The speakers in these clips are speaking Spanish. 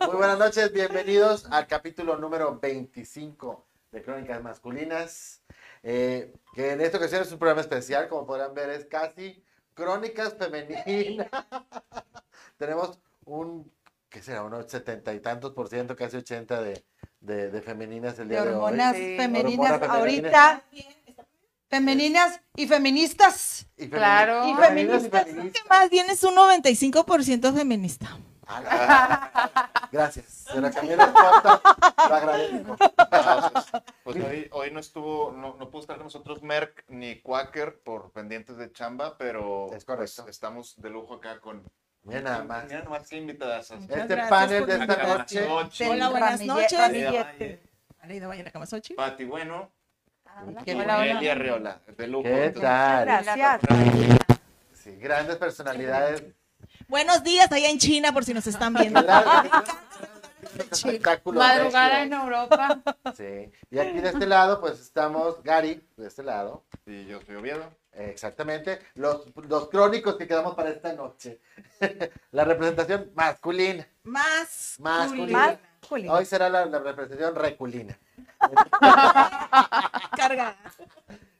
Muy buenas noches, bienvenidos al capítulo número 25 de Crónicas Masculinas. Eh, que en esta ocasión es un programa especial, como podrán ver, es casi Crónicas Femeninas. Tenemos un, ¿qué será? Unos setenta y tantos por ciento, casi ochenta de, de, de femeninas el de día de, hormonas hoy. Sí. femeninas Hormonas femeninas. ahorita. Femeninas y feministas. Y femeni- Claro. Y femeninas feministas, creo que feministas. Más bien es un 95% feminista. Ah, ah, Gracias. Se la cambié la cuarta. Lo agradezco. Pues hoy, hoy no estuvo, no, no pudo estar con nosotros Merck ni Quaker por pendientes de chamba, pero Es correcto. pues, estamos de lujo acá con. Mira nada más. Mira nomás qué invitadas. Este panel de esta Acá noche. las ocho, Hola, Del buenas ramille- noches. ramillete. Pati Bueno y Qué hola, hola. Nelly Arreola. De lujo. ¿Qué entonces, tal? Gracias. Sí, grandes personalidades. Buenos días allá en China por si nos están viendo. Espectáculo. Madrugada en regio. Europa. Sí. Y aquí de este lado, pues estamos Gary, de este lado. Y yo soy Oviedo. eh, Exactamente, los, los crónicos que quedamos para esta noche. la representación masculina, Más. masculina. Masculina. Hoy será la, la representación reculina. Carga.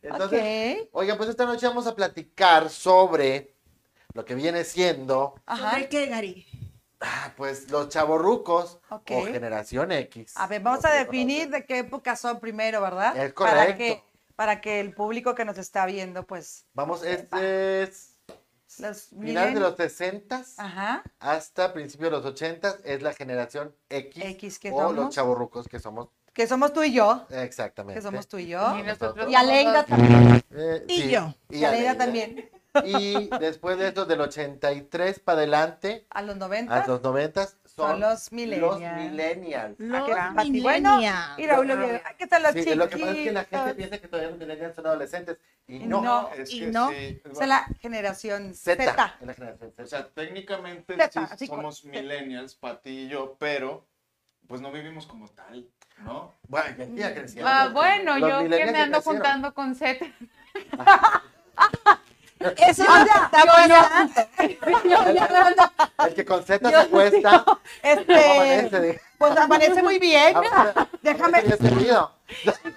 Entonces, Ok. Oigan, pues esta noche vamos a platicar sobre lo que viene siendo, Ajá. ¿Sobre qué, Gary? ah, pues, los chavorrucos Ok. o generación X. A ver, vamos a Como se le definir conoce. de qué época son primero, ¿verdad? Es Para correcto. que, para que el público que nos está viendo, pues, Vamos, este es los final Ah. miren. de los 60 Ajá. hasta principios de los 80 es la generación X, X que o los somos. chavorrucos que somos Que somos tú y yo. exactamente. Que somos tú y Y yo. nosotros Y Aleida somos los- también. Eh, Y sí, yo. Y Y Aleida Aleida también. Y después de estos del 83 para adelante A los 90 a los 90 son, son los los millennials. millennials. Los Acá, Pati, bueno, millennials. Y Raúl Oviedo. Ay, ¿Qué tal los Ah. Sí, chiquitos? lo que pasa es que la gente piensa que todavía los millennials son adolescentes y Y no. no. Es Y que no, sí, O sea, la generación Z. Z. es la generación Z. O sea, técnicamente Zeta, sí así cu- somos millennials, Pati y yo, pero pues no vivimos como tal, ¿no? bueno, ya- ya crecieron. Ah, bueno, Los yo que millennials me ya ando crecieron. juntando con Z. Eso es lo que está pasando. El que con Z se cuesta, Este, amanece. de- pues amanece muy bien. amanece- Déjame- Ah, amanece servido.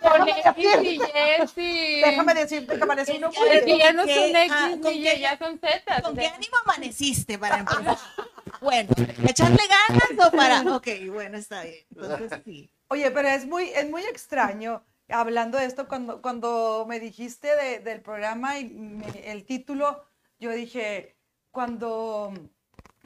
Con X y Jessy. Déjame decirte que amanece muy bien. Es que ya no ¿Con son qué? X Ah, ¿con ni qué? Y, ya son Z. ¿Con qué ánimo amaneciste para empezar? Bueno, ¿echarle ganas o para...? Ok, bueno, está bien. Entonces sí. Oye, pero es muy, es muy extraño hablando de esto cuando, cuando me dijiste de- del programa y me- el título, yo dije, cuando,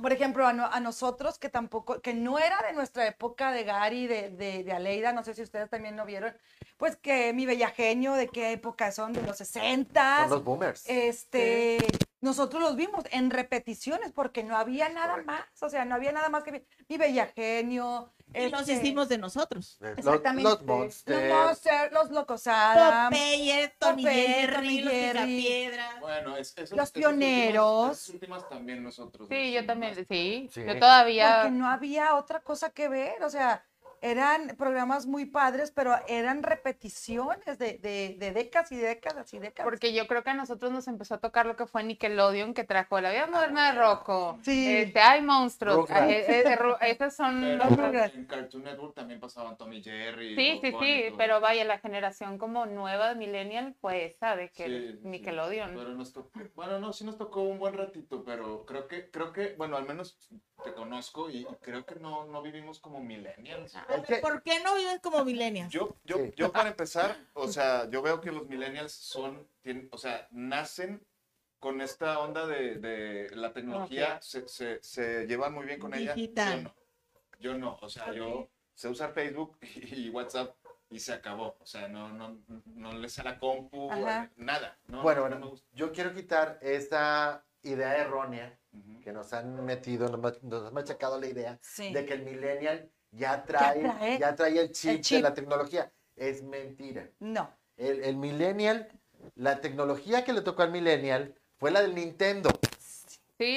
por ejemplo, a, no- a nosotros que tampoco, que no era de nuestra época de Gary, de, de, de Aleida, no sé si ustedes también lo vieron, pues que mi bella genio, de qué época son, de los 60 Son los boomers. este, nosotros los vimos en repeticiones porque no había nada más, o sea, no había nada más que ver. mi bella genio. Y nos este, hicimos de nosotros. Los- exactamente, Los monsters. Los Monster, los locos Adam, Popeye, Tony Popeye, Tony Jerry, los Jerry. Picapiedra. Bueno, es, esos- Los esos pioneros. últimos- esos últimos también nosotros. Sí, yo también, sí. Sí. Yo todavía. porque no había otra cosa que ver, o sea, eran programas muy padres, pero eran repeticiones de, de, de décadas y décadas y décadas. Porque yo creo que a nosotros nos empezó a tocar lo que fue Nickelodeon, que trajo la vida moderna de Rocco. Sí. Este, hay monstruos. Rugrats. eh, eh, eh, ru- Esas Mm, son. Pero los- Rugrats. en Cartoon Network también pasaban Tommy Jerry. Sí, Bugs sí, Bunny, sí. todo. Pero vaya, la generación como nueva de Millennial fue esa de que Sí, sí, Nickelodeon. pero nos tocó- bueno, no, sí nos tocó un buen ratito, pero creo que, creo que, bueno, al menos te conozco y, y creo que no, no vivimos como millennials. Ah, Es que- ¿Por qué no viven como millennials? Yo, yo, Sí. yo para empezar, o sea, yo veo que los millennials son, tienen- o sea, nacen con esta onda de, de la tecnología, se, se, se llevan muy bien con Digital. ella. Yo no, yo no, o sea, yo sé usar Facebook y, WhatsApp y se acabó, o sea, no, no, no le sé a la compu, Ajá. eh, nada. No, Bueno, no me bueno, gusta. yo quiero quitar esa idea errónea Ujú. que nos han metido, nos ma- nos han machacado la idea Sí. de que el millennial ya trae, ya trae trae, el, chip de chip. la tecnología. Es mentira. No. El, el millennial, la tecnología que le tocó al millennial fue la del Nintendo. Sí.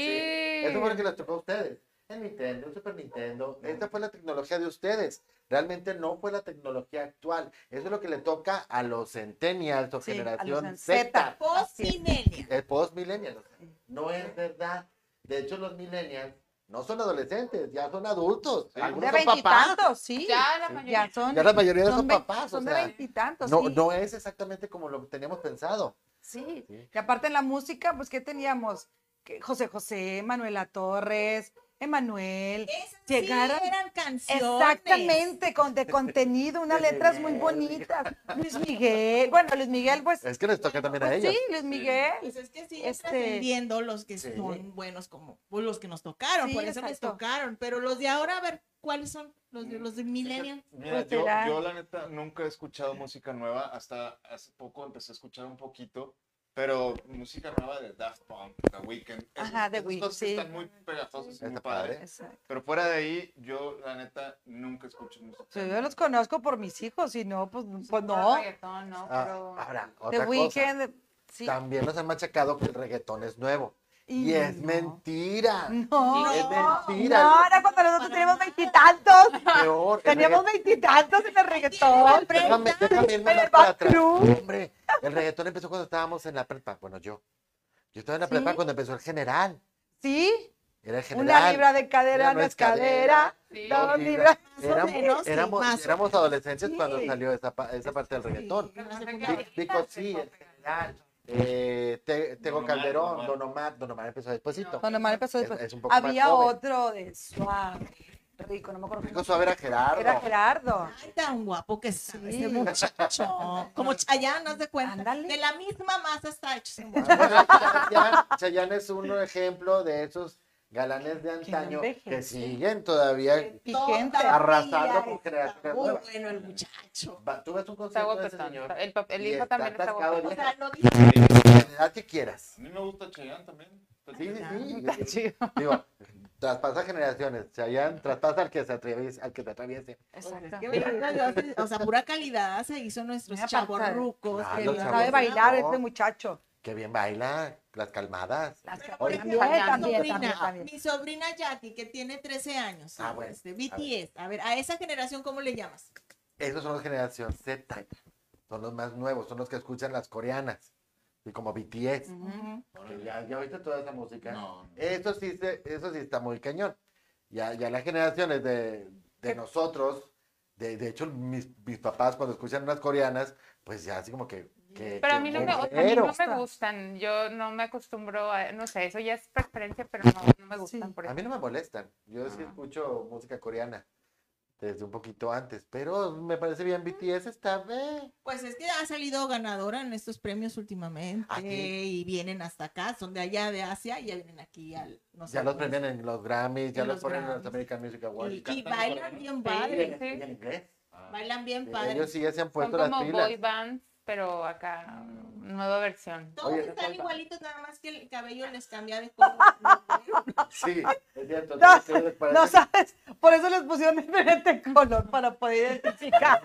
Eso fue lo que les tocó a ustedes. El Nintendo, el Super Nintendo. Esta fue la tecnología de ustedes. Realmente no fue la tecnología actual. Eso es lo que le toca a los centennials o Sí, a los generación Z. Z. Post millennial. El post millennial. No es verdad. De hecho, los millennials no son adolescentes, ya son adultos. Sí. Algunos De son papás. veintitantos, sí. Ya la mayoría. Ya son. Ya la mayoría son, son ve- papás. son o de sea, veintitantos. no, sí. no es exactamente como lo teníamos pensado. Sí. Sí. Y aparte en la música, pues, ¿qué teníamos? Que José José, Manuela Torres, Emanuel. Esas sí Llegaron- eran canciones. Exactamente, con de contenido, unas De letras muy Miguel. bonitas. Luis Miguel. Bueno, Luis Miguel, pues. Es que les toca también a pues ellos. sí, Luis Miguel. Pues es que siguen Este- trascendiendo los que Sí. son buenos como o los que nos tocaron, Sí, por eso les exacto. tocaron. Pero los de ahora, a ver, ¿cuáles son? Los de, los de Millennium. Mira, Pues yo, será. yo la neta nunca he escuchado música nueva, hasta hace poco empecé a escuchar un poquito, pero música nueva de Daft Punk, The Weeknd, esas- Ajá, The esas Weeknd, cosas que sí. están muy pegajosas y muy Está padre. padre. Exacto. Pero fuera de ahí, yo la neta nunca escucho música. Pues yo los conozco por mis hijos, y no, pues, pues no. Por reggaetón, no, Ah, pero- ahora, The otra cosa. Weeknd, sí. También nos han machacado que el reggaetón es nuevo. Y, es no. mentira. No, Es mentira. no, era cuando nosotros teníamos veintitantos. Peor. el Teníamos regga- veintitantos en el reggaetón. Déjame, déjame irme en el más para atrás. Bacru. Hombre, el reggaetón empezó cuando estábamos en la prepa. Bueno, yo. Yo estaba en la Sí. prepa cuando empezó el general. Sí, Era el una general. libra de cadera Ya no es cadera. Sí. dos Dos libras. libras. Éramos, menos, sí, éramos- más o éramos adolescentes Sí. cuando salió esa, pa- esa parte del reggaetón. Sí, la Pero secundaria. ahorita Pico, se sí, fue el general. Eh, Te- Tego Don Omar, Calderón, Don Omar. Don Omar, Don Omar empezó despuesito. Cuando mal empezó Es- después. es un poco más Había joven. otro de suave, rico, no me acuerdo. Rico cómo suave era Gerardo. Era Gerardo. Ay, tan guapo que está Sí. ese muchacho. Como Chayanne, haz de cuenta. Ándale. De la misma masa está hecho. ese muchacho. Chayanne, Chayanne es un ejemplo de esos galanes de no antaño que envejece. siguen todavía. Vigente. Todavía Arrasando con está creaciones Muy nuevas. bueno el muchacho. Va- Tú ves un Está concierto de ese guapetón. señor. está- Pues, El, pap- el y hijo está también está atascado guapetón. O bien. sea, no dice La edad que quieras. A mí me gusta Chayanne también. Pues, Sí, sí, Ah, sí. Está chido. Digo, traspasa generaciones. Chayanne traspasa al que se atraviese, al que te atraviese. Exacto. que verdad, Dios, o sea, pura calidad se hizo nuestros Mira, chavorrucos. Ah, que los la- Sabe chavos. bailar No. este muchacho. Qué bien baila, las calmadas. Las por Oye, ejemplo, también, mi también, sobrina, también, también. Mi sobrina Jackie, que tiene 13 años. Ah, bueno, este, a BTS. A ver. a esa generación, ¿cómo le llamas? Esos son los generación Z. Son los más nuevos, son los que escuchan las coreanas. Y como BTS. Mm. Que Ya, ya oíste toda esa música. No, no. Eso sí, se- eso sí está muy cañón. Ya, ya las generaciones de, de nosotros, de, de hecho mis, mis papás cuando escuchan unas coreanas, pues ya así como que... que- Pero a que mí no me, a mí cero. no me gustan. Yo no me acostumbro a. No sé, eso ya es preferencia, pero no, no me gustan. Sí. Por A eso. mí no me molestan. Yo sí Ah. escucho música coreana desde un poquito antes, pero me parece Ah. bien BTS esta vez. Pues es que ha salido ganadora en estos premios últimamente. Ah, sí. Y vienen hasta acá. Son de allá, de Asia, y ya vienen aquí al. no sé, Ya los pues, premian en los Grammys, ya En los los ponen en los Grammys. American Music Awards. Y, y cantan bailan coreano. bien Y padre. en, y en inglés. Bailan bien padre. Ellos sí ya se han Son puesto las como pilas. boy bands, pero acá, nueva versión. Todos Oye, están disculpa. igualitos, nada más que el cabello les cambia de color. Sí, es cierto. No, tiene que ver con No eso. sabes, por eso les pusieron diferente color para poder identificar.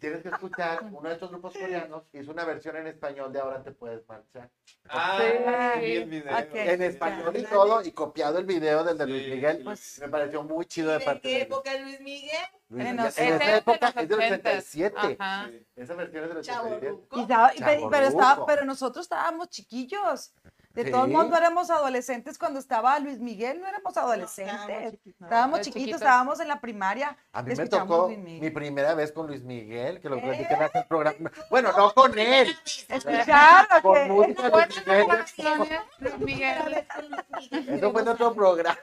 Tienes que escuchar, uno de estos grupos coreanos hizo una versión en español de Ahora te puedes marchar. Ah, Sí. sí, vi el video. Ok. En Sí. español y todo, y copiado el video del de Sí, Luis sí, Miguel. Pues- Me pareció muy chido de ¿De parte qué de Luis. época Luis Miguel? Luis En Miguel. los- En ese esa es época es del 87. 87. Ajá. Sí. Esa versión es del Chavo 87. Y estaba- y pe- Chavorruco. pero, estaba- pero nosotros estábamos chiquillos. De todo el Sí. mundo éramos adolescentes. Cuando estaba Luis Miguel no éramos adolescentes. Estábamos chiquitos, Era chiquitos. estábamos en la primaria. A mí me Escuchamos tocó Luis Miguel. mi primera vez con Luis Miguel, que lo ¿Eh? platiqué en aquel programa. Bueno, no con él, Escuchar lo con que... música de Luis Miguel. Luis Primera Miguel. vez con Luis Miguel. Eso fue en otro programa.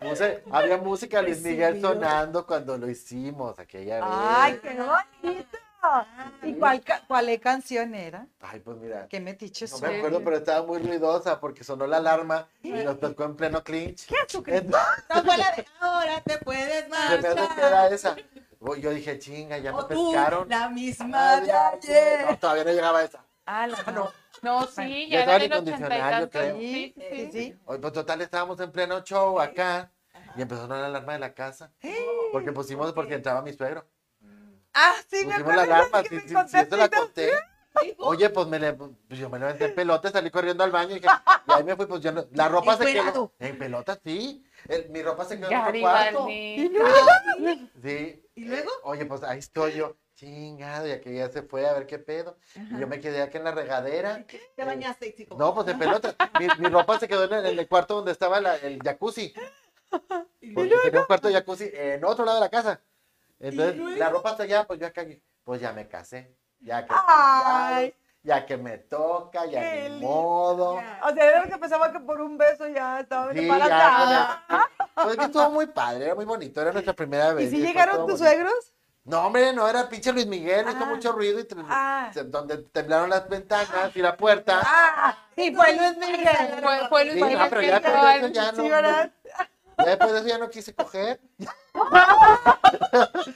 Puse- había música de Luis Miguel sonando cuando lo hicimos aquella vez. ¡Ay, qué bonito! Ah. ¿Y cuál, ca- cuál e canción era? Ay, pues mira. ¿Qué metiche No soy. me acuerdo, pero estaba muy ruidosa porque sonó la alarma y nos tocó en pleno clinch. Entonces, No fue la de ahora te puedes se me hace que era marchar. esa. Uy, Yo dije, chinga, ya me O Oh, tú, pescaron. la misma Ay, de ya, ayer. No, todavía no llegaba esa. Ah, la no. No, sí, Ya ya estaba era en del ochenta y incondicional, yo tantos. creo. Sí, sí, sí. eh, Sí. Hoy, pues total, estábamos en pleno show acá y empezó a sonar la alarma de la casa. ¿Eh? Porque pusimos, porque entraba mi suegro. Ah, sí, Pusimos me acuerdo. Pues la alarma, que sí, me sí, sí, contaste, eso la ¿no? conté. Oye, pues, me le- pues yo me levanté en pelota, salí corriendo al baño y, dije, y ahí me fui, pues yo no- la ropa se quedó. Encuerado. En pelota, sí. El- mi ropa se quedó en otro cuarto. Garibaldi. Sí. ¿Y luego? Oye, pues ahí estoy yo. chingado, ya que ya se fue a ver qué pedo. Y yo me quedé aquí en la regadera. Te bañaste, chico. No, pues en pelotas. Mi, mi ropa se quedó en el, en el cuarto donde estaba la- el jacuzzi. Porque tenía un cuarto de jacuzzi en otro lado de la casa. Entonces, la ropa está allá, pues yo acá, pues ya me casé. Ya que, Ay. ya que me toca, ya Qué ni lindo. modo. O sea, era lo que pensaba que por un beso ya estaba Sí, ya, embarazada. pues, pues, es que estuvo muy padre, era muy bonito, era nuestra primera ¿Y vez. si fue llegaron todo tus bonito. suegros? No, hombre, no, era pinche Luis Miguel, hizo Ah. mucho ruido y tre- Ah. se- donde temblaron las ventanas y la puerta. Ah, sí, fue Luis Miguel. Fue, fue Luis Sí, Miguel ah, pero que ya entró después de eso al- ya no, Sí, ¿verdad? ya después de eso ya no quise coger.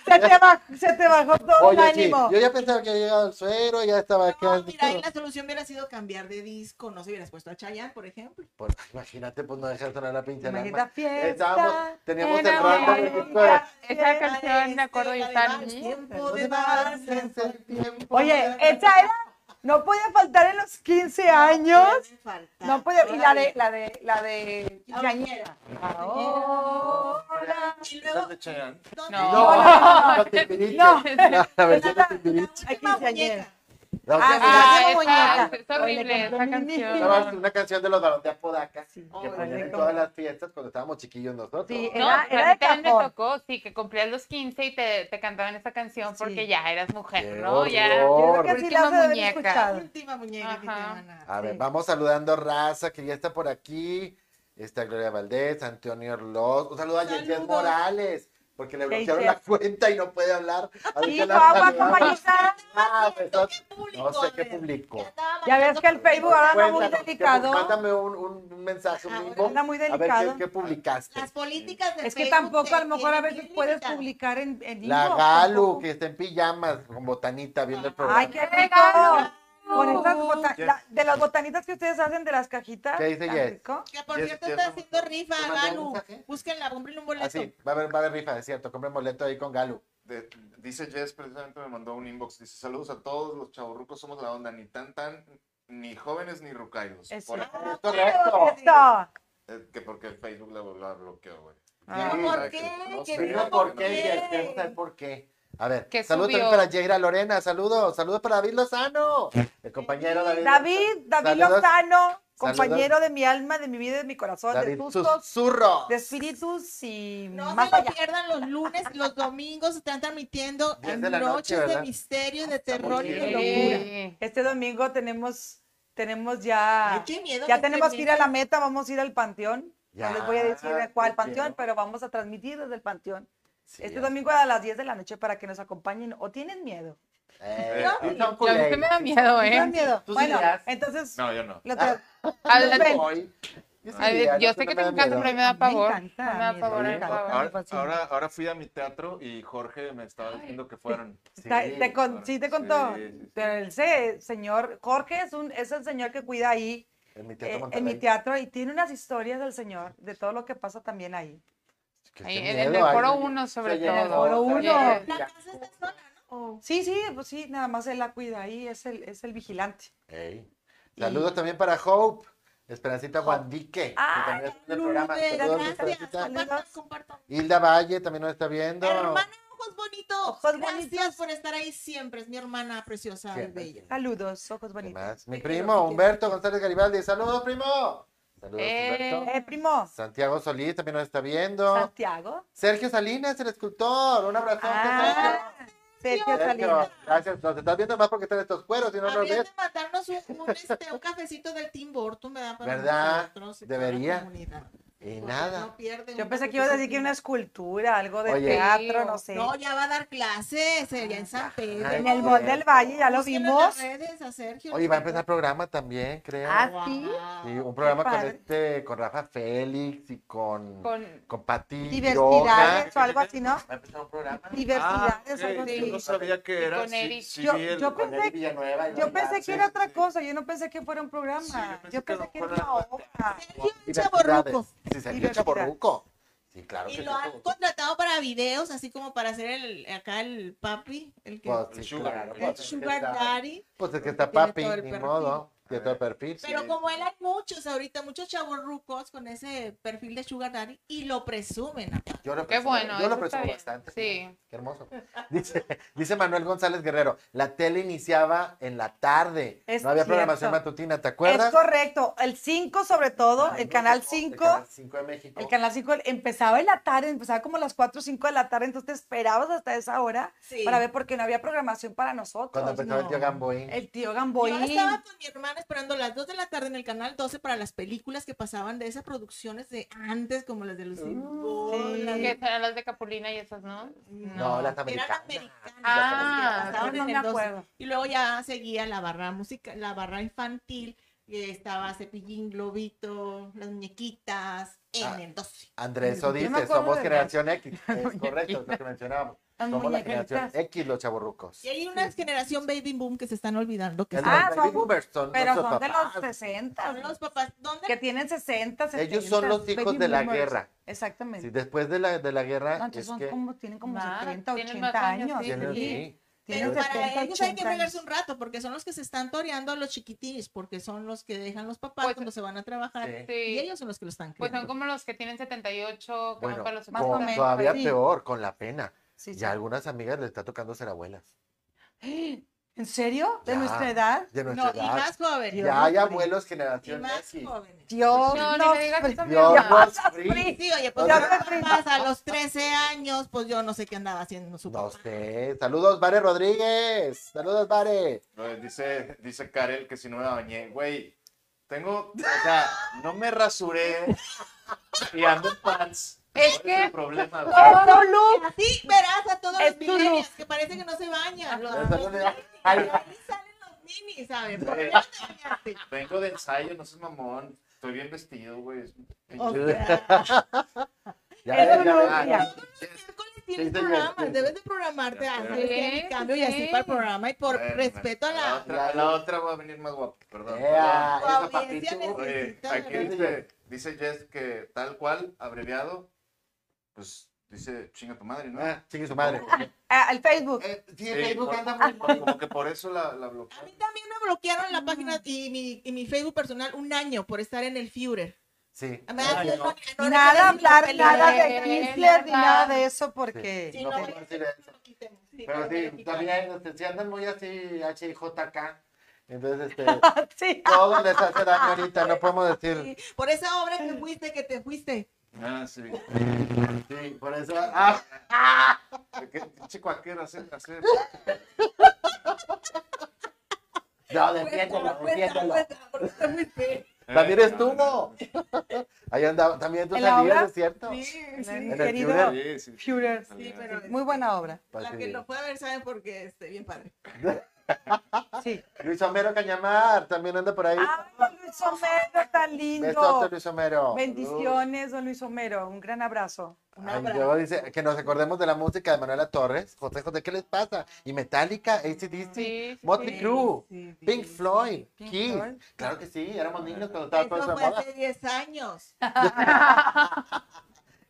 Se te bajó, se te bajó todo Oye, el sí, ánimo. yo ya pensaba que había llegado el suero, ya estaba acá. No, mira, ahí la solución hubiera sido cambiar de disco, no se hubieras puesto a Chayanne, por ejemplo. Pues, imagínate, pues no dejar sonar la pinche Imagínate alarma. la fiesta. Estábamos, teníamos el en random amor. de disco Esa canción me acuerdo y de estar. Tiempo de de darse darse el tiempo. Oye, esa era, no podía faltar en los 15 años. No podía, y la de, la de, la de Ah, Yañera. Ah, oh. Ahora. Y ¿Estás luego, de Chayanne? No, No, no, no, Timbiriche. no. La, la versión de Timbiriche. Aquí Última Yañera. muñeca. La Ah, versión de- sí, Ah, como esa- muñeca. es horrible Oye, esa con mi Estaba canción. una canción de los varones de Apodaca que Oye, ponían en con- todas las fiestas cuando estábamos chiquillos nosotros. Sí, No, Era- era a mí de también me cajón. tocó, sí, que cumplías los 15 y te, te cantaban esa canción porque Sí. ya eras mujer, Qué ¿no? Ya. Yo horror. creo que sí Última la has de haber muñeca. escuchado. Última muñeca que te Ajá. van a... A ver, Sí. vamos saludando raza que ya está por aquí. Está Gloria Valdés, Antonio Orloz. Un saludo a Yesiel Saludos. Morales, porque le Yesiel. bloquearon la cuenta y no puede hablar. Así Sí, que la agua, saludamos. compañera. Ah, pues, ¿Qué público? No sé A qué ver. publicó. Ya estaba eh, Ya ves que el marcando Facebook ahora anda muy Cuéntanos, ¿qué- delicado. Mándame un, un- un mensaje, un Ah, inbox. Anda muy A ver delicado. qué, qué publicaste. Las políticas de Es que Facebook tampoco a lo te mejor a tienen veces bien puedes limitadas. publicar en, en La inbox, Galu, tampoco. que está en pijamas con botanita viendo el programa. Ay, qué rico. Con esas bota- la- de las botanitas que ustedes hacen de las cajitas. ¿Qué dice tan Jess? rico. Que por Yes, cierto yes, está no, haciendo rifa, ¿te mandó un Galu. mensaje? Búsquenla, compren un boleto. Así, va a haber, va a haber rifa, es cierto. Compren boleto ahí con Galu. De- dice Jess, precisamente me mandó un inbox. Dice: Saludos a todos los chavorrucos, somos la onda, ni tan tan, ni jóvenes ni rucaidos. Eso. Por- Ah, Es correcto. Esto. Ah. eh, que porque el Facebook la, la bloqueó, güey. Ah. Sí, ¿Por sabe qué? que- Que sé, diga Digo no, por no qué, sé. Jess, queremos saber por qué. A ver, ¿Qué saludos también subió? para Yeira Lorena, saludos, saludos para David Lozano, el compañero David. David, David Saludos. Lozano, compañero de mi alma, de mi vida, y de mi corazón, de David sustos, Susurro. de espíritus y No más se lo allá. pierdan los lunes, los domingos están transmitiendo Diez de la noche, noches de ¿verdad? Ah, misterio, de muy terror y de bien. locura. Sí. Este domingo tenemos, tenemos Ay, ya, qué miedo, ya qué tenemos que ir a la tremendo. meta, vamos a ir al panteón. Ya, no les voy a decir de cuál qué panteón, miedo. pero vamos a transmitir desde el panteón. Sí, este ya. domingo a las 10 de la noche para que nos acompañen. ¿O tienen miedo? Eh, No, sí son Y a mí se me culés. da miedo, ¿Tienen ¿eh? Ah, miedo? Tú sí bueno, dirás. entonces, No, yo no. lo tra- A nos ver, ven. Hoy, yo sí a ver, diría, yo no sé me que te da encanta, miedo. pero a mí me da Me pavor. encanta, me da me pavor, me da encanta. pavor. me Ahora, fascina. ahora, ahora fui a mi teatro y Jorge me estaba diciendo que fueron. Ta- Sí, te con- claro. sí, te contó. Sí, sí, sí. Pero el se- señor Jorge es, un, es el señor que cuida ahí en mi eh, teatro en mi Monterrey. teatro y tiene unas historias del señor, de todo lo que pasa también ahí. Que Ahí, qué en el miedo, ay, foro sí. uno, sobre Se llenó, todo. Foro está uno. bien, La ya. casa está sola, ¿no? O- Sí, sí, pues sí, nada más él la cuida ahí, es el, es el vigilante. Ey. Saludos también para Hope, Esperancita Guandique, Ah, que también está en el Lourdes, programa. Saludos, Gracias, Esperancita. compartan, compartan. Hilda Valle también nos está viendo. Hermana, ojos bonitos. Ojos Gracias bonitos. por estar ahí siempre. Es mi hermana preciosa y Siempre. bella. Saludos, ojos ¿Qué bonitos. más? Mi Te quiero, primo te Humberto González Garibaldi. Saludos, primo. Saludos, Eh. Humberto. Eh, primo, Santiago Solís también nos está viendo. Santiago. Sergio Salinas, el escultor. Un abrazo. Ah, Sergio Salinas. Gracias. Nos estás viendo más porque están estos cueros y no nos Habrían ves. de mandarnos un, un, este, un cafecito del Tim Burton, ¿verdad? Para ¿Verdad? nosotros y para la Debería. comunidad. Y Porque nada. No pierden Yo un pensé que ibas a decir cafecito que una escultura, algo de Oye. teatro, no sé. No, ya va a dar clases eh, ya en San Pedro. Ay, Ah, en el Mall del Valle, ya lo Búsquenlo vimos. En las redes a Sergio. Oye, va a empezar programa también, creo. Ah, sí. Sí, Wow. un programa con padre. este, con Rafa Félix y con, con, Con, Pati Quiroga. Diversidades o algo así, ¿no? Va a empezar un programa. Ah, Diversidades, algo ok, yo así. no sabía que era. con sí, Eric. sí Yo- vi el- yo Con pensé Eric Villanueva. y Yo Lola pensé que Arce. era otra sí. cosa, yo no pensé que fuera un programa. Sí, yo yo pensé pensé que que fuera era una una- obra. Sergio es Diversidades. chavorruco. Sí, Sergio Diversidades. Chaborruco. Sí, claro. Y que lo sí, Pues, han contratado para videos, así como para hacer el, acá el papi, el que Pues, sí, Sugar. claro, el pues, es que Sugar está- Daddy. Pues es que está tiene papi, todo el ni perfil. modo. de A otro ver. perfil. Pero Sí. como él hay muchos ahorita, muchos chavos rucos con ese perfil de Sugar Daddy y lo presumen. aparte. Yo lo Qué presumo, bueno. Yo eso lo está presumo bien. bastante. Sí. Qué hermoso. Dice, dice Manuel González Guerrero, la tele iniciaba en la tarde. Es no había cierto. programación matutina, ¿te acuerdas? Es correcto. El 5 sobre Ah, todo, el Canal El 5. Canal 5 de México. El Canal 5 empezaba en la tarde, empezaba como a las 4 o 5 de la tarde, entonces te esperabas hasta esa hora Sí. para ver porque no había programación para nosotros. Cuando empezaba el no. tío Gamboín. El tío Yo Gamboín. estaba con mi hermana esperando las 2 de la tarde en el canal 12 para las películas que pasaban de esas producciones de antes, como las de Lucille Mm, Ball, las Que de- eran las de Capulina y esas, ¿no? No, las eran americanas. americanas. Ah, las que pasaban no en me el 12. acuerdo. Y luego ya seguía la barra música, la barra infantil, que estaba Cepillín, Globito, las muñequitas, en Ah. el 12. Andrés Yo me Odiste, acuerdo somos de generación X. Es correcto, es lo que mencionábamos. Las Somos la muñequitas. generación X, los chavorrucos. Y hay una generación baby boom que se están olvidando que Es son- Ah, los baby son- boomers, son Pero nuestros son de los papás. 60, son los papás. ¿Dónde que tienen 60, 70. Ellos son los hijos baby de la boomers. guerra. Exactamente. Sí, después de la, de la No, guerra, entonces es son que... como, tienen como Más, 70, tienen 80 más años, años. sí, tienen- sí. sí. Pero Tienen para 70, ellos hay que 80 años. fregarse un rato, porque son los que se están toreando a los chiquitines, porque son los que dejan los papás Pues- cuando se van a trabajar. Sí. Y Sí. ellos son los que lo están Pues criando. son como los que tienen 78, que Bueno, van para los más o 80. con- menos, todavía sí. peor, con la pena. Sí, sí. Ya algunas amigas les está tocando ser abuelas. ¿En serio? ¿De Ya. nuestra edad? De nuestra No, y edad. más jóvenes. Dios ya hay nos abuelos y generación más X. jóvenes. Dios No, ni nos me digas eso, mi Dios mamá. nos free. free. Sí, oye, pues Ya yo me fui. papás a los 13 años, pues yo no sé qué andaba haciendo su No papá. sé. Saludos, Vare Rodríguez. Saludos, Vare. No, Dice, dice Karel que si no me bañé, güey, tengo, o sea, no me rasuré y ando en pants. Es ¿Cuál que- el problema, güey? ¡Eso, Lu! Así verás a todos Es los tu millennials look. que parece que no se bañan. Los, Eso no los le- millennials, Ay, y ahí salen los minis, ¿sabes? ¿Por qué no te bañaste? Vengo de ensayo, no seas mamón. Estoy bien vestido, güey. Es un pinche- O Ay, sea, Ya, ya, ya, Eso no, ya. ya. miércoles tienes Sí, señor, programas, sí. debes de programarte Ya, así, claro. hacer el cambio y así Sí. para el programa y por Bueno, respeto a la, otra, a la otra voy a venir más guapo, Eh, perdón. Ea. tu esa eh, audiencia papichu, Oye, necesita. aquí ¿verdad? dice, dice Jess que tal cual, abreviado, pues dice chinga tu madre, ¿no? Ah, Chingue su madre. Ah, el Facebook. Eh, sí, Sí, en Facebook por- anda muy por- Como que por eso la, la bloqueé. A mí también me bloquearon la Ah. página y mi, y mi Facebook personal un año por estar en el Führer. Sí. Me da Ay, miedo, no. no era que nada era hablar, mi nada de pelea. Hitler ni Ajá. nada de eso porque... Sí, No no, puedo vaya a decir ser que eso. lo quitemos. Sí, Pero lo voy a sí, quitar. también este, si andan muy así HJK. Entonces, este, Sí. todo les hace daño ahorita, no podemos decir. Sí, Por esa obra que fuiste, que te fuiste. Ah, sí. Sí, por eso. Ah, ¿Qué pinche cualquiera hace? hace- no, defiéndelo, Cuéntala, defiéndelo. cuéntala, porque está muy feo. También Eh, estuvo. Ahí andaba, también tú ¿En la obra? salías, ¿es cierto? Sí, sí. el querido Führer. Ah, Sí, sí, sí. Führer. Sí, pero Muy buena obra. Pues La que sí. lo puede ver saben porque esté este, bien padre. Sí. Luis Homero Cañamar también anda por ahí. Ah, Ay, Luis Homero, tan Besote, lindo. Luis Homero. Bendiciones, don Luis Homero. Un gran abrazo. Un Ay, abrazo. luego dice que nos acordemos de la música de Manuela Torres. José José, ¿qué les pasa? Y Metallica, ACDC, Sí, sí, Motley sí. Crue, Sí, sí, Pink sí. Floyd, Pink Kiss. Floyd. Claro que sí, éramos niños cuando estaba toda Eso esa fue moda. hace 10 años. Ah.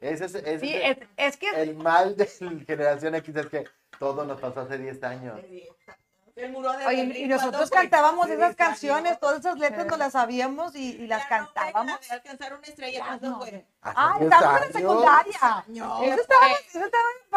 Ese es, ese Sí, es es, es que el mal de la generación X, es que todo nos pasó hace 10 años. El muro de Oye, Berlín, y nosotros cuando- cantábamos Sí, esas sí, canciones, sí. todas esas letras Sí. no las sabíamos y, y las La novela cantábamos. de alcanzar una estrella, Ya ¿cuándo no. fue? Hace Ah, 10 estábamos en la años. secundaria. No. Eso estaba, Fue- eso estaba bien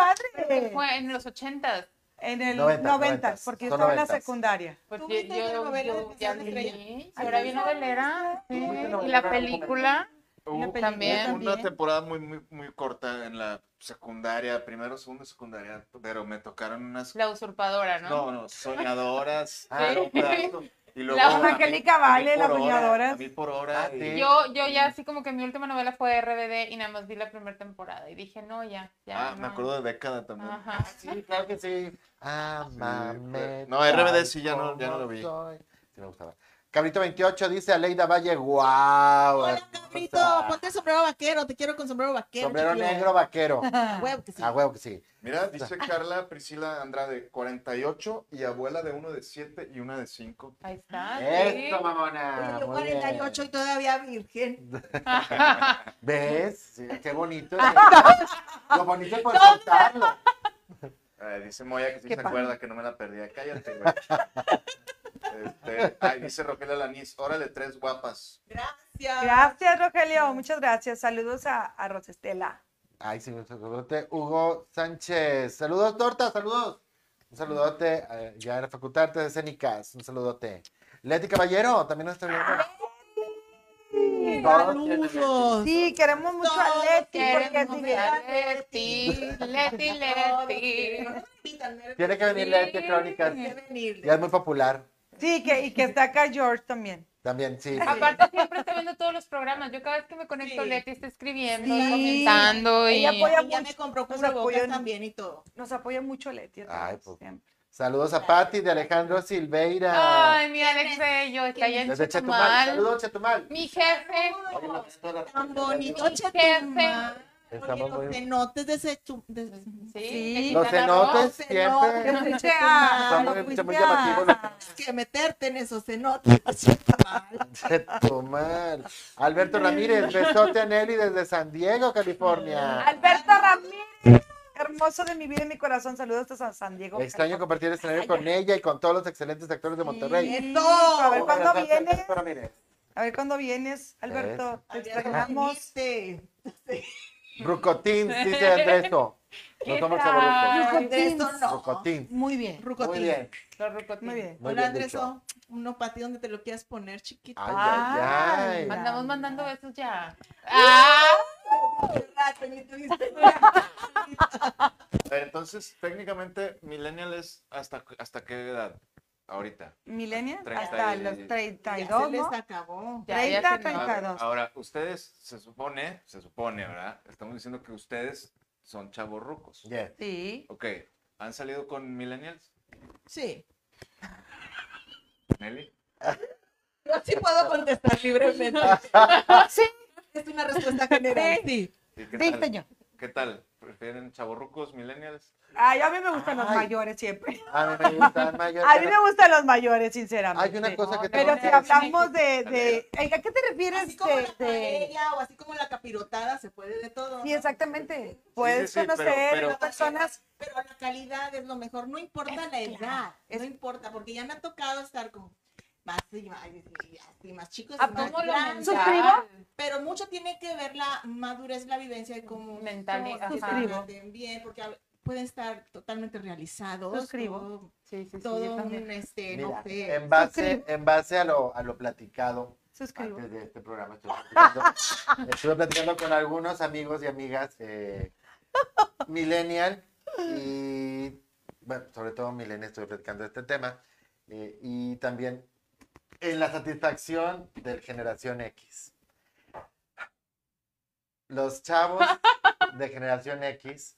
padre. Fue en los 80. En el 90, 90, 90, porque yo son estaba en 90. la secundaora. Pues ¿Tú yo, viste la yo, novela de yo ya Canción de leí. Estrella? Ahora bien novelera. ¿Tú viste sí. la Y la novela? película. Hubo También. una temporada muy, muy, muy corta en la secundaria, primero, segundo, secundaria, pero me tocaron unas. La usurpadora, ¿no? No, no, soñadoras. Ah, pero un pedazo. Y luego. La a mí- Angélica a mí Vale, por las hora, soñadoras. A mí por hora. Ah, y- sí. Yo, yo ya así como que mi última novela fue RBD y nada más vi la primera temporada y dije, no, ya, ya. Ah, no. me acuerdo de década también. Ajá. Sí, claro que sí. Amame. Sí, claro. No, RBD tal sí, ya no- ya no lo como vi. soy. Sí me gustaba. Cabrito 28 dice Aleida Valle, wow. Hola, cabrito, ponte el sombrero vaquero, te quiero con sombrero vaquero. Sombrero chiquillo. negro Ah, vaquero. A huevo que sí. A huevo que sí. Mira, dice Carla Priscila Andrade, 48 y abuela de uno de 7 y una de 5. Ahí está. sí. Esto, Ah, Oye, mamona. yo muy bien. 48 y todavía virgen. ¿Ves? Sí, qué bonito. es- Lo bonito es poder contarlo. Eh, dice Moya que sí Qué se pa- acuerda que no me la perdía. Cállate, güey. Este, ahí dice Rogelio Alanís, órale, tres guapas. Gracias. Gracias, Rogelio. Muchas gracias. Saludos a, a Rosestela. Ay, sí, un saludote. Hugo Sánchez. Saludos, Torta, saludos. Un saludote. eh, ya era Facultad de Artes Escénicas. Un saludote. Leti Caballero, también nos está viendo. Todos tienen- Saludos. Sí, queremos mucho a Todos Leti porque Queremos sigue. a Leti, Leti, Leti. No me invitan, me Tiene que venir Leti Sí. Crónicas. tiene que venir. Ya es muy popular Sí, que, y que está acá George también. también, sí. Aparte siempre está viendo todos los programas. Yo cada vez que me conecto, Sí. Leti está escribiendo, Sí. comentando y... Ella apoya- Y ya me compró Nos cubrebocas apoyan. también y todo. Nos apoya mucho Leti. otra Ay, vez, pues. siempre. Saludos a Patti de Alejandro Silveira. Ay, mira, Alex Bello, está allá en Desde Chetumal. Chetumal. Saludos, Chetumal. Mi jefe, Oye, no, espera. Tan bonito, Oye, Chetumal. Oye, Estamos los muy- cenotes de Chetu- de- Sí, Los de Quintana Roo. cenotes cenotes siempre. de Che, Chetumal. ah, Son no muy- fuiste muy a- llamativos los- Tienes que meterte en esos cenotes. Chetumal. Chetumal. Alberto Ramírez, besote a Nelly desde San Diego, California. Alberto Ramírez, hermoso de mi vida y mi corazón. Saludos hasta San- San Diego. Extraño compartir el escenario con ella y con todos los excelentes actores Este de Monterrey. Sí, A ver Un cuándo abrazo, vienes. Alberto Ramírez. A ver cuándo vienes, Alberto. Te Había extrañamos. viniste. Rucotín, dice Andreso. No ¿Qué somos tal? abuelos. Andrés, no. Rucotín. Muy bien. Muy Rucotín. bien. Los rucotines. Muy bien. Muy Hola, bien Andrés, dicho. uno para ti donde te lo quieras poner, chiquito. Ay, ay, ay. Andamos mandando besos ya. ¡Ah! rato, ni tuviste- Entonces, técnicamente, Millennial es hasta, hasta qué edad ahorita. Milenia, Treinta hasta y- los Ya 32, se les ¿no? acabó. Ya, ya 30, se- 30. Ahora, 32. ahora, ustedes, se supone, se supone, ¿verdad? Estamos diciendo que ustedes son chavos rucos. Yes. Sí. Ok, ¿han salido con Millennials? Sí. Nelly. Yo sí puedo contestar libremente. Sí, Es una respuesta general. Sí. ¿Y qué sí, tal? señor. ¿Qué tal? ¿Prefieren chavorrucos, millennials? Ay, a mí me gustan los Ay. mayores siempre. A mí me gustan mayores. A mí me gustan los mayores, sinceramente. Hay una cosa que No, tengo Pero que si decir. hablamos de, de... Ay, ¿A qué te refieres? Así como la De, de... paella o así como la capirotada, se puede de todo. Sí, ¿no? exactamente. sí, Puedes sí, pero- conocer pero- a personas... Pero la calidad es lo mejor, no importa la edad, no importa, porque ya me ha tocado estar con más, y más, y así, más chicos, y ¿A más Ah, cómo lo grandes. ¿Suscribo? pero mucho tiene que ver la madurez, la vivencia de cómo Mental y- cómo se ajá. traten bien, porque a- pueden estar totalmente realizados. Suscribo. todo- Sí, sí, sí, Todo, yo un, también. este, Mira, no sé. en base, en base a, lo, a lo platicado Suscribo. antes de este programa, estuve platicando, estuve platicando con algunos amigos y amigas eh, millennial y, bueno, sobre todo millennial estuve platicando de este tema eh, y también en la satisfacción del generación X. Los chavos de generación X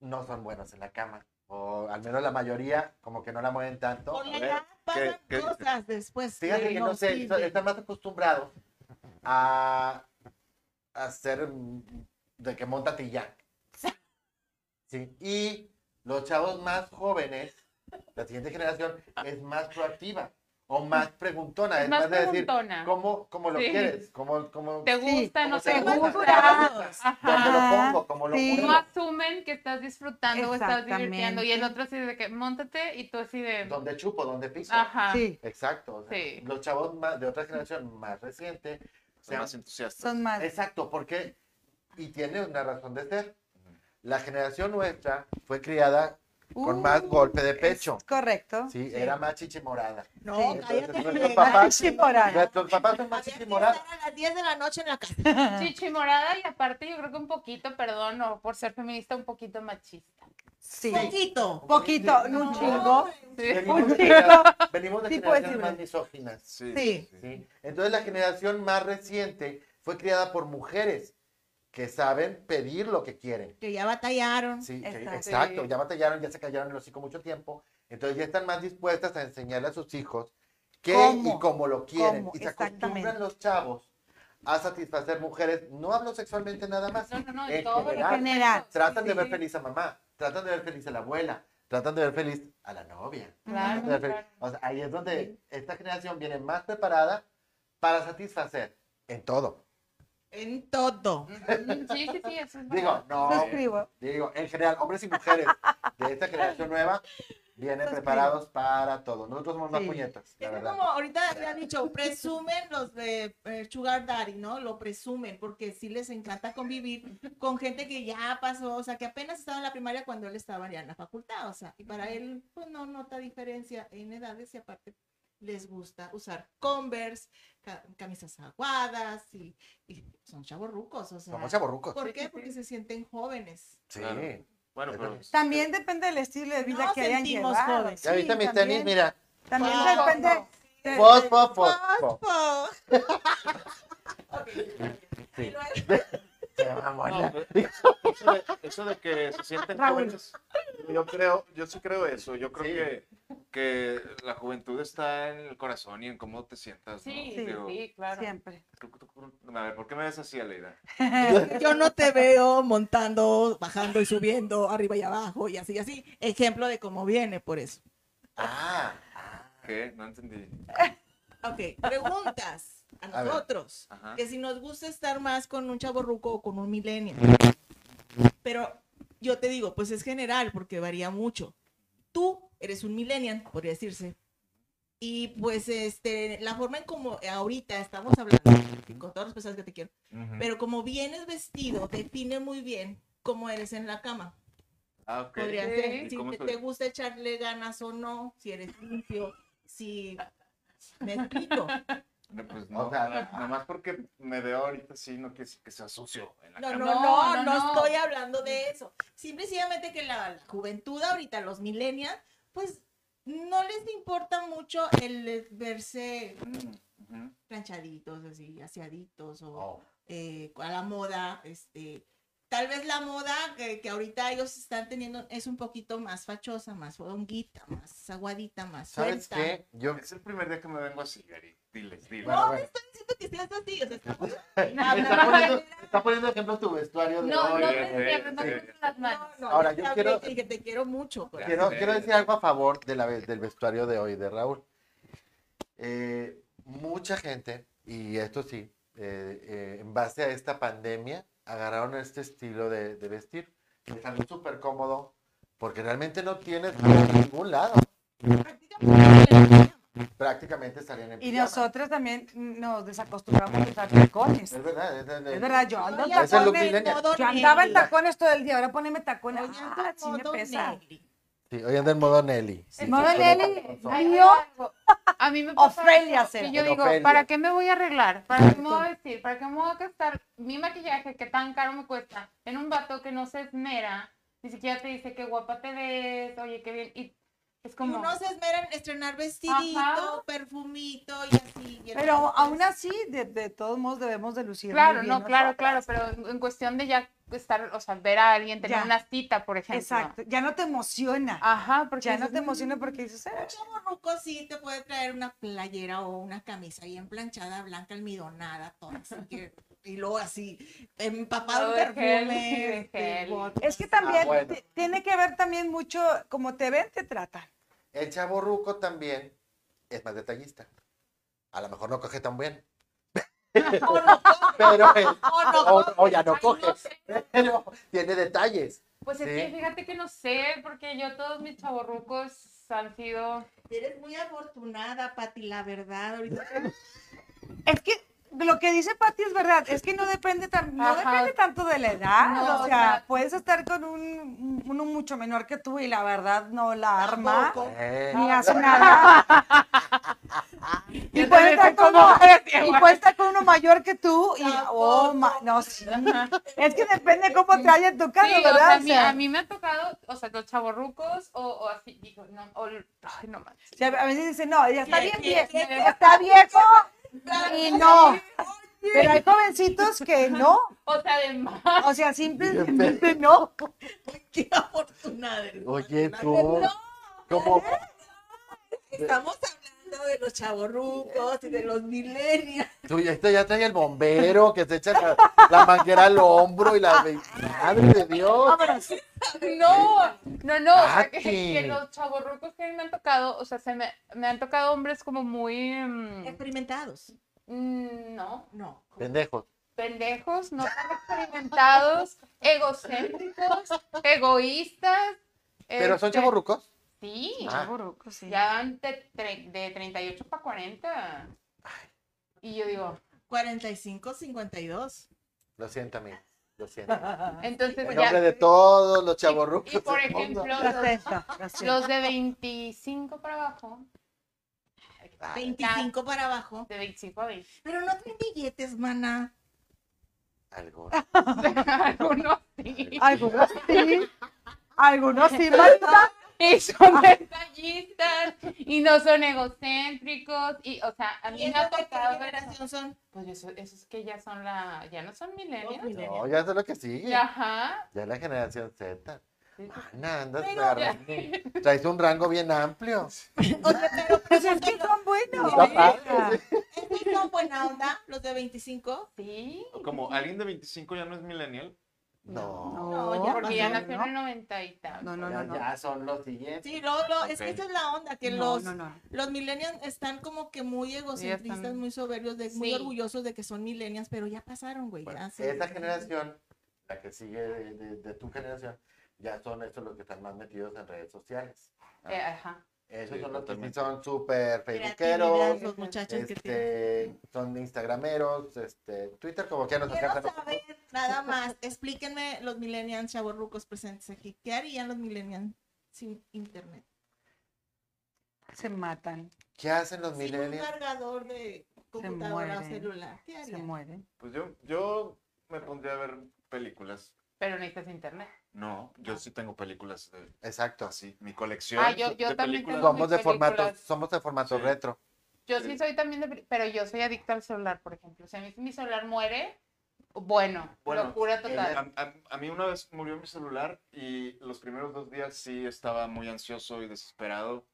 no son buenos en la cama. O al menos la mayoría, como que no la mueven tanto. Por la A ver, edad pasan ¿qué- qué- cosas después. Fíjate que que no nos sé, sirven. están más acostumbrados a, a ser mm, de que monta ya. Sí. Y los chavos más jóvenes, la siguiente generación, es más proactiva o más preguntona. Es, Es más, más de decir, preguntona. ¿cómo, cómo lo Sí. quieres? ¿Cómo, cómo, ¿Te gusta? cómo ¿No te te gusta? gusta? ¿Dónde Ajá. lo pongo? ¿Cómo lo Sí. uso? No asumen que estás disfrutando o estás Exactamente. divirtiendo y el otro así de que montate y tú así de... ¿Dónde chupo? ¿Dónde piso? Ajá. Sí, Exacto. o sea, Sí. Los chavos más- de otra generación más reciente se Son han más entusiastas. son más... Exacto, porque, y tiene una razón de ser. La generación nuestra fue criada con más Uh, golpe de pecho. es correcto. ¿sí? Era más chichimorada. No, Sí. Entonces, cállate. nuestros Lorena. papás, Chichimorada. nuestros papás son más Había que estar chichimoradas. a las 10 de la noche en la casa. Chichimorada y aparte yo creo que un poquito, perdón, o por ser feminista, un poquito machista. Sí. Poquito. Poquito, un chingo. Venimos de, Sí. genera- venimos de Sí, puede generaciones ser. más misóginas. Sí. Sí. ¿sí? Entonces la generación más reciente fue criada por mujeres que saben pedir lo que quieren. Que ya batallaron. Sí, que- Exacto. exacto. ya batallaron, ya se callaron el hocico mucho tiempo, entonces ya están más dispuestas a enseñarle a sus hijos qué y ¿Cómo? cómo lo quieren. ¿Cómo? Y se Exactamente. acostumbran los chavos a satisfacer mujeres, no hablo sexualmente nada más, No, no, no, En en todo general. lo que- General. tratan de ver Sí. feliz a mamá, tratan de ver feliz a la abuela, tratan de ver feliz a la novia. Claro, tratan de ver feliz- claro. O sea, ahí es donde esta generación viene más preparada para satisfacer en todo. En todo. Mm, Sí, sí, sí, eso es verdad. Pues Digo, no, Suscribo. digo, en general, hombres y mujeres de esta generación nueva Vienen Entonces, preparados para todo. Nosotros somos más Sí. puñetas, la Es que verdad. como ahorita le han dicho, presumen los de eh, Sugar Daddy, ¿no? Lo presumen porque sí les encanta convivir con gente que ya pasó, o sea, que apenas estaba en la primaria cuando él estaba ya en la facultad, o sea, y para él pues no nota diferencia en edades y aparte les gusta usar Converse, ca- camisas aguadas y, y son chavorrucos, o sea. Somos chaborrucos. ¿Por qué? Porque se sienten jóvenes. Sí. Claro. Bueno, pero. También depende del estilo de vida Nos que hayan sentimos llevado. jóvenes. ¿Ya Sí, viste mis también- tenis? Mira. También Wow. depende. de- de- Pos, pos, pos, pos. Po. Qué mamona. No, pero eso, de, eso de que se sienten Ah, jóvenes, yo creo, yo sí creo eso. Yo creo que, que la juventud está en el corazón y en cómo te sientas. ¿no? Sí, sí, Digo, claro. Siempre. tú- tú- tú- a ver, ¿por qué me ves así, Aleida? Yo no te veo montando, bajando y subiendo, arriba y abajo y así y así. Ejemplo de cómo viene, por eso. Ah, ¿Qué? No entendí. Ok, preguntas a ver. nosotros. Ajá. que si nos gusta estar más con un chaborruco o con un millennial. Pero yo te digo, pues es general porque varía mucho. Tú eres un millennial, podría decirse. Y pues este, la forma en como ahorita estamos hablando, con todas las personas que te quiero, Ujú. pero como vienes vestido, define muy bien cómo eres en la cama. Ah, ok. podría Sí. ser. ¿Y Si cómo te, soy? te gusta echarle ganas o no, si eres limpio, si me explico. No, pues no, O sea, nomás porque me veo ahorita así, no quiere decir que sea sucio. en la No, cama. no, No, no, no, no, no. estoy hablando de eso. Simple y sencillamente que la, la juventud ahorita, los millennials, pues no les importa mucho el eh, verse Mm, ujú. planchaditos, así, aseaditos o oh. eh, a la moda, este, tal vez la moda que, que ahorita ellos están teniendo es un poquito más fachosa, más fodonguita, más aguadita, más ¿Sabes suelta. qué? Yo. Es el primer día que me vengo así, Gary. Diles, diles. Bueno, No, bueno. estoy diciendo que seas así, o sea, estamos- Está poniendo, está poniendo ejemplo tu vestuario de No, hoy. Oye, no me oye, eh, cierres, no me oye. cierres las No, manos. no, Ahora, te yo hablé quiero- y que te quiero mucho. corazón. Quiero, quiero decir algo a favor de la, ve- del vestuario de hoy de Raúl. Eh, mucha gente, y esto sí, eh, eh, en base a esta pandemia, agarraron este estilo de, de vestir. Que sale súper cómodo, porque realmente no tienes por ningún lado. Prácticamente, Prácticamente salían en Y pijama. nosotros también nos desacostumbramos a usar tacones. Es verdad, es, es- Es verdad, yo ando en ya Ah, Ese es lo tacones. millennial. Yo andaba en tacones todo el día, ahora poneme tacones. Ah, sí me pesa. Yo Sí, hoy anda en modo Nelly. Sí, modo sí, Nelly. con- con- Ahí Yo- va algo. A mí me pasa Ofelia eso, será. que yo En digo, Ofelia. ¿para qué me voy a arreglar? ¿Para qué me voy a vestir? ¿Para qué me voy a gastar mi maquillaje que tan caro me cuesta en un vato que no se esmera? Ni siquiera te dice qué guapa te ves, oye, qué bien. Y es como, Uno se esmera en estrenar vestidito, Ajá. perfumito y así. y el- Pero aún así, de, de todos modos, debemos de lucir. claro, muy no, bien claro, nosotras. claro, pero en- en cuestión de ya estar, o sea, ver a alguien, tener Ya. una cita, por ejemplo. Exacto, ya no te emociona. Ajá, Ah, porque ya no dices, te "Mm, emociona porque dices, Un eh, chavorruco sí te puede traer una playera o una camisa bien planchada, blanca, almidonada, toda así que- y luego así, empapado Todo en de gel, sí, de perfume. este, gel. es que también Ah, bueno. ti- tiene que ver también mucho como te ven, te tratan. El chavo ruco también es más detallista. A lo mejor no coge tan bien. pero, eh, Ah, o, o ya no Ay, no coge. sé. Pero tiene detalles. Pues es Sí. que fíjate que no sé, porque yo todos mis chavorrucos han sido... Eres muy afortunada, Pati, la verdad. Ahorita Es que lo que dice Pati es verdad, es que no depende, tan, no Ajá. depende tanto de la edad, No, o sea, o sea- puedes estar con un, uno mucho menor que tú y la verdad no la arma, Tampoco. Eh, ni hace nada. y, puedes estar con uno, y puede estar con uno mayor que tú y, oh, ma- no, sí. es que depende cómo te hayan tocado, Sí, o sea, ¿verdad? a, O mí, sea, a mí me ha tocado, o sea, los chavorrucos o, o así, digo, no, o, ay, no manches. o sea, a veces dicen, no, ya está ¿Qué- bien qué- viejo, qué- está viejo y no. Pero hay jovencitos que no, O sea, además, o sea, simplemente no. Qué afortunada. eres. Oye, La tú. Como, Estamos hablando de los chavorrucos y de los millennials. tú ya, este ya trae el bombero que se echa la, la manguera al hombro y la. Madre de Dios. Vámonos. no, no, no, o sea, que, Pati. que los chavorrucos que me han tocado, o sea, se me, me han tocado hombres como muy, mm, Experimentados. mm, no, No. Pendejos. pendejos, no tan experimentados, egocéntricos, egoístas. Pero son este, chavorrucos. Sí, Ah. Burruco, sí. ya van de, tre- de 38 para 40. Y yo digo, 45, 52. Lo siento, amigo. Lo siento. entonces En Pues ya. nombre de todos los y- chavorrucos. y, por del ejemplo, mundo. los, Gastenta, gastenta. los de 25 para abajo. está- 25 para abajo. De 25 a 20. Pero no traen billetes, mana. Algo. Algunos sí. Algunos sí. Algunos sí, Marta. Y son detallistas. Y no son egocéntricos. Y, o sea, a mí ¿Y me ha esas de qué tocado ver eso. generación son? Pues eso, esos que ya son la. Ya no son millennials. No, ya sé lo que sigue. Ya, Ajá. la generación Z. Sí, sí. Mana, andas Pero agarrando. Traes un rango bien amplio. Oye, pero Pues es que son buenos. Está padre. ¿estos son buena onda, los de 25? Sí. Como alguien de 25 ya no es millennial. No. No, Pues ya Porque ya pasó, nació en el 90 y tal. No, no, ya, no, no. ya son los siguientes. Sí, lo, lo- es que Ok. esa es la onda, que No, los, no, no. los millennials están como que muy egocentristas, están- muy soberbios, de- muy Sí. orgullosos de que son millennials, pero ya pasaron, güey. Bueno, ya se- esta generación, la que sigue de, de- de tu generación, ya son estos los que están más metidos en redes sociales. Ah, Eh, ajá. Esos Sí, son los que sí totalmente. son súper ah, Creatividad, facebookeros, los muchachos que tienen. este, son instagrameros, este, Twitter como que nos Quiero alcanza. saber, nada más, explíquenme los millennials chavorrucos presentes aquí. ¿Qué harían los millennials sin internet? Se matan, ¿Qué hacen los Sin un millennials? cargador de computadora o mueren. celular. ¿Qué se harían? mueren. Pues yo, yo me pondría a ver películas. Pero necesitas internet. No, yo sí tengo películas de- Exacto. así. Mi colección Ah, yo- yo de también películas. tengo- Somos de Películas. formato, somos de formato Sí. retro. Yo sí Sí. soy también de. pri- Pero yo soy adicta al celular, por ejemplo. O sea, mi, mi celular muere. Bueno, Bueno, locura Eh, total. A, a- a mí una vez murió mi celular y los primeros dos días sí estaba muy ansioso y desesperado,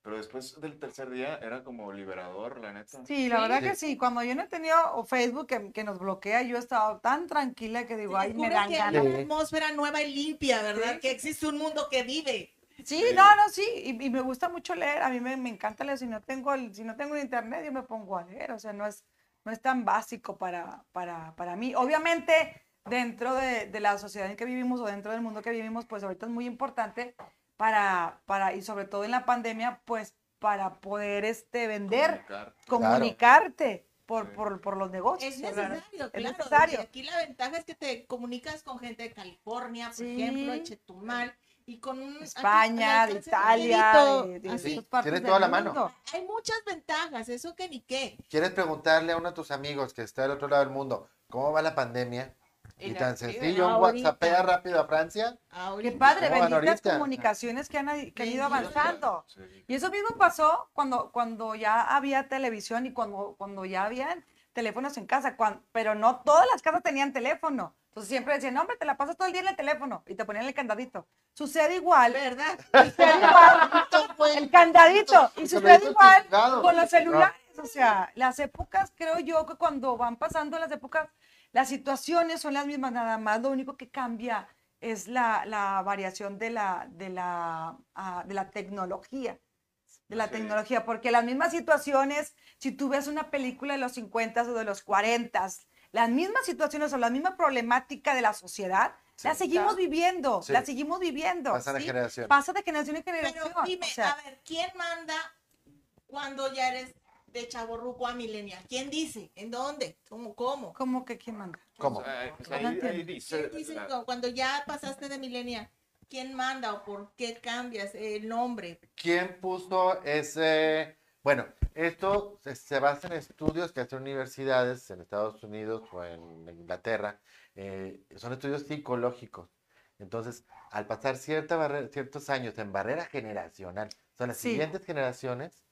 pero después del tercer día era como liberador, la neta. Sí, la Sí. verdad que Sí. sí. Cuando yo no he tenido o Facebook que, que nos bloquea, yo he estado tan tranquila que digo, ay, me Descubres dan que ganas. hay una Sí. atmósfera nueva y limpia, ¿verdad? Sí. Que existe un mundo que vive. Sí, Sí. no, no, sí, y, y me gusta mucho leer, a mí me, me encanta leer, si no tengo el, si no tengo el internet yo me pongo a leer, o sea, no es, no es tan básico para, para, para mí. Obviamente, dentro de, de la sociedad en que vivimos o dentro del mundo que vivimos, pues ahorita es muy importante para, para, y sobre todo en la pandemia, pues para poder este, vender, Comunicar. comunicarte por, Sí. por, por los negocios. Es ¿verdad? necesario, claro. necesario. y aquí la ventaja es que te comunicas con gente de California, por Sí. ejemplo, de Chetumal, y con un... Pues, aquí, España, al de alcance de un Italia, dedito, de, de así. Sí, muchas partes tienes del toda la mano. mundo. Hay muchas ventajas, eso que ni qué. ¿Quieres preguntarle a uno de tus amigos que está del otro lado del mundo cómo va la pandemia? Y, la- tan sí, sencillo, un ahorita. WhatsAppea rápido a Francia. Ahorita. Qué padre, ¿Cómo van benditas ahorita? comunicaciones que han, que han ido Bendito. avanzando. Sí. Y eso mismo pasó cuando, cuando ya había televisión y cuando, cuando ya habían teléfonos en casa, cuan- pero no todas las casas tenían teléfono. Entonces siempre decían, no, hombre, te la pasas todo el día en el teléfono y te ponían el candadito. Sucede igual, ¿Verdad? sucede igual, el candadito, y Eso lo sucede hizo el igual juzgado. con los celulares. O sea, las épocas, creo yo que cuando van pasando las épocas, las situaciones son las mismas, nada más lo único que cambia es la, la variación de la, de, la, ah, de la tecnología. De la Sí. tecnología, porque las mismas situaciones, si tú ves una película de los 50 o de los 40, las mismas situaciones o la misma problemática de la sociedad, Sí. la seguimos viviendo, Sí. la seguimos viviendo. Pasa de ¿sí? generación. Pasa de generación en generación. Pero dime, o sea, a ver, ¿quién manda cuando ya eres de chaborruco a milenial? ¿Quién dice? ¿En dónde? ¿Cómo? ¿Cómo? ¿cómo que quién manda? ¿Cómo? O sea, pues No ahí, entiendo. ahí dice. ¿Quién dice la- cu- cuando ya pasaste de milenial? ¿Quién manda o por qué cambias el nombre? ¿Quién puso ese? Bueno, esto se, se basa en estudios que hacen universidades en Estados Unidos o en Inglaterra. eh, son estudios psicológicos. Entonces, al pasar cierta barre- ciertos años en barrera generacional, son las Sí. siguientes generaciones,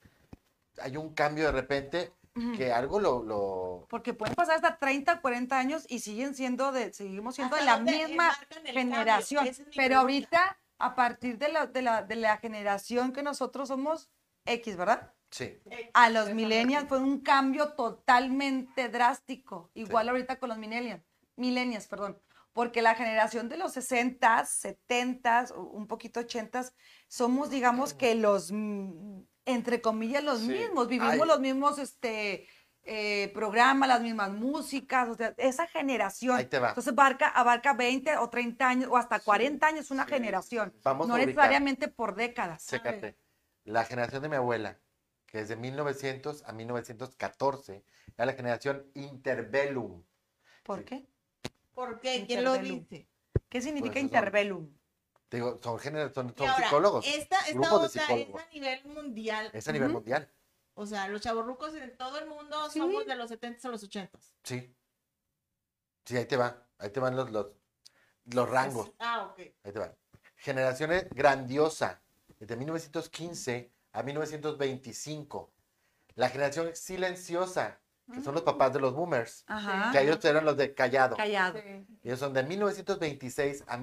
hay un cambio de repente Ujú. que algo lo... lo- Porque pueden pasar hasta 30, 40 años y siguen siendo de, seguimos siendo de ¿Hasta la dónde misma enmarcan el cambio? generación. Esa es Pero mi pregunta. ahorita, a partir de la, de, la, de la generación que nosotros somos X, ¿verdad? Sí, A los millennials fue un cambio totalmente drástico. Igual Sí. ahorita con los millennials, millennials, perdón. Porque la generación de los 60s, 70s, o un poquito 80s, somos, digamos, que los, mm, entre comillas, los Sí. mismos. Vivimos Ay. los mismos, este, eh, programas, las mismas músicas, o sea, esa generación. Ahí te va. Entonces abarca, abarca 20 o 30 años o hasta 40 años una sí. generación. Vamos no a ubicar. necesariamente por décadas. Chécate. La generación de mi abuela, que es de 1900 a 1914, era la generación interbellum. ¿Por Sí. qué? ¿Por qué? ¿Quién lo Intervelum. dice? ¿Qué significa Pues eso. interbellum? Te Digo, son, gener- son, Y son ahora, eh, psicólogos. Esta, esta grupos de onda es psicólogos. a nivel mundial. Es a nivel Ujú. mundial. O sea, los chavorrucos en todo el mundo Sí. somos de los 70 a los 80. Sí. Sí, ahí te va. Ahí te van los, los, los rangos. Ah, ok. Ahí te va. Generaciones grandiosa, desde 1915 a 1925. La generación silenciosa, que son los Mm. papás de los boomers, Ajá. que Ah. ellos eran los de callado. Callado. Sí. Ellos son de 1926 a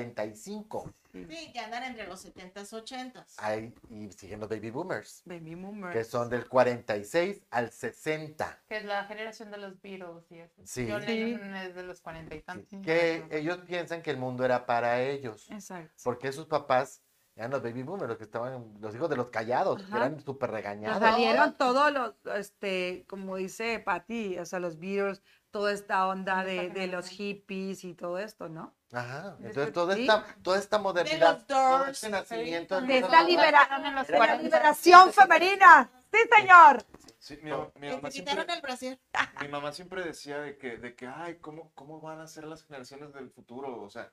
1945. Sí, que andan entre los 70 s 80. Ahí, y siguen los baby boomers, Baby que boomer. son del 46 al 60. Que es la generación de los Beatles y eso. Sí. John Sí. Lennon es de los cuarenta y tantos. Que ellos piensan que el mundo era para ellos. Exacto. Porque sus papás eran los baby boomers, los que estaban, los hijos de los callados, que Ajá. eran súper Nos regañados. salieron todos los, este, como dice Patty, o sea, los Beatles, toda esta onda de, de los hippies y todo esto, ¿no? Ajá. Desde Entonces el toda sí. esta, toda esta modernidad, todo Doors, este nacimiento sí. De cosas esta modernas, libera- En los de la 40. liberación femenina. Sí, señor. Sí, mi, ma- mi Que mamá se siempre, quitaron el brasier. mi mamá siempre decía de que, de que ay, ¿cómo, ¿cómo van a ser las generaciones del futuro? O sea,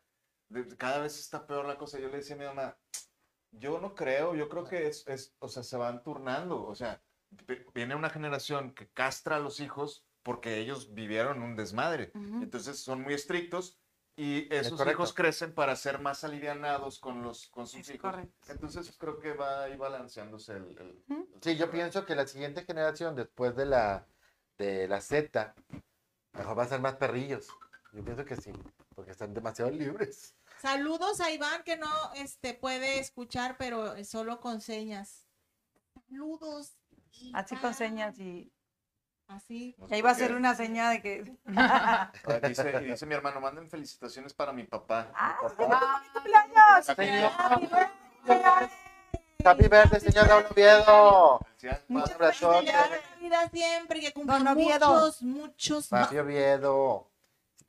de- cada vez está peor la cosa. Yo le decía a mi mamá, yo no creo, yo creo que es, es o sea, se van turnando. O sea, vi- viene una generación que castra a los hijos porque ellos vivieron un desmadre. Ujú. Entonces son muy estrictos y esos correcto. hijos crecen para ser más alivianados con, los, con sus Es hijos. correcto. Entonces creo que va ahí balanceándose el... el- Ujú. el- Sí, yo pienso que la siguiente generación, después de la, de la Z, mejor van a ser más perrillos. Yo pienso que sí, porque están demasiado libres. Saludos a Iván que no este, puede escuchar, pero eh, solo con señas. Saludos. Así Iván. con señas y Así. no sé ya iba a por qué. ser una señal de que Ah, Dice, y dice mi hermano, manden felicitaciones para mi papá. Ah, ¡Cumpleaños! Señor. ¡Happy birthday! Happy birthday, señor Don Oviedo. Felicidades, Un padre. abrazote. Felicidades, vida siempre, que cumpla Don Oviedo. muchos, muchos más. Papi Oviedo.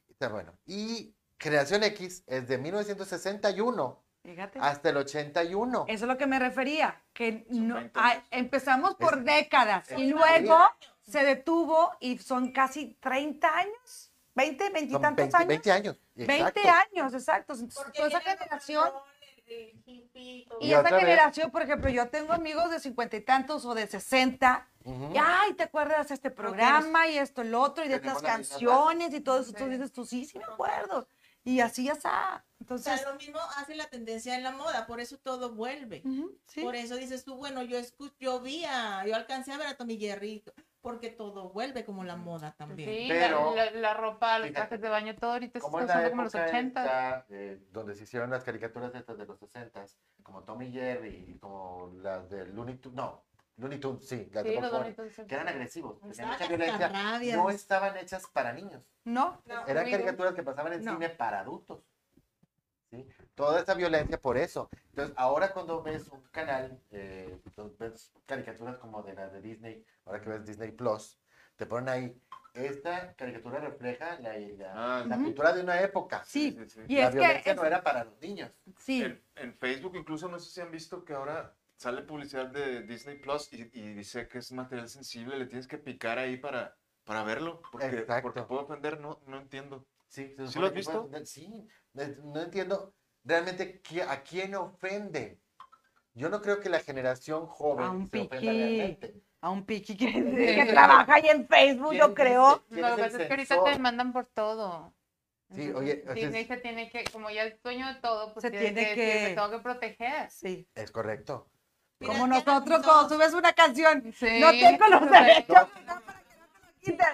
Está bueno. Y Generación X es de 1961 Fíjate. hasta el 81. Eso es lo que me refería, que Son no, 20 ah, años. empezamos por Es- décadas es- y luego se detuvo y son casi 30 años, 20, 20 y Son tantos 20, años. 20 20 años. exacto. años, exacto. Entonces, toda Pues esa viene el generación control, el- el hippie, todo. y, Y esa otra vez. generación, por ejemplo, yo tengo amigos de 50 y tantos o de 60 Ujú. y, ay, ¿te acuerdas de este programa y esto, el otro, y de Tenemos estas la misma edad. canciones y todo eso? Tú Sí. dices, tú sí, sí me acuerdo. Y así ya está. O sea, Entonces, lo mismo hace la tendencia en la moda, por eso todo vuelve. ujú, sí. Por eso dices tú, bueno, yo escu- yo vi a, yo alcancé a ver a Tommy Jerry, porque todo vuelve como la moda también. Sí, Pero- la, la- la ropa, los Fíjate. trajes de baño, todo ahorita está como en la usando Pues, como los época 80. esta, eh, donde se hicieron las caricaturas estas de los 60 como Tommy Jerry, como las de Looney Tunes, no, Looney Tunes, sí, las de Sí, los Bob Esponja, bonitos. que eran agresivos, tenían Estaban mucha hasta violencia, rabias. no estaban hechas para niños, ¿No? eran Ruido. caricaturas que pasaban en No. cine para adultos, ¿sí? Toda esa violencia por eso, entonces ahora cuando ves un canal, eh, donde ves caricaturas como de las de Disney, ahora que ves Disney Plus, te ponen ahí, esta caricatura refleja la, la- Ah, la Ujú. cultura de una época. Sí. sí, sí. Y la es que. violencia no era para los niños. Sí. En, en Facebook incluso no sé si han visto que ahora sale publicidad de Disney Plus y, y dice que es material sensible, le tienes que picar ahí para, para verlo, porque, Exacto. porque puede ofender, no, no entiendo. Sí, ¿Sí supone lo has que visto? puedes tener- Sí, Eh, no entiendo realmente qui- a quién ofende. Yo no creo que la generación joven A un se ofenda piquín. realmente. a un piqui que, que trabaja ahí en Facebook, yo ¿Quién creo. dice? ¿Quién Lo es que el pasa es que ahorita censor? te mandan por todo. Sí, Entonces, oye, o sea, Disney es- se tiene que, como ya es dueño de todo, pues Se tiene, tiene que, decir, que- me tengo que proteger. este, Sí. Es correcto. Mira, Como ya nosotros no- cuando subes una canción, Sí, no tengo los correcto. derechos. ¿verdad? Para que no te lo quiten.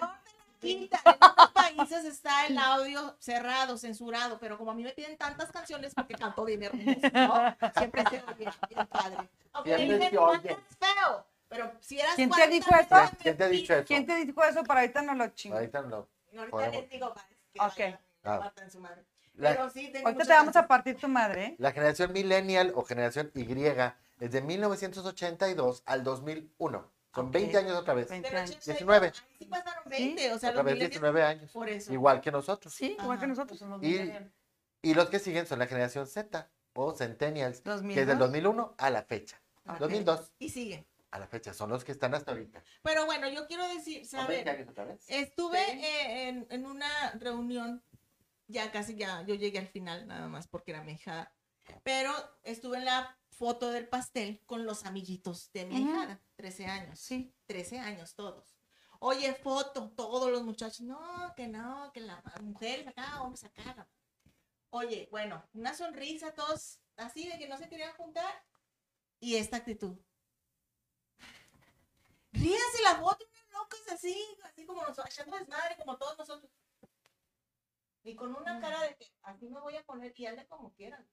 Quinta, en otros países está el audio cerrado, censurado, pero como a mí me piden tantas canciones porque canto bien hermoso, ¿no? Siempre se oye bien padre. Aunque me Siempre dicen se oye. "Cantas feo, pero si eras ¿Quién te cuarenta dijo eso? veces me ¿Quién te ha dicho piden- eso? ¿Quién te dijo eso? Para ahorita no lo chingo. Ahorita no lo- Ahorita Podemos. les digo, para que Ok. vayan, Ah. matan su madre. La- Pero sí, tengo Ahorita muchas te vamos canciones. a partir tu madre. ¿eh? La generación millennial o generación Y es de 1982 al 2001. Son Ok. 20 años otra vez. 20 Pero años. 19. ahí sí pasaron 20, o sea, Otra los vez millennials, 19 años. por eso. Igual que nosotros. Sí, igual que Ajá. nosotros. Somos Y- millennials. Y los que siguen son la generación Z o Centennials, Los que es del 2001 a la fecha. Ok. 2002 Y siguen. a la fecha. Son los que están hasta ahorita. Pero bueno, yo quiero decir, Son 20 saber, años otra vez. estuve Sí. eh, en, en una reunión, ya casi ya, yo llegué al final, nada más porque era mi hijada, pero estuve en la foto del pastel con los amiguitos de mi Ujú. hijada, 13 años. Sí. 13 años todos. Oye, foto, todos los muchachos. No, que no, que la mujer acá, hombres acá. Oye, bueno, una sonrisa, todos así de que no se querían juntar. Y esta actitud. Ríanse la foto, unas locas así, así como nos echando desmadre, como todos nosotros. Y con Mm. una cara de que así me voy a poner y hazle como quieran.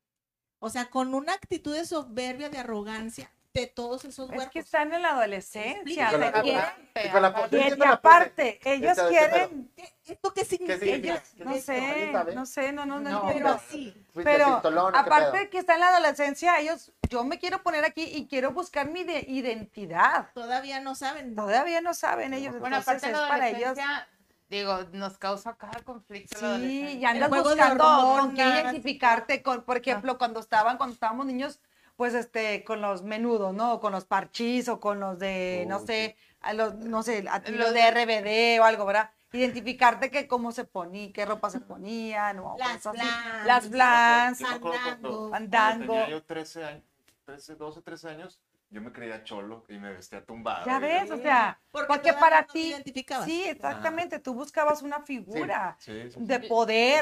O sea, con una actitud de soberbia, de arrogancia de todos esos Es huercos. que están en la adolescencia. Con la- se con quieren. la- y con la Aparte. potencia Y de la aparte, ellos Esa- quieren, ¿Qué- ¿Esto qué significa? significa? Ellos- ¿Qué no sé, sabe. no sé, no, no, no, No, Pero entiendo. así. Fuiste Pero pistolón, ¿o qué aparte pedo? de que está en la adolescencia, ellos, yo me quiero poner aquí y quiero buscar mi de- identidad. Todavía no saben. Todavía no saben pues ellos. Bueno, aparte entonces de es la para ellos. adolescencia, digo, nos causa cada conflicto la Sí, adolescencia. ya andas El juego de buscando con qué hormonas. identificarte, con, por ejemplo, cuando estaban, cuando estábamos niños, pues este, con los menudos, ¿no? O con los parchís o con los de, no Oh, sé, a los, no sé, a ti Los los de RBD o algo, ¿verdad? Identificarte que cómo se ponía, qué ropa se ponían, o Las cosas así. blans. Las blans, Yo me acuerdo Fandango. cuando- cuando Fandango. tenía yo 13 años, 13, 12, 13 años, yo me creía cholo y me vestía tumbado. ya y- ves, o sea, porque, para ti, sí, exactamente, tú buscabas una figura Sí, sí, de sí. poder, Pues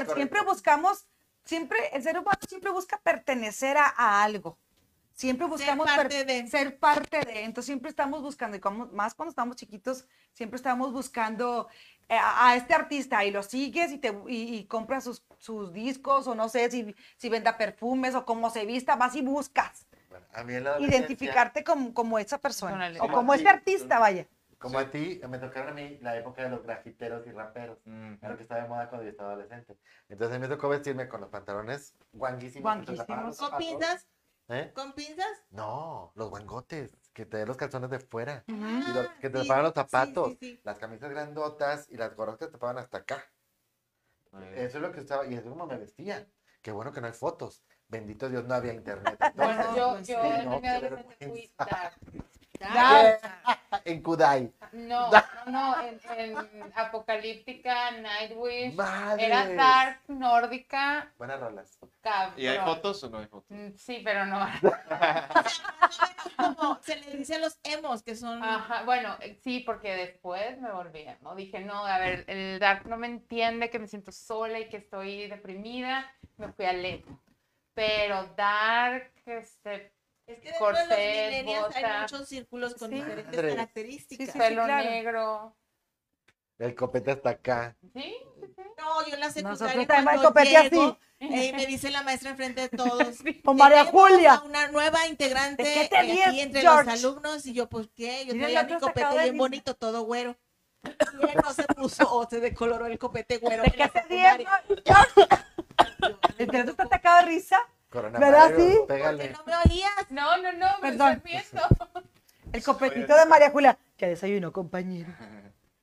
correcto. siempre buscamos, siempre, el ser humano siempre busca pertenecer a, a algo, siempre buscamos per- parte de. ser parte de, entonces siempre estamos buscando, y como, más cuando estamos chiquitos, siempre estamos buscando eh, a, a este artista y lo sigues y, te, y, y compras sus, sus discos o no sé si, si venda perfumes o cómo se vista, vas y buscas Bueno, a mí en la adolescencia, identificarte como, como esa persona Órale. o como Sí, este artista, vaya. Como a ti, me tocaron a mí la época de los grafiteros y raperos. Mm. Era lo que estaba de moda cuando yo estaba adolescente. Entonces a mí me tocó vestirme con los pantalones guanguísimos. Guanguísimos. que te tapaban los ¿Con zapatos. pinzas? ¿Eh? ¿Con pinzas? No, los guangotes, que te den los calzones de fuera. Ujú. y los- Ah, que te sí, tapaban los sí, sí, zapatos, sí. las camisas grandotas y las gorras que te tapaban hasta acá. Eso es lo que estaba, y eso es como me vestía. Qué bueno que no hay fotos. Bendito Dios, no había internet. Bueno, entonces, yo, pues yo sí, en no, mi qué adolescencia fui dark. Dark. en Kudai. No, no, no, en, en Apocalíptica, Nightwish, Madre. era dark, nórdica, Buenas rolas. cabrón. ¿Y hay fotos o no hay fotos? Mm, Sí, pero no. Como se le dice a los emos, que son. Ajá, bueno, eh, sí, porque después me volví, ¿no? Dije, no, a ver, el dark no me entiende, que me siento sola y que estoy deprimida, me fui al emo. Pero dark, este, Es que dentro de los corset, millennials hay bota. muchos círculos con Sí. diferentes Madre. características. Sí, sí. pelo claro. negro, El copete hasta acá. ¿sí? No, yo en la Nosotros secundaria también hay cuando copete así. llego, eh, me dice la maestra enfrente de todos. Con María "Tenemos Julia. a Una nueva integrante ¿De qué te eh, aquí ríes, entre George? los alumnos y yo, ¿por qué? Yo Mira, traía el otro mi se acaba copete de bien dis- bonito, todo güero. Y él no se puso o se decoloró el copete güero. ¿De en qué la te ríes? secundaria. no? Yo, a mí ¿El teatro me está tocó, atacado de risa? Coronavirus. ¿Verdad, sí? porque Pégale. no me oías. No, no, no, me Perdón. estoy viendo. El copetito de María Julia. Que desayuno, compañero.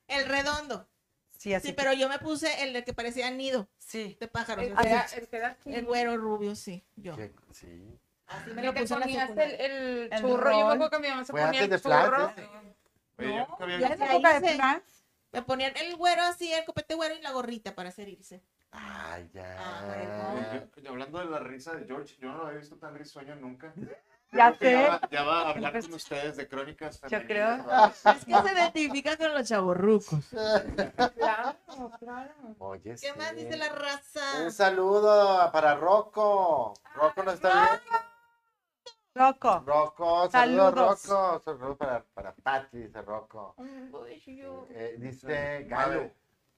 El redondo. Sí, así. Sí, pero yo me puse el de que parecía nido Sí. de pájaros. Eh, El o que sea, era- el que era así. el güero rubio, sí, yo. Qué- Sí. Así me El lo que puse en la ponías el, secundaria. el El churro, yo me rol. acuerdo que mi mamá se Fue ponía antes el de Flash, churro. ¿eh? Oye, yo nunca había ya visto- sé. época de hice. plan. Me ponían el güero así, el copete güero y la gorrita para hacer irse. Ay, Ah, ya. Yo- yo- hablando de la risa de George, yo no lo había visto tan risueño nunca. Yo Ya creo que sé. va- ya va a hablar con ustedes de crónicas. creo. femeninas, Es que se identifica con los chavorrucos. Claro, claro. Oye, ¿Qué más sí. dice la Un raza? saludo para Rocco. Rocco no está bien. Loco. Rocco, saludos, Saludos. Rocco. Saludos para, para Patty, dice Rocco. Un bolillo. Eh, dice Madre- Galo.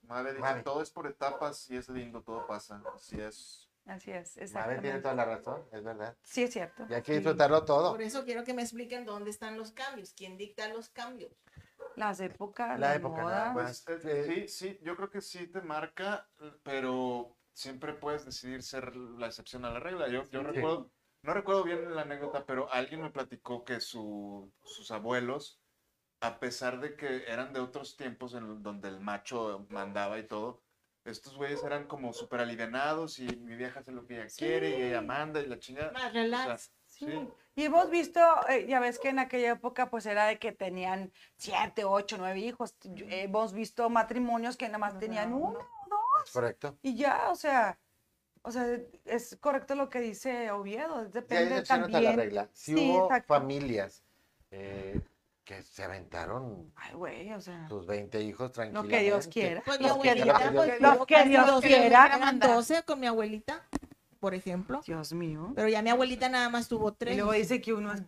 Madre dice, Madre. todo es por etapas y es lindo, todo pasa. Así es. Así es, Mabe tiene exactamente. toda la razón, es verdad. Sí, es cierto. Y hay que Sí. disfrutarlo todo. Por eso quiero que me expliquen dónde están los cambios, quién dicta los cambios. Las épocas, La las época, nada modas. más. Pues, Ah, eh, sí. sí, sí, yo creo que sí te marca, pero siempre puedes decidir ser la excepción a la regla. Yo, yo Sí. recuerdo, no recuerdo bien la anécdota, pero alguien me platicó que su- sus abuelos a pesar de que eran de otros tiempos en donde el macho mandaba y todo, estos güeyes eran como súper alivianados y mi vieja hace lo que ella quiere y ella manda y la chingada. Más O sea, relax. sí. Y hemos visto, eh, ya ves que en aquella época pues era de que tenían siete, ocho, nueve hijos. Yo- Hemos visto matrimonios que nada más tenían uno ¿Es correcto? y ya, o sea, o sea, es correcto lo que dice Oviedo, Sí, hay depende excepciones a la también. regla. Si Sí, hubo exacto. familias eh, que se aventaron Ay, güey, o sea, sus 20 hijos Lo tranquilamente. que Dios quiera. Pues mi Los que abuelita, Dios- pues los yo que casi Dios los quiera eran mandar. 12 con mi abuelita, por ejemplo. Dios mío. Pero ya mi abuelita nada más tuvo Y tres. luego dice que uno es...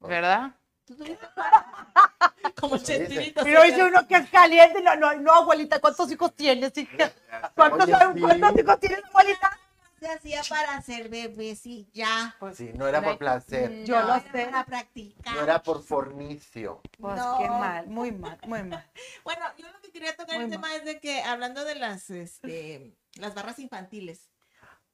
¿Verdad? ¿Tú tuviste? Como el Eso dice. chespirito. Pero señor. dice uno que es caliente. No, no, no, abuelita, ¿cuántos hijos tienes, hija? ¿Cuántos, Oye, sí. cuántos hijos tienes, abuelita? se hacía para hacer bebés y ya. Sí, no era por Ay, placer, Yo No lo era sé. Para practicar. no era por fornicio. Pues No. qué mal, muy mal, muy mal. Bueno, yo lo que quería tocar Muy mal. el tema es de que hablando de las, este, las barras infantiles,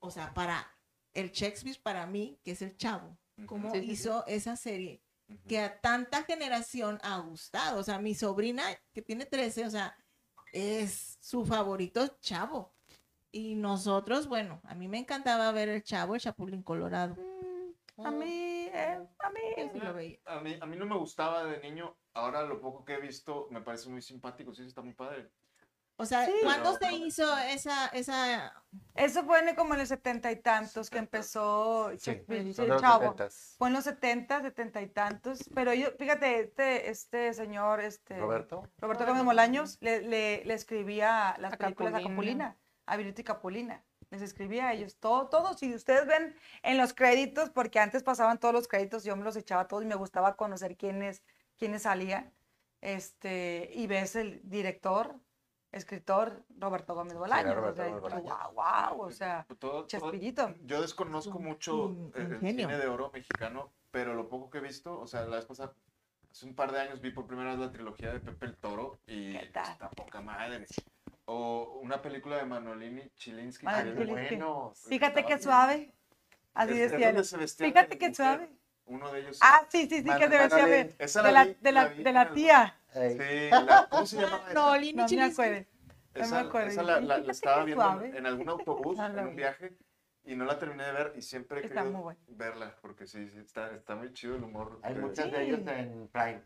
o sea, para el Shakespeare, para mí, que es el chavo, cómo Sí, sí, sí. hizo esa serie Ujú. que a tanta generación ha gustado. O sea, mi sobrina, que tiene 13, o sea, es su favorito chavo. Y nosotros, bueno, a mí me encantaba ver el chavo, el Chapulín Colorado. Mm, Oh, A mí, eh, a mí. Sí, lo veía. A mí, a mí no me gustaba de niño. Ahora lo poco que he visto me parece muy simpático. Sí, está muy padre. O sea, Sí. ¿cuándo Pero- se hizo esa, esa Eso fue en- como en los setenta y tantos que empezó Sí, Shakespeare, son el de los chavo. 70s. Fue en los setenta, setenta y tantos. Pero yo, fíjate, este, este señor, este Roberto, Roberto Gómez Molaños, le, le, le escribía las A películas a Capulina. Capulina, a Viruta y Capulina. Les escribía a ellos, todo, todos. Y ustedes ven en los créditos, porque antes pasaban todos los créditos, yo me los echaba todos y me gustaba conocer quiénes, quiénes salían. Este, y ves el director, escritor, Roberto Gómez Bolaños. o Roberto sea, Gómez y tú, Bolaños. wow, wow, o sea, Pues Todo- todo- pues, Chespirito. yo desconozco Un- mucho un- el, un el genio. cine de oro mexicano, pero lo poco que he visto, o sea, la vez pasada, hace un par de años vi por primera vez la trilogía de Pepe el Toro y ¿Qué tal? está poca madre. O una película de Manolini Chilinsky. Ay, que es Chilinsky. bueno. Fíjate que Estaba- suave. Ah, Así Este, Es- es decían. donde se vestían Fíjate de que mujer. suave. Uno de ellos. Ah, sí, sí, sí, Mano- que se decía Manolín. de, Esa de la, la vi- de la, vi de en la el- tía. ey, Sí, la- ¿cómo se llamaba? esa? No, Lini No me Chilisky. acuerdo. No me Esa, acuerdo. esa la, Y la- la fíjate estaba que viendo en, suave. en algún autobús, No la en vi. un viaje, y no la terminé de ver, y siempre he Está querido muy buena. verla, porque sí, sí, está, está muy chido el humor. hay de- muchas Sí. de ellos en Prime.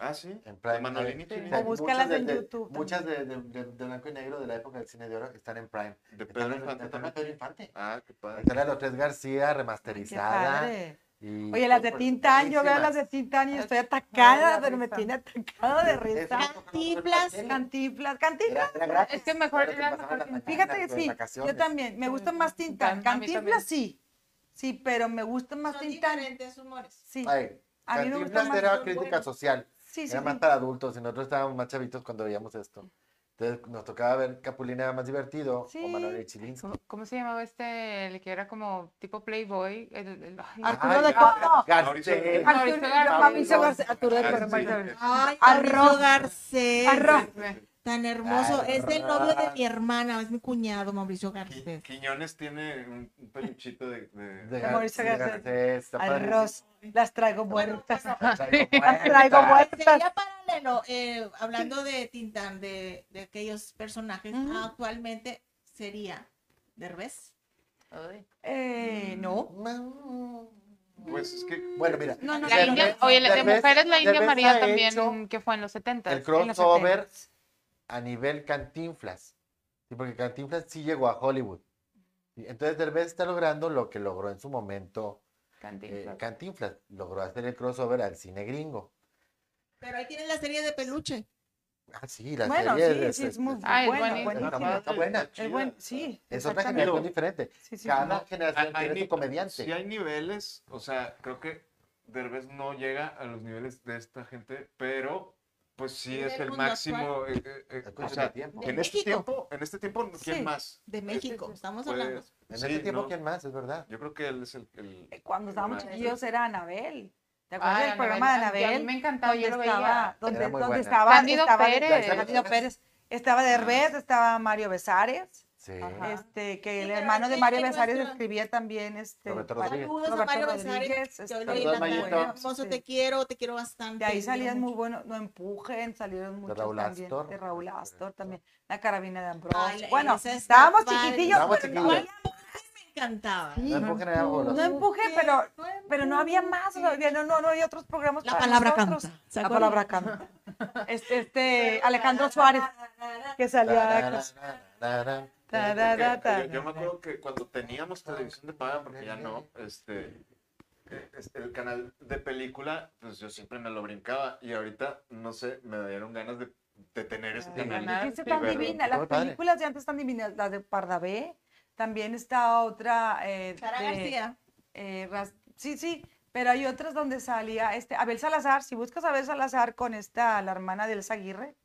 Ah, sí. En Prime. De Manolín y hay- Chilín. hay O búscalas muchas en de- de- YouTube Muchas de, de- de- de blanco y negro de la época del cine de oro que están en Prime. De Están Pedro en- Infante están en también. Pedro Infante. Ah, qué padre. Está la de los tres García Qué remasterizada. padre. y- Oye, las de pues, Tintán, yo veo las buenísimas. de Tintán y Ay, estoy no, atacada, la pero me risa. tiene atacada de Sí, risa. eso no me acuerdo Cantinflas, de la serie. Cantiflas, cantiflas. Era- era gratis, Es que mejor lo que era pasaba en mejor las Tintán. mañanas, Fíjate que en sí, yo vacaciones. también, me gusta más Tintán. Tintán, a mí Cantiflas también. sí, sí, pero me gusta más son Tintán. diferentes humores? Sí, Ay, a mí me gusta Cantinflas más. era los crítica buenos. social. Sí, sí, era más sí. para adultos y nosotros estábamos más chavitos cuando veíamos esto. Entonces nos tocaba ver Capulina era más divertido o Sí. Manuel Chilinsky. ¿Cómo, cómo se llamaba este? El que era como tipo Playboy. el- el- ay, Ah, Ay, Arturo de Gar- Coto. Garcés. Mauricio- Mauricio Arturo- Garcés. Mauricio Garcés, Arturo de Ah, Coto, sí. Mauricio. Ay, Arroz. Mauricio Garcés. Arroz. Tan hermoso. Es el novio de Arroz. mi hermana, es mi cuñado, Mauricio Qui- Garcés. Quiñones tiene un, un peluchito de, de- De De Mauricio Gar- de Garcés. Garcés, está padrísimo. Arroz, las traigo muertas. Las traigo Las muertas. traigo muertas. Sería paralelo, eh, hablando de Tintán, de, de aquellos personajes, Ujú. actualmente sería Derbez. ay. Eh, no. Pues es que. Mm. Bueno, mira. No, no, La Derbez- India, oye, la de Derbez- mujeres la India Derbez María ha también, hecho que fue en los 70. el crossover a nivel Cantinflas. Sí, porque Cantinflas sí llegó a Hollywood. Sí, Entonces Derbez está logrando lo que logró en su momento eh, Cantinflas. Logró hacer el crossover al cine gringo. Pero ahí tienen la serie de peluche. Ah, sí, la Bueno, serie este, sí, de- sí, es muy Ah, es buena, buenísimo. Está buenísima. padre, está buena. está Es chida. buen- sí, Es otra exactamente. generación diferente. Sí, sí. Cada Hay- generación hay tiene ni- su comediante. Sí hay niveles, o sea, creo que Derbez no llega a los niveles de esta gente, pero pues sí Y es del el mundo máximo. eh, eh, eh, Escucha o mi sea, tiempo. en este México. tiempo, en este tiempo, ¿quién Sí. Pues, más? De México, estamos Puede- hablando. En sí, ese tiempo, no, ¿quién más? Es verdad. Yo creo que él es el. el- Eh, Cuando estábamos Ah, chiquillos era Anabel. ¿Te acuerdas Ah, del programa de A mí Anabel? me encantaba, Donde yo lo estaba, veía. donde, Era muy donde buena. Ah. estaba, Cándido estaba Pérez. Cándido Pérez, estaba Derbez, estaba Mario Besares, Sí. Ajá. Este, que el pero hermano es de que Mario en Besares nuestra- escribía también este, Roberto para- Rodríguez. Saludos a Roberto Mario Besares. Rodríguez, Yo este, lo vi Saludos, en la tarde, Mayito. Hermoso, Sí. te quiero, te quiero bastante. De ahí te quiero salían muy mucho. buenos, no empujen, salieron muchos Raúl también. Astor. De Raúl Astor también. La carabina de Ambrosio. Ay, bueno, esa está estábamos padre. chiquitillos, Estábamos pero no chiquillos. había, Me encantaba. No empujen a los- no empuje, Porque pero, fue pero no había más, o sea, había- no, no, no había otros programas. La para palabra nosotros. canta. ¿se La acuerdan? palabra canta. Este, este Alejandro Suárez, que salía. Tarararararara. Tarara, Porque Yo, tarara. yo me acuerdo que cuando teníamos Ah, televisión de paga, porque ya no, este, eh, este, el canal de película, pues yo siempre me lo brincaba y ahorita, no sé, me dieron ganas de, de tener Ah, ese Ay, canal. me ganar dijiste y tan verlo. divina. Las Muy padre. películas de antes están divinas. Las de Pardavé. También está otra. Eh, Sara de- García. eh, ras- sí, sí, pero hay otras donde salía este, Abel Salazar, si buscas a Abel Salazar con esta, la hermana de Elsa Aguirre,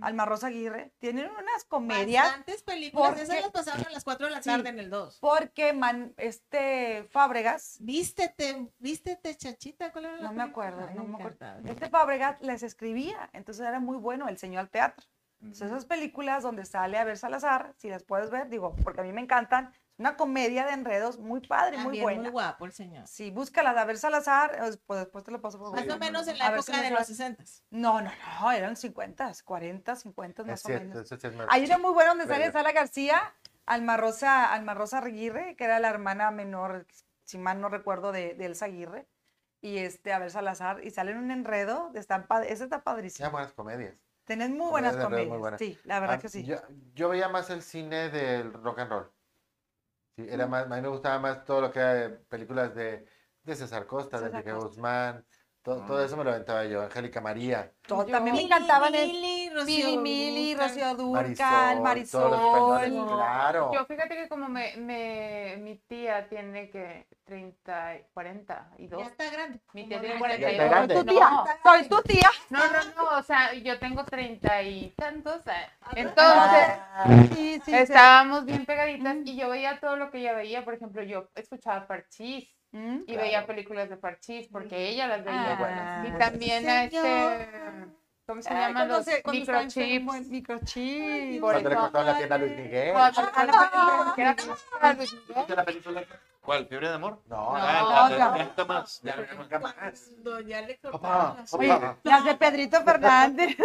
Alma Rosa Aguirre, tienen unas comedias Bastantes películas. Porque- Esas las pasaron a las 4 de la Sí. tarde en el 2. porque man, este Fábregas, Vístete, vístete, chachita. ¿Cuál era la No me película? acuerdo, Ay, no me acuerdo. encantaba. este Fábregas les escribía, entonces era muy bueno, el señor al teatro. Pues, Entonces esas películas donde sale Abel Salazar, si las puedes ver, digo, porque a mí me encantan, es una comedia de enredos muy padre, muy También buena. Ah, muy guapo el señor. Sí, búscalas de Abel Salazar, eh, pues después te lo paso por Más WhatsApp. o menos en A la ver si época me de sale. los 60. No, no, no, eran 50, 40, 50 más Es o cierto, menos. eso sí es más- Ahí era muy bueno donde sale Verga. Sara García, Alma Rosa, Alma Rosa Aguirre, que era la hermana menor, si mal no recuerdo, de, de Elsa Aguirre, y este, Abel Salazar, y salen un enredo, de están pa- ese está Hacían padrísimo. buenas comedias. Tenés muy buenas comedias de enredo comedias, muy buenas. sí, la verdad Ah, que sí. Yo, yo veía más el cine del rock and roll. Sí, Mm. era más, a mí me gustaba más todo lo que era de películas de, de César Costa, de César Enrique Costa. Guzmán, to- Ah. todo eso me lo aventaba yo, Angélica María. Todo- yo- también me Mili, encantaban el Mili, Mili Rocío Mili, Dúrcal. Rocío Marisol, Durcal, todos los españoles, Marisol. claro. Yo fíjate que como me, me, mi tía tiene que 30, 40 y Ya dos. está grande. Mi tía tiene Ya 42. está grande. Tu No, tía, soy tu tía. No, no, no, o sea, yo tengo treinta y tantos. o sea, Entonces, Ah, sí, sí, estábamos bien pegaditas y yo veía todo lo que ella veía. Por ejemplo, yo escuchaba Parchís sí. ¿Mm? y Claro. veía películas de Parchís porque ella las Muy Ah, veía. buenas. y también a este, Señor. ¿cómo se Ay, llaman cuando los se- cuando estaba microchips? enfermo, el Microchip. por Cuando le eso- cortaron la pierna a Luis Miguel. Cuando- Ah, cuando- ah, que era como para Luis Miguel. ¿Viste la película? ¿Cuál? ¿Fiebre de amor? No, Ah, no, la no. de- esta más. Ya, ya, ya. nunca más. Cuando ya le cortaron Papá, las- papá. Las de Pedrito Fernández.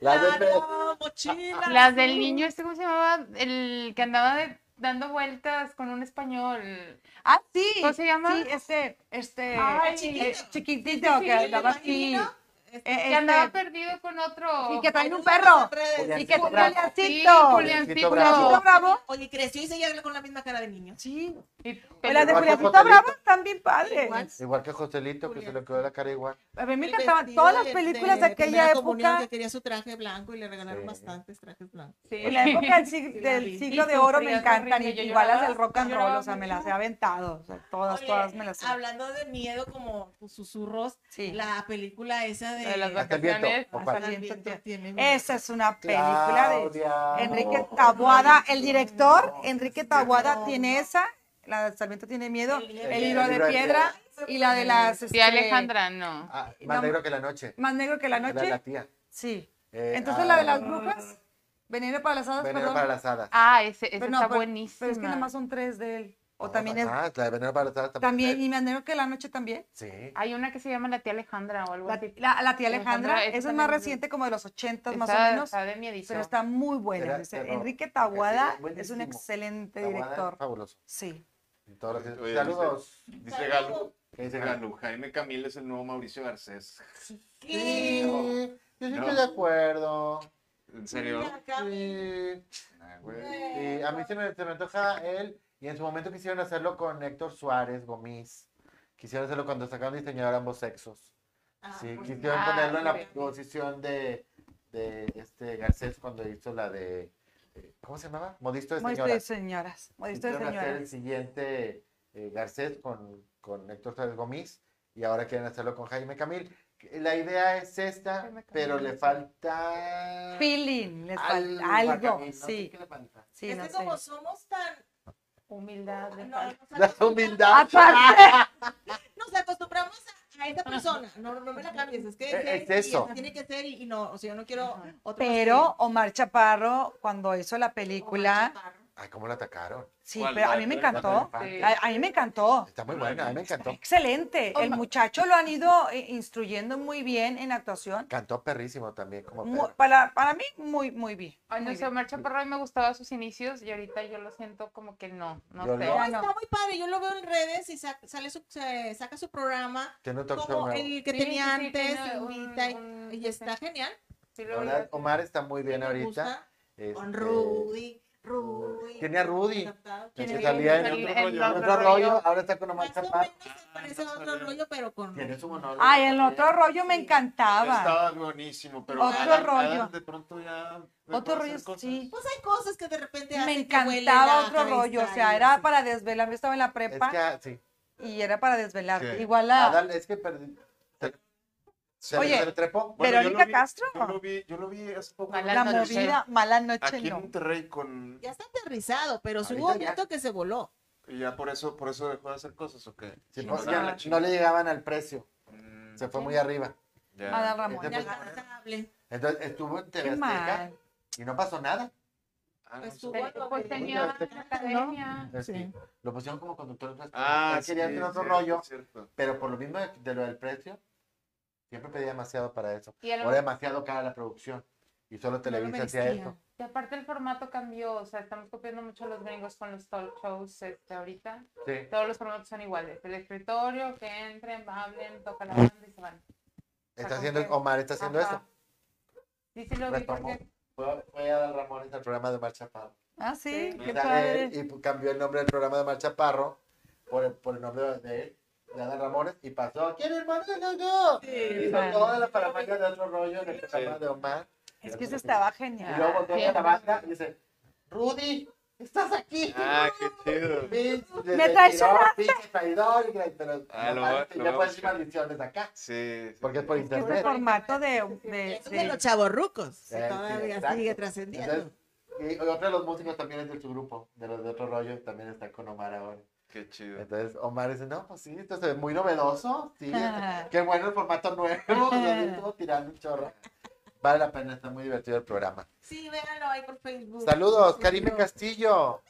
La de Pe- no, Ah, mochila. Las del niño, este, ¿cómo se llamaba? El que andaba de- dando vueltas con un español. ah, sí. ¿Cómo se llama? Eh, Sí, este, este, Ay, chiquitito, chiquito. chiquitito que Sí, andaba me así. imagino. Eh, que este, andaba perdido con otro. y que traen un Saludos perro. en redes. Y que Juliancito traen Bravo. Sí, Juliancito. Juliancito Juliancito Juliancito Bravo. Bravo. Oye, creció y seguía con la misma cara de niño. Sí. Y Pero las de Igual que Juliancito Joselito. Bravo están bien Igual. padres. Igual que Joselito, que se le quedó la cara igual. A mí me El encantaban vestido todas las de- películas de, aquella primera comunión época. Que quería su traje blanco y le regalaron Sí. bastantes trajes blancos. Sí. En la época del sig- Sí, la del vi. siglo Y de oro me sufrías encantan. Y horrible, yo igual las lloraba, del rock and yo roll, lloraba o sea, me mucho. las he aventado. o sea, todas, Oye, todas me las he. Hablando de miedo como tus susurros, Sí. la película esa de... La de las Hasta el viento. vacaciones. ¿o Hasta cuál? el viento Viento tiene miedo. Esa es una película de. Claudia. Enrique Taboada, el director, No, Enrique no, Taboada no. tiene esa, la de Sarmiento tiene miedo, El libro- el libro de piedra y la de las... Sí, este, Alejandra, no. Ah, más No, negro que la noche. Más negro que la Era la noche. tía. Sí. Eh, Entonces la de las ah, brujas, veneno para las hadas, Veneno perdón. para las hadas. Ah, ese, ese Pero no, está pero- buenísimo. Pero es que nada más son tres de él. O también es... Ah, eh. la de Veneno para las hadas También, está- y más negro que la noche también. Sí. Hay una que se llama la tía Alejandra o algo La, así. la- la tía Alejandra, Alejandra, esa esa es más también es- reciente, como de los ochentas más o Está- menos. Está de miedizo. Pero está muy buena. Era- dice, era- Enrique Taboada Ese es es un buenísimo. excelente Taboada, director. Fabuloso. Sí. En todo lo que- Oye, Saludos. Ah, Dice Galo. ¿Qué Dice dice Galo? Galo. Jaime Camil es el nuevo Mauricio Garcés. Sí, ¿Qué? Yo sí No. estoy de acuerdo. ¿En serio? Mira, acá, Sí. Ah, güey. Sí, a mí se me, se me antoja él. Y en su momento quisieron hacerlo con Héctor Suárez Gomis. Quisieron hacerlo cuando sacaron diseñador ambos sexos. ah, Sí, pues, quisieron ah, ponerlo en la sí. posición de, de este Garcés cuando hizo la de. eh, ¿Cómo se llamaba? Modisto de Modisto Señora. de señoras. Modisto de Quisieron hacer el señoras. siguiente eh, Garcés con, con Héctor Suárez Gomis y ahora quieren hacerlo con Jaime Camil. La idea es esta, Jaime Camil. pero le falta. Feeling, les algo falta a algo. Camil, no sé sí, qué le falta. sí, es no que sé. como somos tan... Humildad. no, le nos falta. La acostumbramos- Ah, humildad. Nos acostumbramos a, a esta persona. No, no me la cambies. Es que Eh, que- es y eso. tiene que ser y, y no, o sea, yo no quiero Ajá. otro. Pero Omar Chaparro, cuando hizo la película, Omar Chaparro. Ay, Ah, cómo la atacaron. Sí, ¿Cuál? pero a ¿La mí me de Peter encantó. Pan? Sí. A, a mí me encantó. Está muy buena, a mí me encantó. Excelente. El muchacho lo han ido eh, instruyendo muy bien en actuación. Cantó perrísimo también, como Mu- perro. para, para mí, muy, muy bien. Ay, no Muy sé, bien. Omar Chaparro a mí me gustaba sus inicios y ahorita yo lo siento como que no, no Yo sé. no. No, Ah, está muy padre. Yo lo veo en redes y sa- sale su- se- saca su programa Tiene un talk show como nuevo. el que Sí, tenía sí, sí, antes, tiene un- invita y, un- y está genial. Sí, La lo- verdad, Omar está muy bien me ahorita. gusta. Este, Con Rudy, Rudy. Tiene a Rudy. Adaptado. que Tiene salía en el- otro el- el rollo. otro otro rollo. rollo, ahora está con Omar Más o Chaparro. menos se parece a otro rollo, pero con Tiene su monólogo. Ay, el otro también. rollo me encantaba. Estaba buenísimo, pero Otro Adam- rollo. Adam de pronto ya. dejó Otro de rollo, hacer cosas. sí. Pues hay cosas que de repente Me hacen que huele encantaba la otro cabeza rollo. O sea, y era así. para desvelarme. Yo estaba en la Es prepa que, ah, sí. y era para desvelarte. Sí. Igual a Adal, Ah, es que perdí. Se, se- Ah, Oye. se le trepó. Bueno, yo lo Verónica vi- Castro. Yo lo vi, yo lo vi hace poco. Mala en la el museo, movida, mala noche, Aquí en no. Monterrey con. Ya está aterrizado, pero Ahorita sí hubo un ya. momento que se voló. Y ya por eso, por eso dejó de hacer cosas, ¿o qué? Sí, Sí, pues, no, ya la no- no chingada. le llegaban al precio. Mm, Se fue muy arriba. ya. Adal Ramón. Este Ya pues, agradable. Entonces estuvo en Qué TV Azteca mal. y no pasó nada. Ah, no Pues sé. tú- Pues Bueno, tenía pues, una academia. Es que Sí. Lo pusieron como conductor. de un restaurante. Ah, Él quería sí, hacer otro cierto, rollo, cierto. pero por lo mismo de, de lo del precio, siempre pedía demasiado para eso. Y a lo O era demasiado cara la producción. Y solo Televisa hacía merecía. eso. Y aparte el formato cambió, o sea, estamos copiando mucho a los gringos con los talk shows este, ahorita. Sí. Todos los formatos son iguales. El escritorio, que entren, hablen, tocan la banda y se van. Está como haciendo, que- Omar está haciendo Ajá. eso. Sí, sí lo vi Retomó. porque Fue, fue Adal Ramones al programa de Omar Chaparro. Ah, sí, Sí. qué O sea, él- eh, padre. y pu- cambió el nombre del programa de Omar Chaparro por el, por el nombre de él, de Adal Ramones, y pasó. ¿Quién hermano? No, no. Hizo Bueno. toda la parafernalia de otro rollo en el programa de Omar. Es que eso estaba eh, Y luego genial. volvió a la banda y dice, Rudy, estás aquí. Ah, qué chido. Me Me traicionaste. Pinche traidor. y que- Pero Ah, lo nomás voy- te- lo ya voy a puedes decir buscar. maldiciones acá. Sí. sí, Porque es sí. por Este internet. formato de... de- Es de de- los chavorrucos. Eh, sí, todavía exacto. sigue trascendiendo. Entonces, y otro de los músicos también es de su grupo, de los de otro rollo, también está con Omar ahora. Qué chido. Entonces Omar dice, no, pues sí, esto se ve muy novedoso, sí, Ajá. qué bueno el formato nuevo, o sea, sí, estuvo tirando un chorro. Vale la pena, está muy divertido el programa. Sí, véanlo ahí por Facebook. Saludos, Karime Castillo.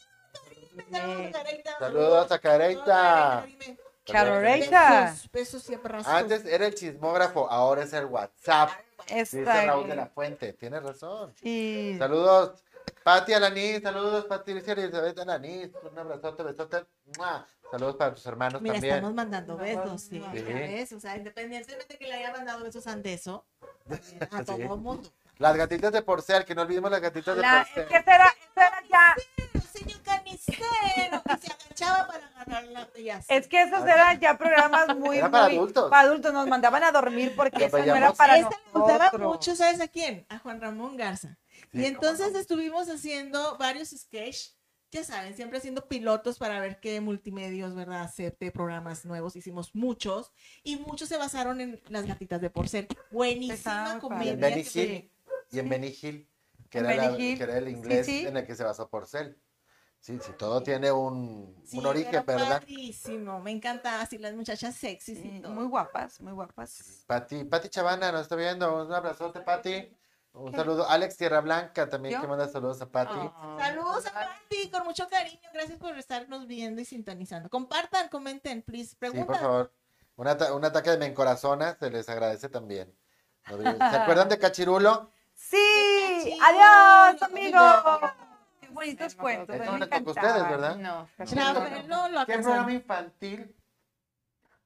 Saludos, Careita. Saludos a Careita. Karime. Charoreita. Besos, besos y abrazos. Antes era el chismógrafo, ahora es el WhatsApp. Dice Esta. Raúl de la Fuente, tienes razón. Y... Saludos, Pati Alanis, saludos, Pati Elizabeth Alanis, un abrazote, besote. ¡Mua! Saludos para tus hermanos Mira, también. estamos mandando besos, Sí. sí. otra vez, O sea, independientemente que le haya mandado besos antes eso, Sí. a todo mundo. Las gatitas de Porcel, que no olvidemos las gatitas de La, Porcel. es que esa era, esa era ya, Pero, señor carnicero, que se agachaba para ganar la y así. es que esos eran ya programas muy, Era para muy- adultos. pues para adultos, nos mandaban a dormir porque Lo eso no era veíamos. para Esta le gustaba nosotros. mucho, ¿sabes a quién? A Juan Ramón Garza. cómo y entonces no. estuvimos haciendo varios sketch, ya saben, siempre haciendo pilotos para ver qué multimedios, ¿verdad? Acepte programas nuevos, hicimos muchos, y muchos se basaron en Las gatitas de Porcel. Estaba muy Buenísima padre. En comedia. Benny que Hill. Y en Benny Hill, que, En era la- Benny Hill. que era el inglés sí. Ah, en el que se basó Porcel. Sí, sí, todo tiene un, Sí, un origen, era ¿verdad? padrísimo, me encantaba así las muchachas sexys y Sí, todo. muy guapas, muy guapas. Pati, Pati Chavana nos está viendo. Un abrazote, Pati. Un saludo. Alex Tierra Blanca también ¿Yo? Ah, que manda saludos a Pati. Ah. Saludos a Pati, con mucho cariño, gracias por estarnos viendo y sintonizando. Compartan, comenten, please, sí, preguntas. por favor. Un, ata- un ataque de mencorazona se les agradece también. Nos dice, ¿Se acuerdan de Cachirulo? Sí, chido, adiós, amigo. amigos. Qué bonitos Sí, me acuerdo. cuentos, a mí Eso no me les tocó a encantaban. ustedes, ¿verdad? No, No, Claro, pero pero no no. lo ¿Qué alcanzaron. programa infantil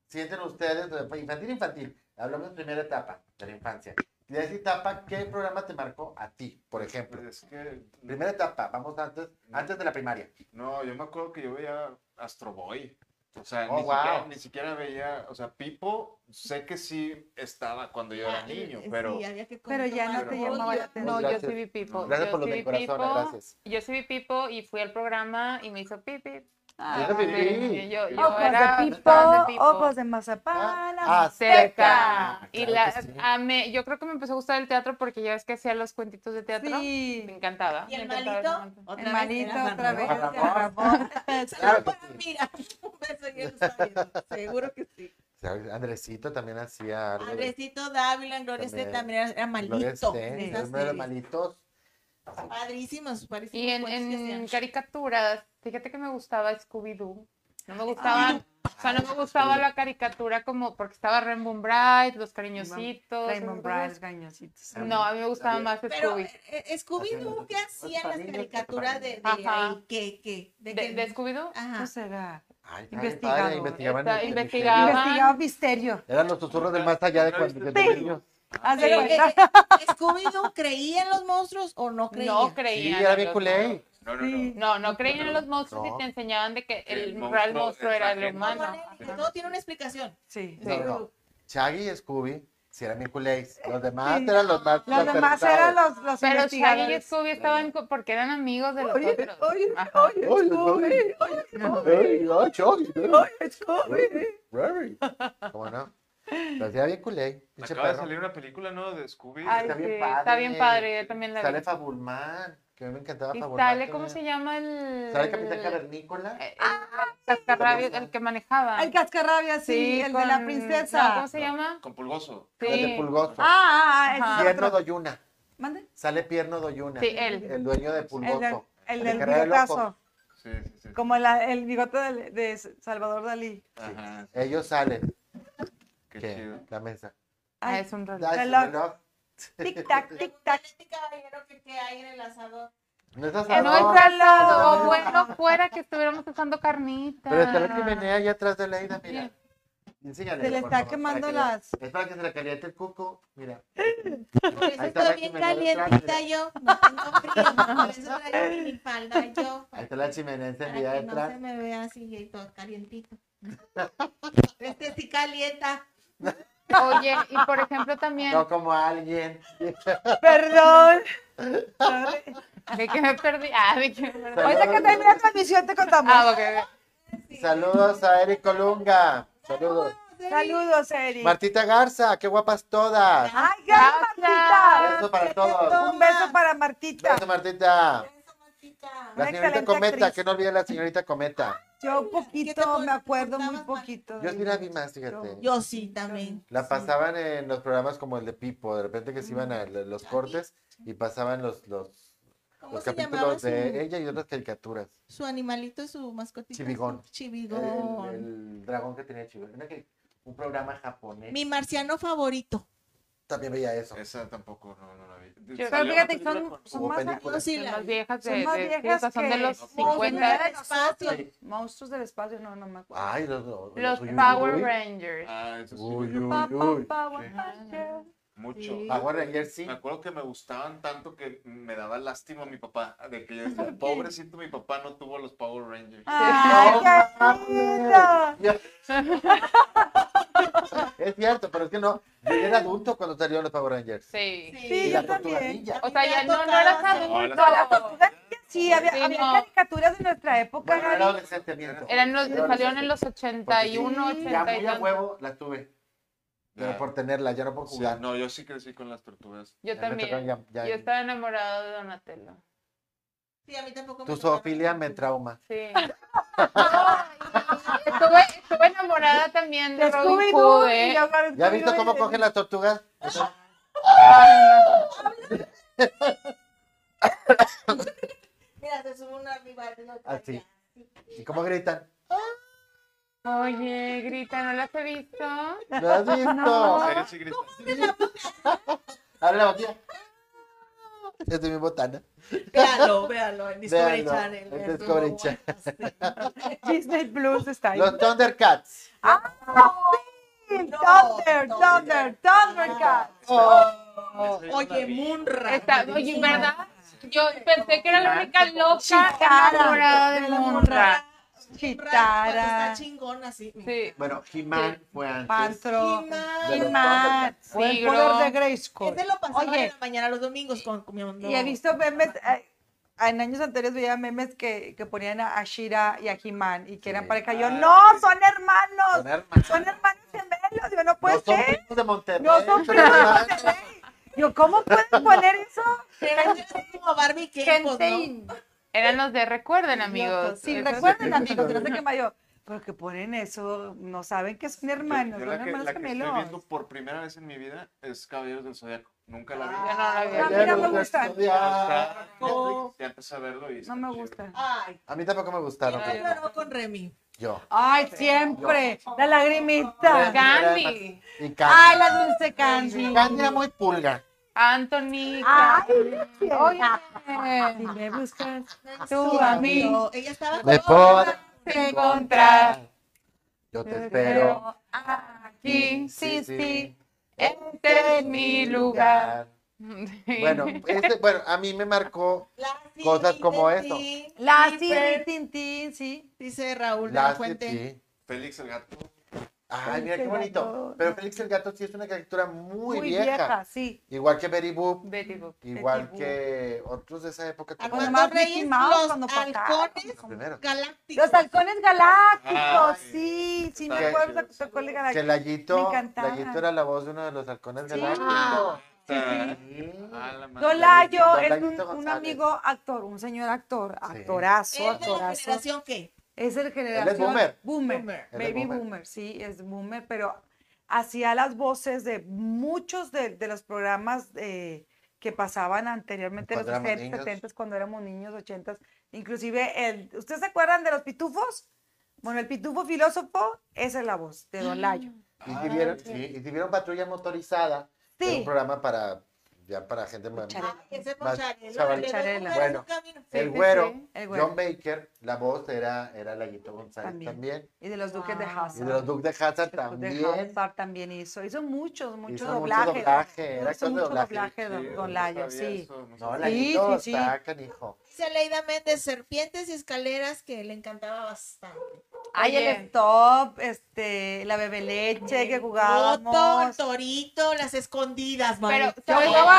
sienten ustedes? pues, Infantil, infantil. Hablamos de primera etapa de la infancia. Y de esa etapa, ¿qué programa te marcó a ti, por ejemplo? Es que. Primera etapa, vamos antes, antes de la primaria. No, yo me acuerdo que yo veía Astro Boy. O sea, Oh, ni, siquiera, wow. ni siquiera veía. O sea, Pipo, sé que sí estaba cuando yo era Ah, niño, eh, pero. sí, había que Pero ya no tomar te rollo. llamaba la atención. No, yo Gracias. sí vi Pipo. Gracias yo por los sí de vi corazón, Pipo, gracias. Yo sí vi Pipo y fui al programa y me hizo pipi. Yo Ah, también. sí, Yo, yo Ojos era de pipo, fan de Pipo. ojos de mazapán. Ah, Azteca. Azteca. Y Claro la, que sí. amé- yo creo que me empezó a gustar el teatro porque ya ves que hacía los cuentitos de teatro. Me Sí, encantaba. Y el me encantaba malito, ese momento. otra el vez, manito era otra vez. Juan Ramón. Juan Ramón. Saludos Claro que para sí. Mira, un beso y él lo está viendo, seguro que sí. ¿Sabes? Andresito también hacía algo. de- Andresito Dávila, Gloria Estefan, También. también era- era Gloria malito. Estefan, Esas uno de los series. malitos. Padrísimos, padrísimos. Y en, cuentos que en hacían. caricaturas, fíjate que me gustaba Scooby-Doo. No me gustaban, o sea, no me gustaba la caricatura como porque estaba Rainbow Bright, los cariñositos. Raymond esas cosas. Bright, gañositos. No, a mí me gustaba Había- más Pero Scooby. eh, eh, Scooby-Doo, ¿qué hacían Para las niños, caricaturas para de, de Ajá. ahí? ¿Qué, qué? ¿De, ¿De qué? de Scooby-Doo? Ajá. No será. Ay, está bien Investigador. padre, investigaban Está- el- el investigaba. misterio. Investigaba misterio. Eran los susurros del más allá de ¿Nunca cuando viste desde Scooby-Doo? niños. Haz de Pero, eh, cuenta. eh, ¿Scooby-Doo creía en los monstruos o no creía? No Sí, creía. era en bien los culé. monstruos. No, no, no. Sí. No, no creían en los monstruos No. y te enseñaban de que El el, real monstruo monstruo es era el ajeno. humano. Ponele que Ajá. Ah, Todo tiene una explicación. Sí. No, no. Shaggy y Scooby, sí eran bien culés. Los demás eran los más. Los demás eran los, los Pero Shaggy y investigadores. Scooby estaban co- porque eran amigos de los Oye, otros. oye, Ajá. oye, Oye, Scooby, oye, Scooby, ¡Ey, ay, Shaggy! ey, oye, Scooby. Rary. ¿Cómo no? Los hacía bien culé. pinche Acaba de perro. salir una película, ¿no? De Scooby. Ay, Está bien sí, padre. está bien padre, yo también la Sale vi. Fabulman, que a mí me encantaba Y Fabulman. sale, ¿cómo se también. llama Eh, el...? Sale Capitán Cavernícola. el- el cascarrabias, el que manejaba. El cascarrabia, sí, el de la con- princesa. no, ¿Cómo se llama? Con Pulgoso. Sí. El del pulgoso. Ah, ah, ah, Ajá. ese es Pierno otro. Doyuna. ¿Mande? Sale Pierno Doyuna. Sí, él. El dueño de El del, Pulgoso. el el del que era el bigotazo, loco. Sí, sí, sí. como la- el bigote del- de, Salvador Dalí. Ajá, Ellos salen. qué ¿Qué? chido. La mesa. Ah, Ay, es un reloj. Ah, es el reloj. reloj. Tic tac, tic tac. caballero que queda ahí en el asado. No estás Eh, no hablando. es reloj, bueno fuera que estuviéramos usando carnitas. Pero está la chimenea allá atrás de Leida, mira. Sí. Enséñale. Se le por está favor, quemando para que vea. las. Es para que se le caliente el cuco. Mira. Por eso Ahí está la estoy bien chimenea detrás, calientita yo. No tengo frío. Por eso traigo mi falda yo. Ahí Para está la chimenea encendida que no detrás. se me vea así y todo calientito. Este sí calienta. Oye, y por ejemplo también, No como alguien. Perdón. de que me perdí. Ah, de que me perdí. Ahorita que termine la transmisión te contamos. Ah, ok. Saludos a Eric Colunga. Saludos. Saludos, Eri. Martita Garza, qué guapas todas. Ay, gracias, Gracias. Martita. Beso para todos. Un beso para Martita. Beso, Martita. Eso, Martita. La Una señorita excelente Cometa, actriz. que no olviden la señorita Cometa. Yo ¿Qué te poquito, pon- me acuerdo muy portabas, poquito. Yo de sí la ella. vi más, fíjate. Yo sí, también. La pasaban en los programas como el de Pipo, de repente que se iban a lo- los cortes y pasaban los, los, ¿Cómo los se llamaba capítulos su, de ella y otras caricaturas. su animalito, su mascotita? Chivigón. El, Chivigón. el dragón que tenía Chivo. Una que- Un programa japonés. Mi marciano favorito. También veía eso. Esa tampoco, no, no la vi. Pero Salió Pero una fíjate que película son, con- son Hubo más película. Yo sí Son la más vi. viejas de, Son más de- sí, viejas esas son de que- los Monstruos Monstruos 50. del espacio. Sí. Monstruos del espacio, no, no me acuerdo. Ay, los, los, Los uy, uy, Power uy. Rangers. Ah, eso sí. Uy, me- uy, Pa, pa, uy. pa, guau, Sí. guau. Mucho. Sí. Power Rangers, sí. Me acuerdo que me gustaban tanto que me daba lástima mi papá. De que yo decía, pobrecito, mi papá no tuvo los Power Rangers. Ay, No, qué lindo. Ya. es cierto, pero es que no. Yo ya era adulto cuando salieron los Power Rangers. Sí. Y Sí, la yo también. tortuga O sea, Me ya ha no, no tocado eras hacer- No, adulto. la Sí, había, Sí, había no. caricaturas de nuestra época, Bueno, era Gaby. adolescente, miento. Eran los, Era salieron en los adolescente. 81, Sí. Ya 80 y muy a tanto. huevo la tuve. Pero Ya. por tenerla, ya no por Sí, jugar. no, yo sí crecí con las tortugas. Ya Yo me tocaron, también. ya- ya- Yo estaba enamorado de Donatello. Sí, a mí tampoco Tu me tocaba. zoofilia me trauma. Sí. estuve, estuve enamorada también de De Robin Scooby-Doo Hood, y ¿eh? yo con ¿Ya has visto Scooby-Doo cómo y- cogen las tortugas? Mira, se sube una arriba de otra. Así. ¿Y cómo gritan? Oye, grita, ¿no las he visto? ¿Lo has visto? Sí, Abre sí grité. la botella. Este Es de mi botana. Véalo, véalo en Discovery Véalo, Channel. en estuvo Discovery bueno, sí. Disney Plus está ahí. Los Thundercats. Thunder, No, Thunder, no, Thunder, Thundercat. Oh. Oye, Munra. Está, oye, ¿verdad? Yo pensé que era la única loca Chitara. enamorada de De la Monra. Está Chitara, chingona, sí. me Sí. Bueno, He-Man fue antes. Pantro, encanta. De los He-Man, Thundercats. o el Sigro. poder de Grayskull. Ese lo pasaba en Oye, la mañana los domingos con, con mi mamá. y he visto memes, eh, en años anteriores veía memes que, que ponían a Shira y a He-Man y que eran Sí. pareja. Yo, Ah, no, son sí. Son hermanos, hermanos. son hermanos gemelos. Yo, no puede no son ser. primos de Monterrey. No Pues, son primos de hermanos. Monterrey. Yo, ¿cómo pueden poner eso? Pero es como Barbie y Ken, pues, ¿no? Gente, eran los de recuerden, amigos. Sí, Esos- recuerden, amigos, que no se quema yo. Pero que ponen eso, no saben que son Yo- hermanos, yo son la que, hermanos la que estoy viendo gemelos. por primera vez en mi vida es Caballeros del Zodiaco. Nunca la vi. Ah, no la vi. Ah, Ayer mira, me busqué gustan. estudiar. Está en Netflix, ya empecé a verlo y No está me chido. gusta. Ay, A mí tampoco me gustaron. ¿quién fíjate. lloró con Remy? Yo. Ay, siempre. La Mira, lagrimita. Gandhi, Y Candy. Ay, la dulce Candy. Candy era muy pulga. Anthony, Oye, Candy, si me buscas, tú a mí No, ella estaba Me con... podrás te encontrar. Yo te espero. aquí, sí, sí, este es mi lugar. Bueno, este- bueno, a mí me marcó La Cosas City, como de eso. ti, La Sí, Siri pues. Tintín, sí. Dice Raúl de la la Fuente. sí. Félix el gato. Ay, Félix mira qué el bonito. Gato. Pero Félix el Gato sí es una caricatura muy, Muy vieja. vieja, sí. Igual que Betty Boop, Betty Boop. igual Betty Boop. Ah, que otros de esa época. ¿A como Cuando más cuántos reyes? Mickey Mouse, Los cuando pa' acá. halcones los primeros. galácticos. Los halcones galácticos, Ay. sí, sí me Está acuerdo chido. de los halcones Que galácticos. Me Layito, encantaba. Layito era la voz de uno de los halcones Sí. galácticos. Sí. Ah, la madre. Dolayo es Dolayito un, un González. amigo actor, un señor actor, Sí. ¿Es de actorazo, la actorazo. generación qué? Es el generación boomer. boomer, Boomer. Él es baby boomer. boomer. sí, es boomer, pero hacía las voces de muchos de, de los programas eh, que pasaban anteriormente en los Cuando éramos 60, niños. 70, cuando éramos niños, 80, inclusive el, ¿ustedes se acuerdan de los pitufos? Bueno, el pitufo filósofo, esa es la voz de Mm. Don Layo. Y Ah, si vieron, sí. sí, y si vieron Patrulla Motorizada, era un Sí, programa para, ya para gente más. Mucha- Ah, ese es Más Mocharela. chaval- le doy Mocharela. mujeres Bueno. un camino. El sí, güero, sí. el güero. John Baker, la voz era, era Layito González También. también. Y de los duques de Ah. Y de los Hazard. Duke de Hazard Los Duques también. de Hazard también hizo. Hizo muchos, mucho Hizo mucho doblaje. doblaje, era hizo actor de mucho doblaje, doblaje, Sí, don, don yo no Layo, sabía sí. eso, no No, sabía. Layito sí, sí. está canijo. Dice Leida Méndez, serpientes y escaleras que le encantaba bastante. Hay Oye. el stop, este, la bebe leche que Otto, el jugábamos. torito, las escondidas, Pero, manito. ¿sabes? Yo jugaba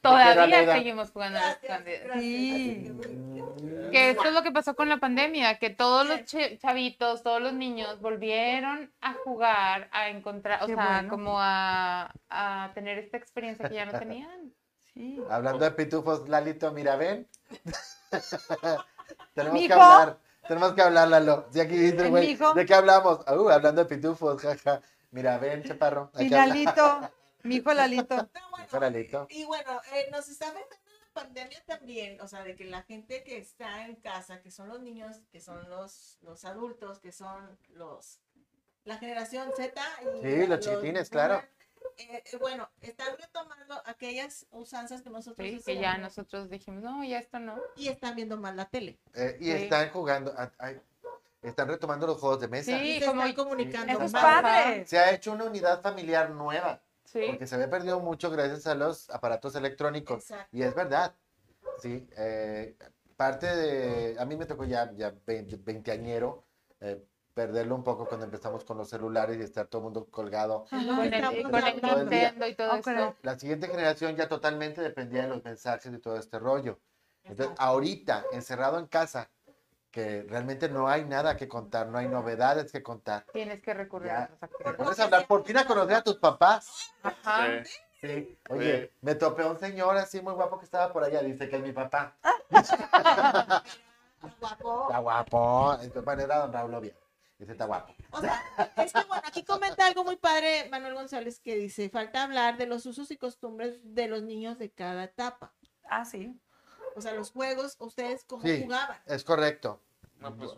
Todavía, Leida. seguimos jugando a las Gracias, candidatas. gracias. Sí. Que esto es lo que pasó con la pandemia, que todos los ch- chavitos, todos los niños volvieron a jugar, a encontrar, o Qué sea, bueno. como a, a tener esta experiencia que ya no tenían. Sí. Hablando de pitufos, Lalito, mira, ven. Tenemos que Mijo. hablar. Tenemos que hablar, Lalo. Sí, aquí dice, El güey, mijo. ¿de qué hablamos? Uh, hablando de pitufos, jaja. Mira, ven, chaparro. Aquí habla. Finalito, mi hijo Lalito. No, bueno, Fue Lalito. Y bueno, eh, nos está afectando la pandemia también, o sea, de que la gente que está en casa, que son los niños, que son los, los adultos, que son los la generación Z. y Sí, los chiquitines, claro. eh, eh, bueno, están retomando aquellas usanzas que nosotros Sí, que hacíamos ya nosotros dijimos, no, ya esto no. y están viendo más la tele. Eh, y Sí. están jugando, ah, ay, están retomando los juegos de mesa. Sí, y se como- están comunicando Eso es más. padre. padre. Se ha hecho una unidad familiar nueva, Sí, porque se había perdido mucho gracias a los aparatos electrónicos. Exacto. Y es verdad, sí. eh, parte de, a mí me tocó ya, ya 20, veinteañero, eh, perderlo un poco cuando empezamos con los celulares y estar todo el mundo colgado. con el, estamos con el todo el día. Nintendo y todo Ah, con esto. La siguiente generación ya totalmente dependía de los mensajes y todo este rollo. Entonces, Exacto. ahorita, encerrado en casa, que realmente no hay nada que contar, no hay novedades que contar. Tienes que recurrir Ya. a los Te actores. pones a hablar, por fin a conocer a tus papás. Ajá. Sí. Sí. Oye, me topé a un señor así muy guapo que estaba por allá, dice que es mi papá. Guapo. Está guapo. Entonces, bueno, era don Raúl Oviedo. Dice, está guapo. O sea, es que bueno, aquí comenta algo muy padre Manuel González que dice, falta hablar de los usos y costumbres de los niños de cada etapa. Ah, sí. O sea, los juegos, ustedes cómo Sí. jugaban. Es correcto. No, pues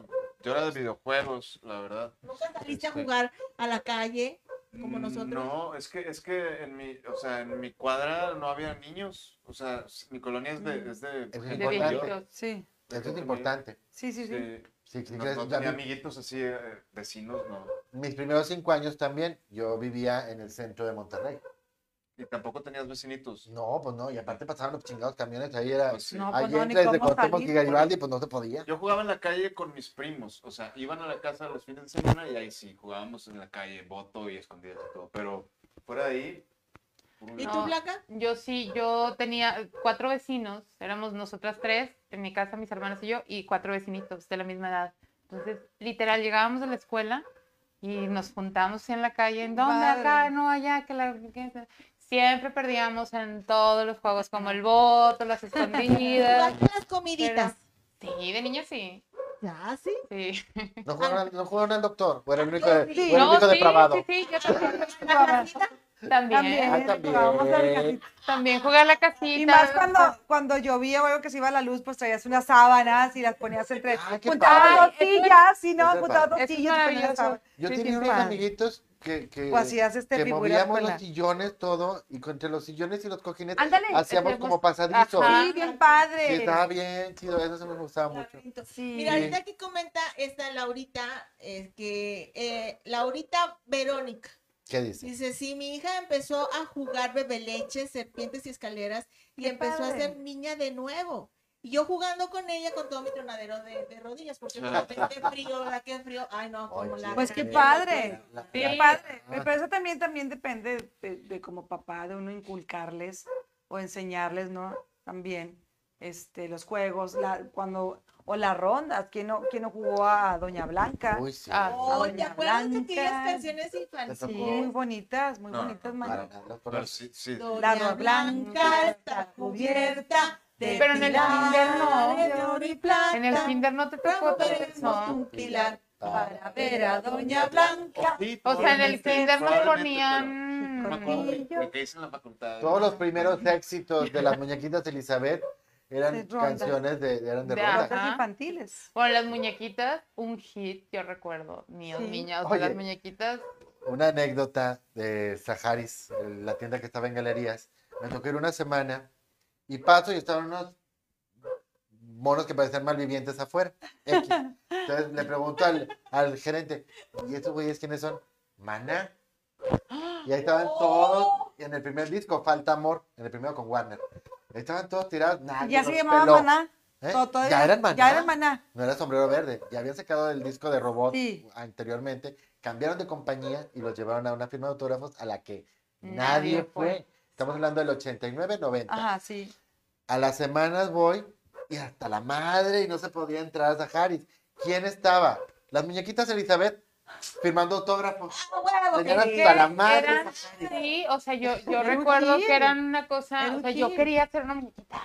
yo era de videojuegos, la verdad. Nunca saliste a Este. jugar a la calle. Como nosotros. No, es que, es que en mi, o sea, en mi cuadra no había niños. O sea, s- mi colonia es Mm. de, es de, Es gente De importante. mayor. viejitos. Sí, Eso es importante. sí, sí, sí. Sí. Sí, sí, No, gracias. no Ya tenía vi- amiguitos así, eh, vecinos, no. mis primeros cinco años también, yo vivía en el centro de Monterrey. Y tampoco tenías vecinitos. No, pues no. Y aparte pasaban los chingados camiones. Ahí era. Pues sí. No, pues Allí no, ni entre cómo Cuauhtémoc y salir. Garibaldi, pues no se podía. Yo jugaba en la calle con mis primos, o sea, iban a la casa los fines de semana y ahí sí, jugábamos en la calle, voto y escondidas y todo, pero fuera de ahí... puro ¿Y no. tú, Blanca? Yo sí, yo tenía cuatro vecinos, éramos nosotras tres, en mi casa mis hermanas y yo, y cuatro vecinitos de la misma edad. Entonces, literal, llegábamos de la escuela y nos juntábamos en la calle, ¿en dónde? Padre. Acá, no, allá, que la... que- Siempre perdíamos en todos los juegos, como el voto, las escondidas. Jugaste a las comiditas. Sí, de niña sí. Ya, sí. Sí. No jugaron, no jugaron al doctor. O era el único, Sí. o era el único depravado. sí, sí, yo también. La casita, También, También, Ah, también. vamos a la casita. también jugué a la casita. Y más cuando, cuando llovía o algo que se iba la luz, pues traías unas sábanas y las ponías entre. Ah, qué Juntabas padre. tortillas, sí, Eso no, es juntabas padre. Eso tortillas es y ponías las maravilloso. sábanas. Yo Sí, tenía sí, unos sí. amiguitos que, que, O hacías este que figuras movíamos con la- los sillones, todo, y con- entre los sillones y los cojinetes Ándale, hacíamos hacíamos- como pasadizos. Ajá. Sí, bien Sí, padre. estaba bien chido, eso se me gustaba mucho. laberinto. Sí. Mira, ahorita aquí comenta esta Laurita, es que eh, Laurita Verónica. ¿Qué dice? Dice, sí, mi hija empezó a jugar bebeleches, serpientes y escaleras y ¡Qué empezó a padre! ser niña de nuevo. Y yo jugando con ella con todo mi tronadero de, de rodillas, porque de repente frío, ¿verdad? Qué frío. Ay, no, como Oye, la... Pues qué sí. padre. La- la- Qué Sí. padre. Pero eso también, también depende de, de como papá, de uno inculcarles o enseñarles, ¿no? También este, los juegos, la, cuando, o las rondas. ¿Quién no, quién no jugó a Doña Blanca? Uy, sí. Ah, Oh, ¿te Doña acuerdas de Blanca. aquellas canciones Eso infantiles? Sí, tocó. muy bonitas, muy No, bonitas, no, María. Para nada, los Pero colores. sí, sí. Doña Doña Blanca está cubierta de Pero en el kinder no. pilares de oro y plata. En el kinder no te tocó todo Romperemos eso. un pilar para ver a Doña O Blanca. sí, O sea, en el probablemente, kinder nos probablemente, ponían... pero me acuerdo de Contigo. lo que hice en la facultad. Todos los primeros éxitos de las muñequitas de Elizabeth De eran ronda. canciones de, eran de De ronda. ajá. Cosas infantiles. Bueno, las muñequitas, un hit, yo recuerdo. Niños, Sí. niñas, Oye. las muñequitas. Una anécdota de Saharis, el- la tienda que estaba en galerías. Me tocó ir una semana y paso y estaban unos monos que parecían malvivientes afuera. X. Entonces le pregunto al, al gerente, ¿y estos güeyes quiénes son? Mana. Y ahí estaban todos en el primer disco, Falta Amor, en el primero con Warner. Ahí estaban todos tirados. nadie Ya se Ah, los llamaba peló. Maná. ¿Eh? To- todavía- Ya eran Maná. Ya eran Maná. No era sombrero verde. Ya habían sacado el disco de robot Sí. anteriormente. Cambiaron de compañía y los llevaron a una firma de autógrafos a la que nadie, Nadie fue. fue. Estamos hablando del 89, 90. Ajá, sí. A las semanas voy y hasta la madre y no se podía entrar a Saharis. ¿Quién estaba? Las muñequitas Elizabeth firmando autógrafos. Ah, Tenían que hasta la madre. eran- Saharis. Sí, o sea, yo, Era yo un recuerdo hit. que eran una Era cosa, o un sea, yo hit. quería hacer una muñequita.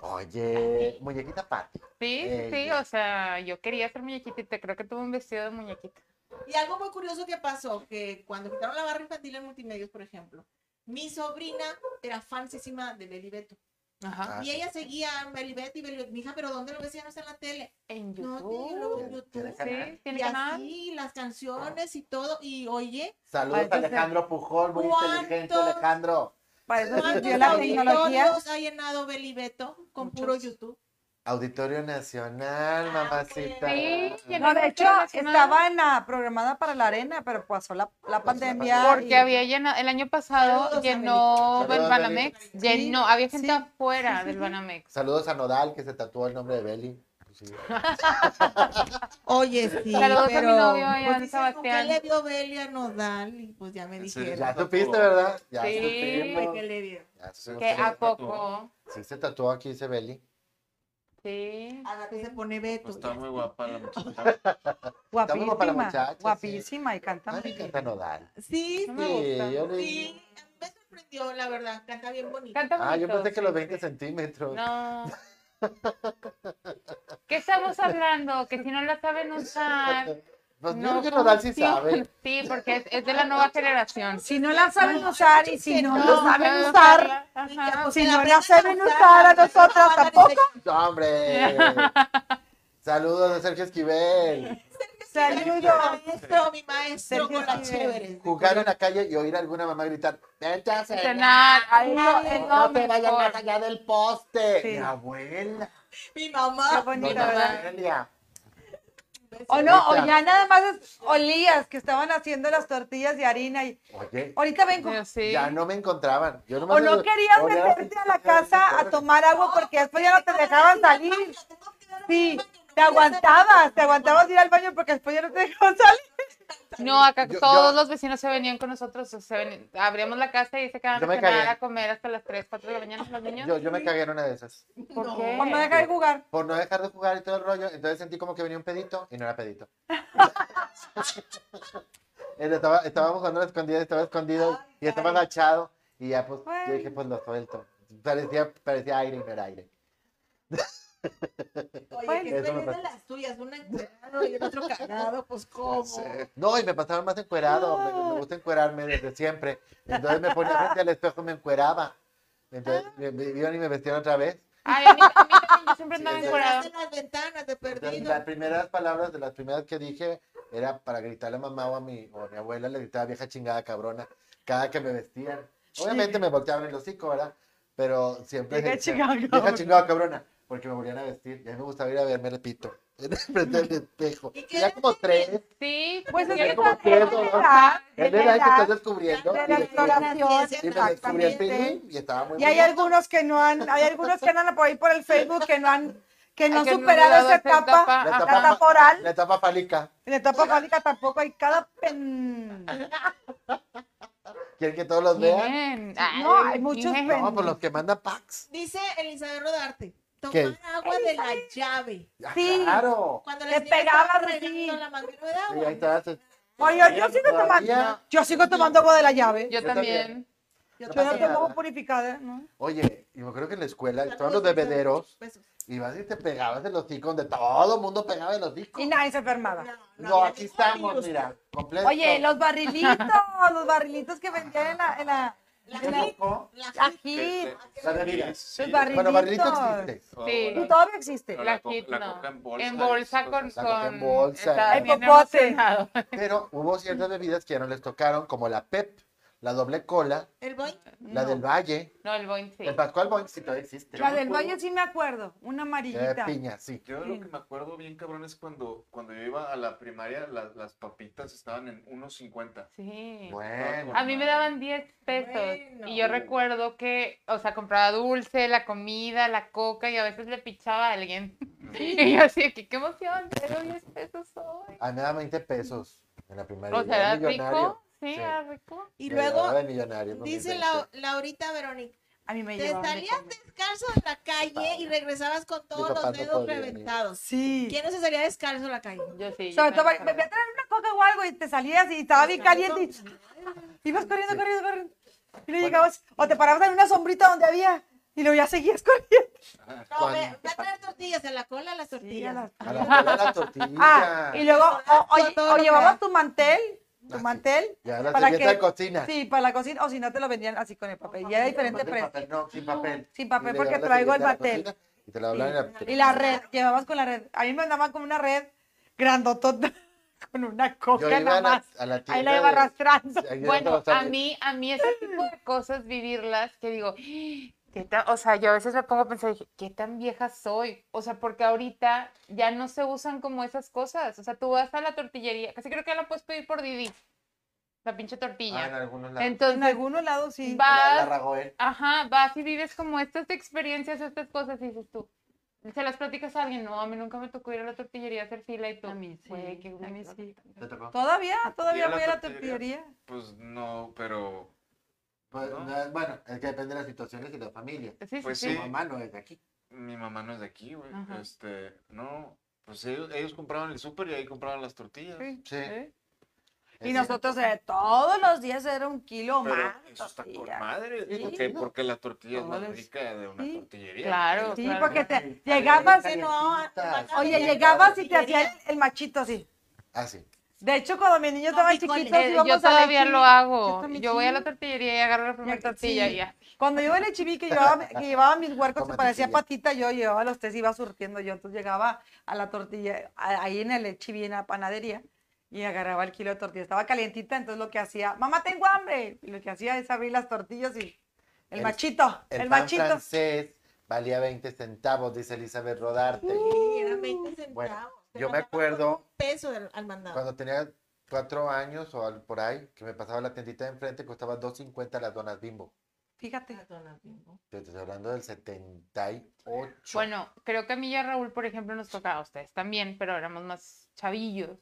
Oye, muñequita Patty. Sí, Ey, sí, ya. o sea, yo quería hacer muñequita y te creo que tuve un vestido de muñequita. Y algo muy curioso que pasó, que cuando quitaron la barra infantil en multimedios, por ejemplo, mi sobrina era fansísima de Belibeto. Ajá. Ah, Y sí. ella seguía a Belibeto y Belibeto. Mija, pero ¿dónde lo ves? Ya no está en la tele. En No, tío, yo lo veo en YouTube. Tiene YouTube. canal. Sí, Y tiene canal. así, las canciones y todo. Y oye, Saludos a Entonces, Alejandro Pujol, muy inteligente ¿cuántos- Alejandro. Para eso ¿cuántos surgió la tecnología. auditorios ha llenado Belibeto con puro Muchos. YouTube? Auditorio Nacional, Ah, mamacita. Sí, y en No, el de hecho, internacional, estaba en la, programada para la arena, pero pasó la, la Pues, pandemia. y- Porque había llenado, el año pasado Saludos, llenó América. el Saludos, Banamex, América. llenó, había gente sí, afuera sí, sí, del sí. Banamex. Saludos a Nodal, que se tatuó el nombre de Beli. Sí. Oye, sí, Saludos a mi pero... novio allá en pues, dices, ¿con qué Sebastián. le vio Beli a Nodal? Y pues ya me ¿En serio? dijeron. Ya supiste, ¿verdad? Ya Sí. supimos. ¿Qué le vio? Ya supimos Que que- a tatuó. poco. Sí se tatuó aquí, dice Beli. Sí. Ah, Agate se pone Beto. Pues está ya. muy guapa la muchacha. muy guapa la Guapísima, muchacha, sí. guapísima y canta A muy mí Ah, me bien. encanta Nodal. Sí, No me Sí, gusta. yo le- sí. Me sorprendió, la verdad. Canta bien bonito. Canta Ah, yo bonito, pensé que los sí, 20 sí. centímetros. No. ¿Qué estamos hablando? Que si no la saben usar. Pues yo no creo que Nodal sí funciona. sabe. Sí, porque es, es de la nueva generación. Si no la saben usar y si no la saben sabe usar, usarla. Ajá. pues, pues, si no la saben usar a nosotras tampoco. ¡No, ¡Hombre! Saludos de Sergio Esquivel. Mi Saludos. maestro, mi maestro Sergio con las Esquivel. chéveres. Jugar en la calle y oír a alguna mamá gritar: ¡Vete a cenar! Cenar, ahí No, es lo no te vayan mejor. más allá del poste. Sí. Mi abuela. Mi Qué mamá. bonito, doña ¿verdad? Amelia. O no, o ya nada más es- olías que estaban haciendo las tortillas de harina y Oye, ahorita vengo. Yo Pues sí. ya no me encontraban. Yo nomás O no me- querías olía la meterte a la pintura, casa a pintura. tomar agua porque después ya no te dejaban salir. Sí, te aguantabas, te aguantabas ir al baño porque después ya no te dejaban salir. No, acá Yo- yo- todos los vecinos se venían con nosotros. o sea, ven- abríamos la casa y se quedaban Yo a me cenar, cagué. a comer hasta las 3, 4 de la mañana los niños. Yo, yo me cagué en una de esas. ¿Por No. Eh. qué? O no dejar de jugar. Por no dejar de jugar y todo el rollo, entonces sentí como que venía un pedito y no era pedito. Él estaba, estábamos jugando a la escondida, estaba escondido y estaba agachado y ya pues yo dije pues lo suelto. Parecía, parecía aire y no era aire. Oye, Bueno, qué eso me experiencia pasa. las tuyas, una encuerado y el otro cagado, pues cómo. No, y me pasaban más encuerado. Me, me gusta encuerarme desde siempre. Entonces me ponía frente al espejo y me encueraba. Ah. Entonces me, me vieron y me vestían otra vez. Ay, a mí, a mí también, yo siempre Sí, andaba es encuerada. Detrás de las ventanas de Entonces, perdido. las primeras palabras, de las primeras que dije, era para gritarle a mamá o a mi, o a mi abuela, le gritaba vieja chingada cabrona, cada que me vestían. Obviamente me volteaban el hocico, ¿verdad? Pero siempre. Vieja le decía, chingada Vieja cabrona". chingada cabrona. Porque me volvían a vestir. Y a mí me gustaba ir a verme el pito. Frente al espejo. ¿Y qué Ya edad como tres. Sí, Pues es Ya que porque- como esa- tres esa o es dos. la Es edad, la edad que estás Ya descubriendo. de Y la me- exploración, y me descubrí el exactamente. pene, y estaba muy Y hay bonito. algunos que no han, hay algunos que andan por ahí por el Facebook que no han, que no han que no superado logrado esa esa etapa, etapa. La la etapa- etapa oral, La etapa fálica. la etapa fálica tampoco hay cada pen. ¿Quieren que todos los vean? Bien. No, Ay, hay muchos bien. pen- No, por los que mandan packs. Dice Elizabeth Rodarte, tomar ¿Qué? agua de la llave. Ah, Sí. Claro. Cuando Te las niñas pegaba, pues, estaban Rosy. regando la manguera de Sí, ahí agua. está. se- Oye, yo, sigo tomando, Todavía- yo sigo tomando agua de la llave. Yo Yo también. también. Yo No Yo no también. pasa nada. tomo agua purificada, ¿no? Oye, yo me creo que en la escuela, Saludos, estaban los Elizabeth. bebederos, Besos. y vas y te pegabas en los ticos, donde todo el mundo pegaba en los ticos. Y nadie se enfermaba. No, había aquí ningún estamos, virus. mira, completo. Oye, los barrilitos, los barrilitos que vendían en la, en la, La ¿Qué gente- loco? la gente- aquí. La bebida. Sí. Los barritos. Bueno, barrilito existe. Sí. Y todavía existe. Pero La la co- kit, la no. coca en bolsa En y bolsa esas con. cosas. La coca en con- bolsa. está El bien popote. emocionado. Pero hubo ciertas bebidas que ya no les tocaron, como la Pep, la doble cola, El boy. la No. del Valle, No, el Boeing sí. el Pascual Boing, si todavía existe. La del Valle sí me acuerdo, una Eh, amarillita. piña, sí. Yo lo que me acuerdo bien cabrón es cuando, cuando yo iba a la primaria, las, las papitas estaban en 1.50. Sí. Ah. Bueno. A mí me daban 10 pesos. Bueno. Y yo recuerdo que, o sea, compraba dulce, la comida, la coca y a veces le pichaba a alguien. Y yo así, de que, qué emoción, tengo 10 pesos hoy. A mí me daban 20 pesos en la primaria. O yo era sea, era millonario. rico. Sí, Sí. era rico. Y Me luego graduaba de millonario con mis dice 20. la, Laurita Verónica, A mí me te llevaban de salías comer. descalzo de la calle y regresabas con todos papá los no dedos podía ni- reventados. Sí. ¿Quién no se salía descalzo de la calle? Yo sí. yo Sobre todo, también me voy a traer una coca o algo y te salías y estaba bien caliente y ibas corriendo, Sí. corriendo, corriendo. Y le Bueno. llegabas, o te parabas en una sombrita donde había y luego ya seguías corriendo. No, ve, ve a traer tortillas en la cola las Sí, a tortillas. las- A la escuela de las Ah, y tortillas. luego o, o- Todo lo o que llevabas da. tu mantel, tu Ah, sí. mantel, Ya la para servilleta que- de cocina. sí, para la cocina, o si no te lo vendían así con el papel. Y era diferente Papel, precio. papel, no, sin papel. Sin papel, Y le porque llevas la traigo el servilleta a la batel. cocina Y te la hablan en la Y la red, llevabas con la red. A mí me andaban con una red grandotota, con una Yo coca iba nada a la, más. a la tienda. Ahí la iba de- arrastrando. ahí de Bueno, donde a los- mí, a mí ese tipo de cosas, vivirlas, que digo, ¿qué tan- o sea, yo a veces me pongo a pensar, dije, ¿qué tan vieja soy? O sea, porque ahorita ya no se usan como esas cosas. O sea, tú vas a la tortillería, casi creo que ya la puedes pedir por Didi, la pinche Ah, en tortilla. algunos lados. En Entonces, algunos lados sí. La- la vas, Ragoel. ajá, vas y vives como estas experiencias, estas cosas, y dices tú, se las platicas a alguien, no, a mí nunca me tocó ir a la tortillería a hacer fila y tú, A mí sí, güey, qué a güey, mí qué sí. ¿Te tocó? Todavía, todavía la voy a la tortillería. tortillería. Pues no, pero Pues, ¿No? no, bueno, es que depende de las situaciones y la familia. Sí, sí, Pues Mi sí. sí. mamá no es de aquí. mi mamá no es de aquí, güey. Ajá. Este, no. Pues ellos, ellos compraban el súper y ahí compraban las tortillas. Sí. Sí. ¿Eh? Y nosotros eh, todos los días era un kilo Pero más. de eso está con tortilla. madre. Sí. ¿Por qué? Porque la tortilla es más Órale. rica de una Sí. tortillería. Claro, Sí, claro. porque te- Sí. llegabas, Sí, no, calientitas. oye, Sí, llegabas y te tortillería. hacía el, el machito así. Ah, sí. De hecho, cuando mis niños No, estaban frijoles. chiquitos, Eh, íbamos yo a la todavía lo chivi- Yo hago. también Yo voy a la sí. tortillería y agarro la primera Ya, tortilla sí. y ya. Cuando yo en el chivique, que llevaba, que llevaba mis huercos, Con que parecía mantequilla. patita, yo llevaba los tres, iba surtiendo yo. Entonces llegaba a la tortilla, a- ahí en el chivi, en la panadería, y agarraba el kilo de tortilla. Estaba calientita, entonces lo que hacía, mamá, tengo hambre. Y lo que hacía es abrir las tortillas y el, El- machito, el, El, pan machito. francés valía 20 centavos, dice Elizabeth Rodarte. Uh. Sí, eran 20 centavos. Bueno, Te yo me mandaban acuerdo- con un peso del- al mandado. Cuando tenía cuatro años o al- por ahí, que me pasaba la tiendita de enfrente, costaba 2.50 las donas bimbo. Fíjate. Te estoy hablando del 78. Bueno, creo que a mí y a Raúl, por ejemplo, nos tocaba, a ustedes también, pero éramos más chavillos.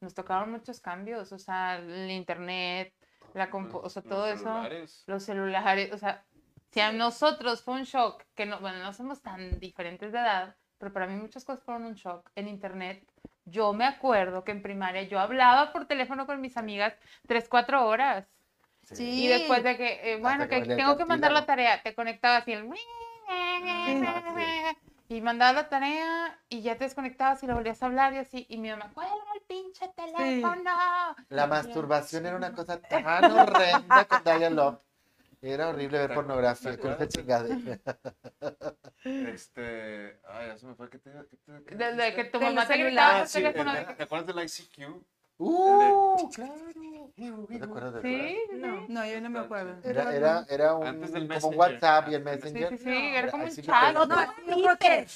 Nos tocaron muchos cambios, o sea, el internet, la compu- o sea, todo eso, eso. los celulares, o sea, si a nosotros fue un shock, que no, bueno, no somos tan diferentes de edad, pero para mí muchas cosas fueron un shock. En internet, yo me acuerdo que en primaria yo hablaba por teléfono con mis amigas tres, cuatro horas. Y después de que, eh, bueno, que que valía tengo que captura, mandar ¿no? la tarea, te conectabas y el... sí. Y Y mandaba la tarea y ya te desconectabas y la volvías a hablar y así. Y mi mamá, cuelga el pinche teléfono. La masturbación era una cosa tan horrenda con Dial-Up. Era horrible ver ¿Te pornografía acuerdas? con esa chingadera. Este. Ay, ya se me fue. ¿Qué te iba- qué te- qué dijiste? Desde que tu De los mamá te Ah, gritaba por sí, el teléfono. de- ¿Te acuerdas del ICQ? Oh, ¡Uh! ¡Claro! ¿No te acuerdas de Sí, No. No, yo no me acuerdo. Era, era, era un, Antes del como un Messenger. WhatsApp y el Antes del sí, Messenger. sí, sí, era como un Así que chat. te- No, Ah, no, yo creo que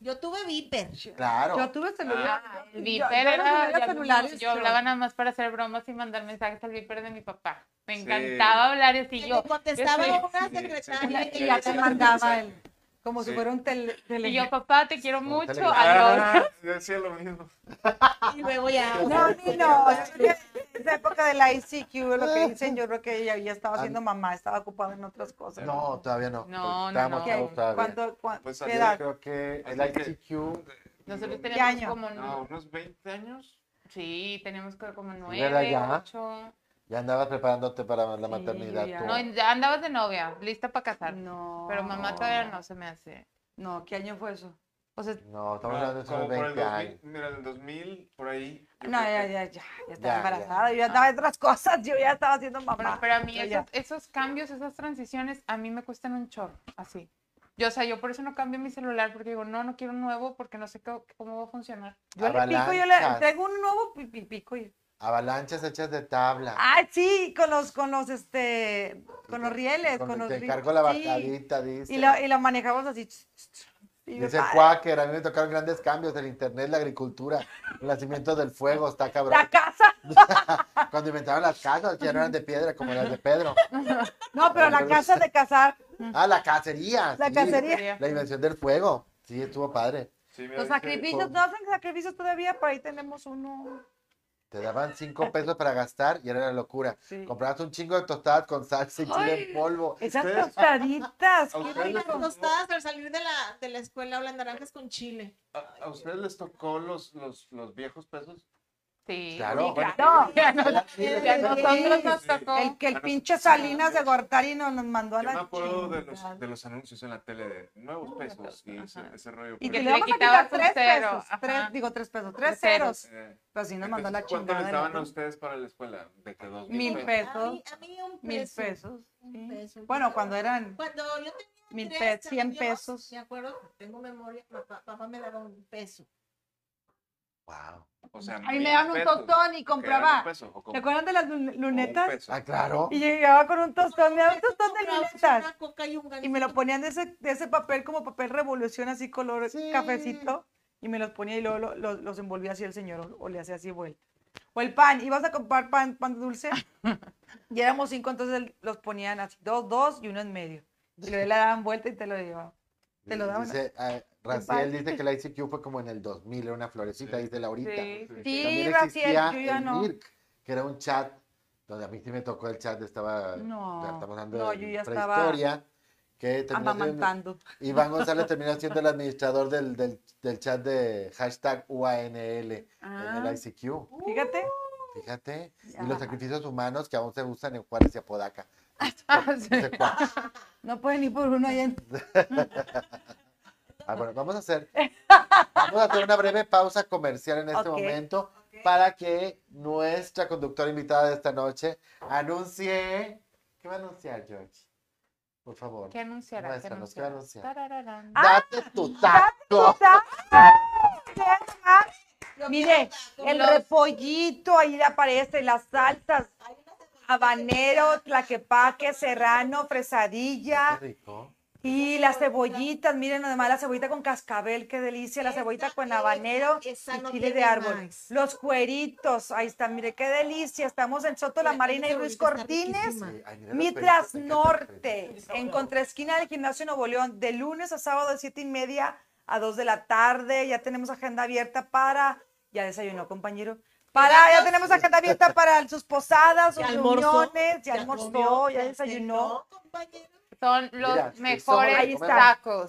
Yo tuve Viper. Claro. yo tuve celular. Ah, Yo- yo el Viper no era. tenía ya- celulares, yo pero- hablaba nada más para hacer bromas y mandar mensajes al Viper de mi papá. Me Sí. encantaba hablar y Que así le yo. contestaba sí, una sí, secretaria. Y ya Sí, te sí, mandaba sí. el, como si Sí. fuera un tele, tele- Y yo, papá, te quiero mucho. telegrama. Adiós. Ah, yo decía lo mismo. Y luego ya. o No, sea, ni no. yo creo que En la época de la ICQ, lo Ah. que dicen, yo creo que ella ya estaba Ah. siendo mamá, estaba ocupada en otras cosas. No, todavía no. No, no, Estábamos no. ¿Qué? chavos todavía. ¿Cuánto, cuán- Pues qué salió, edad? Creo que el Así que- ICQ Nosotros No, teníamos año? como. No, unos 20 años. Sí, teníamos que- como ¿Verdad nueve, ya? ocho. ya andabas preparándote para la Sí, maternidad. ya. tú. No, ya andabas de novia, lista para casar. No. Pero mamá todavía no se me hace. No, ¿qué año fue eso? O sea, No, estamos Ah, hablando de como unos por el 20 2000, años. mira, en el 2000, por ahí. yo No, creo ya, que- ya, ya, ya estaba ya. Ah. embarazada, yo ya andaba en otras cosas, yo ya estaba siendo bueno, mamá. pero a mí yo esos, Ah, ya. esos cambios, esas transiciones, a mí me cuestan un chorro, así. Yo, o sea, yo por eso no cambio mi celular, porque digo, no, no quiero un nuevo, porque no sé cómo, cómo va a funcionar. Yo le pico, yo le Avalanchas. traigo un nuevo pi- pi- pico. y- Avalanchas hechas de tabla. Ah, sí, con los, con los, este, con los rieles, Donde con los te ri- encargó la sí. bacadita, dice. este. Y lo, y lo manejamos así. ch- ch- ch- y yo, Dice "Ay, Quaker, a mí me tocaron grandes cambios del internet, la agricultura, el nacimiento del fuego, está cabrón. La casa. Cuando inventaron las casas, ya no eran de piedra como las de Pedro. No, pero la casa de casar. Ah, la cacería. La sí. cacería. La invención del fuego. Sí, estuvo padre. Sí, mira, Los dije, sacrificios, no hacen sacrificios todavía, por ahí tenemos uno. Te daban cinco pesos para gastar y era la locura. Sí. Comprabas un chingo de tostadas con salsa y chile en polvo. Esas Ustedes- tostaditas. ¿A qué ustedes les Las rico. tostadas al salir de la, de la escuela hablan naranjas con chile. ¿A, a ustedes les tocó los, los, los viejos pesos? Sí. Claro. Sí, claro. Ya no, ya Sí. nosotros nos tocó. El que el Ah, no. pinche Salinas de Gortari nos, nos mandó a Yo la me acuerdo de los, chingada. de los anuncios en la tele de nuevos pesos y ese, Ajá. ese rollo. Y pero- que que le le vamos a quitabas quitar un tres cero, pesos. ajá. Tres, digo tres pesos, tres Tres ceros. ceros. Eh, Pero sí nos mandó a la entonces, ¿Cuánto les daban a chingada. ustedes para la escuela? De que dos Mil pesos. A pesos, mí, a mí un peso. mil pesos. Un sí. peso, un Bueno, peso. cuando eran Cuando yo tenía mil tres pesos, cien años, pesos. Me acuerdo, tengo memoria, papá, papá me daba un peso. Wow. O sea, Ahí mil me daban un pesos, tostón y que compraba. era un peso, o ¿Se como- acuerdan de las lun- o un lunetas? peso. Ah, claro. Y llegaba con un tostón, me daba un Entonces, tostón de comprabas lunetas. pues Una coca y un Y me lo gansito. ponían de ese, de ese papel como papel revolución, así color Sí. cafecito. Y me los ponía y luego lo- lo- los envolvía así el señor o, o le hacía así vuelta. O el pan, ibas a comprar pan, pan dulce. y éramos cinco, entonces el- los ponían así, dos, dos y uno en medio. Y luego le daban vuelta y te lo llevaban. Te lo daban. Dice, ah, Raciel padre. dice que la ICQ fue como en el 2000, era una florecita, Sí. dice Laurita. Sí, Sí. Sí, También Raciel, existía yo ya el no. Mirk, que era un chat donde a mí sí me tocó el chat, estaba, No, ya estamos hablando no, de yo ya estaba prehistoria, que terminó siendo- Amamantando. Iván González terminó siendo el administrador del, del, del chat de hashtag UANL en Ah. el ICQ, Fíjate. fíjate, y Ya. los sacrificios humanos que aún se usan en Juárez y Apodaca, Ah, sí. no sé cuál. No pueden ir por uno allá en- Ah, bueno, vamos a hacer, vamos a hacer una breve pausa comercial en este Ok. momento para que nuestra conductora invitada de esta noche anuncie. ¿Qué va a anunciar, George? Por favor. ¿Qué anunciará? ¿Qué Muéstranos, ¿qué va a anunciar? anunciará? Ah. Tarararán. Date tu taco. Lo Mire, que- El lo- repollito, ahí aparece, las salsas, hay una cebollita habanero, tlaquepaque, serrano, Qué fresadilla rico. y las cebollitas, miren nada más la cebollita con cascabel, qué delicia, la Esa cebollita con es- habanero y esa no chile de tiene árbol. más. Los cueritos, ahí está, mire qué delicia, estamos en Soto La Mira, Marina y esa Ruiz cebollita está Cortines. riquísima. Sí, ay, mira los Mitras pelitos, me encantan los Norte, en contraesquina del Gimnasio Nuevo León, de lunes a sábado de siete y media a 2 de la tarde. Ya tenemos agenda abierta para. Ya desayunó, compañero. Para, ya tenemos agenda abierta para sus posadas, sus Ya almorzó, reuniones, ya ya almorzó, comió, ya desayunó. cenó, compañero. Son los Mira, sí, mejores somos- Ahí está. tacos.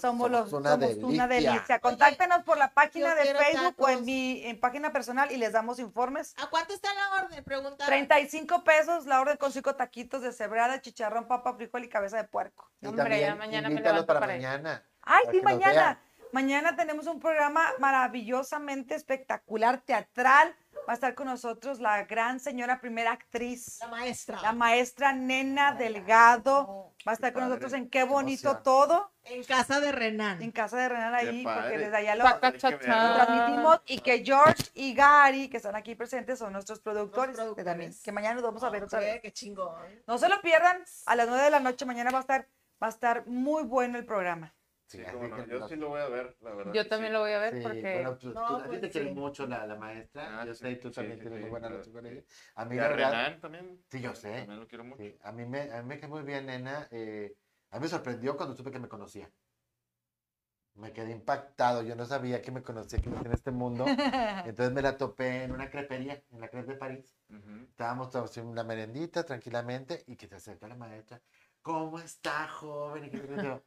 Somos, Somos los, una somos una delicia. delicia. Contáctenos por la página yo de quiero Facebook o en tacos. mi en página personal y les damos informes. ¿A cuánto está la orden? Pregunta. 35 pesos la orden con cinco taquitos de cebrada, chicharrón, papa, frijol y cabeza de puerco. Y Hombre, ya también mañana me invítalos levanto para para ir. mañana. Ay, para sí, que nos mañana. Mañana tenemos un programa maravillosamente espectacular, teatral. Va a estar con nosotros la gran señora primera actriz, La maestra. la maestra Nena Delgado. No, Va a estar Qué con padre, nosotros en qué Qué Bonito emoción. Todo, En casa de Renan. en casa de Renan ahí, porque padre. desde allá lo Ah. transmitimos y que George y Gary, que están aquí presentes, son nuestros productores, que productores. también- que mañana nos vamos a ver otra Ok, vez. Qué chingón. No se lo pierdan, a las 9 de la noche mañana va a estar, va a estar muy bueno el programa. Sí, Sí, así cómo no, que Yo nos- sí lo voy a ver, la verdad. Yo también lo voy a ver Sí, porque bueno, pues, tú- No, a ti pues, te quiere sí. mucho la, la maestra. Ah, yo sí, sé, y tú sí, también sí, tienes sí, muy buena claro. relación con ella. A mí Y la a verdad- Renan también. Sí, yo sé. También lo quiero mucho. sí, a, mí me, a mí me cae muy bien, nena. eh, a mí me sorprendió cuando supe que me conocía. Me quedé impactado. Yo no sabía que me conocía que me conocía en este mundo. Entonces me la topé en una crepería, en la crepe de París. Ujú. Estábamos todos haciendo una merendita tranquilamente y que se acerca la maestra. ¿Cómo está, joven? Y que yo, yo,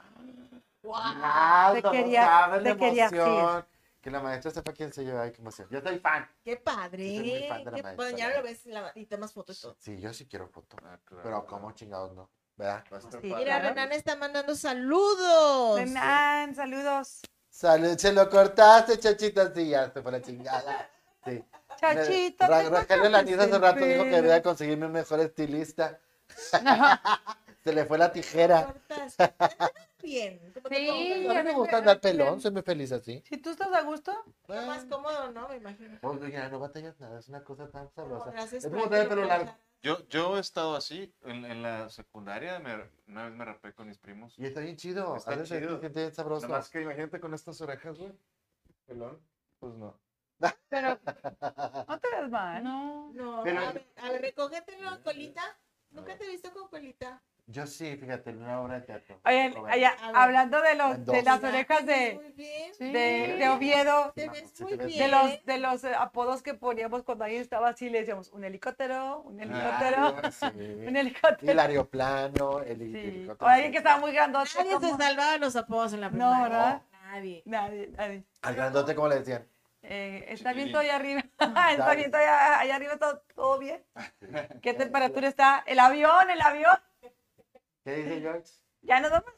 "Guau, Ah, Te no quería- sabes la te querías ir". emoción". Que la maestra sepa quién se lleva y qué emoción. Yo soy fan. Qué padre. Sí, soy muy fan de la Qué- maestra, bueno, ya la lo ves la- y tomas fotos y todo. Sí, yo sí quiero foto. Ah, claro, Pero claro. como chingados no, ¿verdad? Va a estar Sí, padre. Mira, Claro. Renan está mandando saludos. Renan, saludos. Salud, se lo cortaste, chachita, sí, ya se fue la chingada. Sí. Chachito, Ra- tengo Rogelio Laniz hace el rato dijo que pelo. debía conseguirme un mejor estilista. se le fue la tijera. Cortas. Está bien. Como que Sí, como- A mí me gusta andar pelón, soy muy feliz así. Si tú estás a gusto, Lo más cómodo, ¿no? Me imagino. Pues mira, no batallas nada, es una cosa tan sabrosa. Como las Es como tener el pelo largo. Yo, yo he estado así. En, en la secundaria me- una vez me rapé con mis primos. Y está bien chido, Está a veces chido. se siente bien sabroso. Nada más que imagínate con estas orejas, güey. Pelón. Pues no. pero Ah. no te ves mal. no. No, Pero- a ver, a ver, recógete la colita. Nunca te he visto con colita. Yo sí, fíjate, en una obra de teatro. Oigan, Lo allá, A ver. hablando de, los, En de dos. las Ya, orejas te ves de, Muy bien. Sí. de, de Oviedo, Te No, ves sí muy te ves bien. de los, de los eh, apodos que poníamos cuando alguien estaba así, le decíamos un helicóptero, un helicóptero, Ah, sí. un helicóptero. Hilario Plano, el Sí. helicóptero. O alguien que estaba muy grandote. Nadie se como- salvaba los apodos en la No, primaria. ¿verdad? Nadie. Nadie, nadie. Al grandote, ¿cómo le decían? Eh, está bien Chiquilín. todo allá arriba. está bien todo allá, allá arriba, todo, todo bien. ¿Qué temperatura está? El avión, el avión. ¿Qué dice George? Ya nos vamos.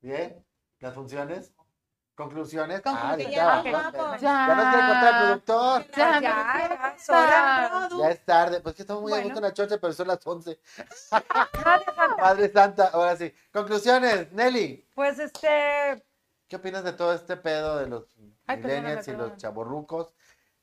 Bien. ¿Las funciones? ¿Conclusiones? Conclusiones. Ah, ya, Ya, vamos, vamos. ya. Ya nos quiere contar el productor. Ya, Ya, ya, ya, es ya. hora. Produ- Ya es tarde, pues que estamos muy a Bueno. gusto en la chocha, pero son las 11. Madre Santa, ahora sí. Conclusiones, Nelly, Pues este, ¿qué opinas de todo este pedo de los Ay, perdóname, millennials y los perdóname. chaborrucos?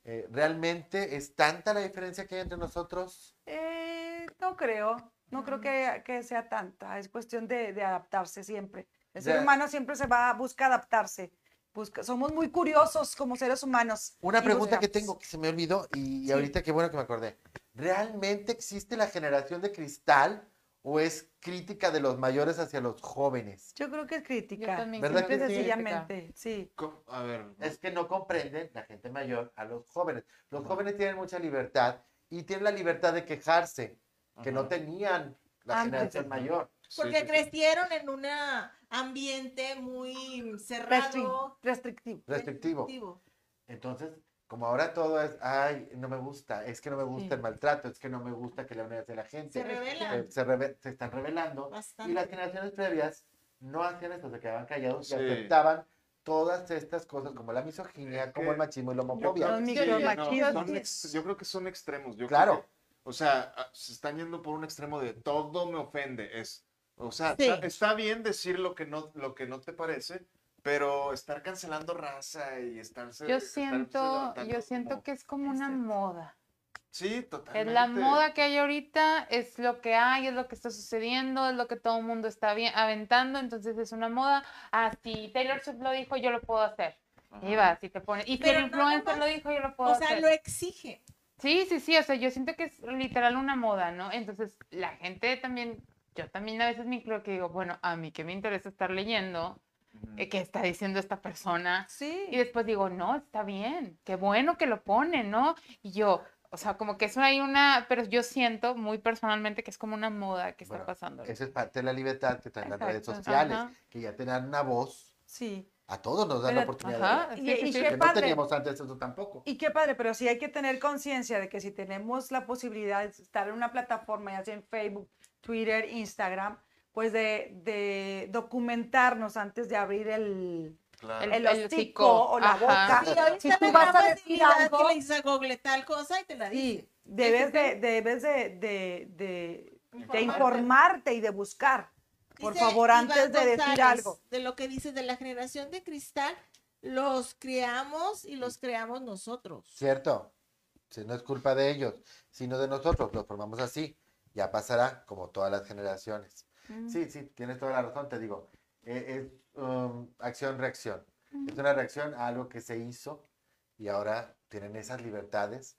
Eh, ¿Realmente es tanta la diferencia que hay entre nosotros? eh, no creo, no creo que, que sea tanta. Es cuestión de, de adaptarse siempre. El ser Ya. humano siempre se va, busca adaptarse. Busca, somos muy curiosos como seres humanos. Una y pregunta que buscamos. tengo que se me olvidó y, y ahorita qué bueno que me acordé. ¿Realmente existe la generación de cristal o es crítica de los mayores hacia los jóvenes? Yo creo que es Yo crítica. también ¿Verdad Simple que y creo sí? sencillamente, sí. ¿Cómo? A ver. Es que no comprenden la gente mayor a los jóvenes. Los jóvenes tienen mucha libertad y tienen la libertad de quejarse, que no Ajá. tenían la Antes. generación mayor. Sí, Porque sí, sí. crecieron en un ambiente muy cerrado. Restri- restrictivo. Restrictivo. Entonces, como ahora todo es, ay, no me gusta, es que no me gusta Sí. el maltrato, es que no me gusta que le hablen hacia la gente. Se revelan se, se reve- se están revelando. Y las bastante. generaciones previas no hacían esto, se quedaban callados Sí. y aceptaban todas estas cosas como la misoginia, Es como el que- machismo y la Yo creo homofobia. Los que sí, micromachismos. no, son ex- yo creo que son extremos. yo creo Claro. que, o sea, a- se están yendo por un extremo de todo me ofende. Es, o sea, Sí. está, está bien decir lo que, no, lo que no te parece, pero estar cancelando raza y estarse. Yo estarse siento, levantando yo siento como- que es como una este. moda. Sí, Es totalmente. la moda que hay ahorita, es lo que hay, es lo que está sucediendo, es lo que todo el mundo está bien, aventando, entonces es una moda. Ah, si Taylor Swift lo dijo, yo lo puedo hacer. Ajá. Y va, si te pones. Y si Pero el no influencer nomás- lo dijo, yo lo puedo O sea, hacer. lo exige. Sí, sí, sí, o sea, yo siento que es literal una moda, ¿no? Entonces, la gente también, yo también a veces me incluyo que digo, bueno, a mí que me interesa estar leyendo Ujú. eh, qué está diciendo esta persona. Sí. Y después digo, no, está bien, qué bueno que lo ponen, ¿no? Y yo, o sea, como que eso hay una, pero yo siento muy personalmente que es como una moda que está Bueno, pasando. Esa es parte de la libertad que traen las redes Exacto, sociales, ajá. que ya te dan una voz. Sí. A todos nos dan la Pero- oportunidad de hablar, Ajá, sí, Y- sí, y sí. qué que no padre. teníamos antes eso tampoco. Y qué padre, pero sí hay que tener conciencia de que si tenemos la posibilidad de estar en una plataforma, ya sea en Facebook, Twitter, Instagram, pues de, de documentarnos antes de abrir el, Claro. el, El- el hocico hocico, o la ajá. boca. Y ahorita Si me tú vas a grabas y decir miras algo- que le dices a Google tal cosa y te la dice. Sí, debes de, debes de, de, de- de informarte y de buscar. Por Dice favor, Iván antes de decir González, algo. De lo que dices de la generación de cristal, los creamos y los creamos nosotros. Cierto. Si no es culpa de ellos, sino de nosotros, lo formamos así. Ya pasará como todas las generaciones. Mm. Sí, sí, tienes toda la razón, te digo. Eh, es um, acción-reacción. Mm. Es una reacción a algo que se hizo y ahora tienen esas libertades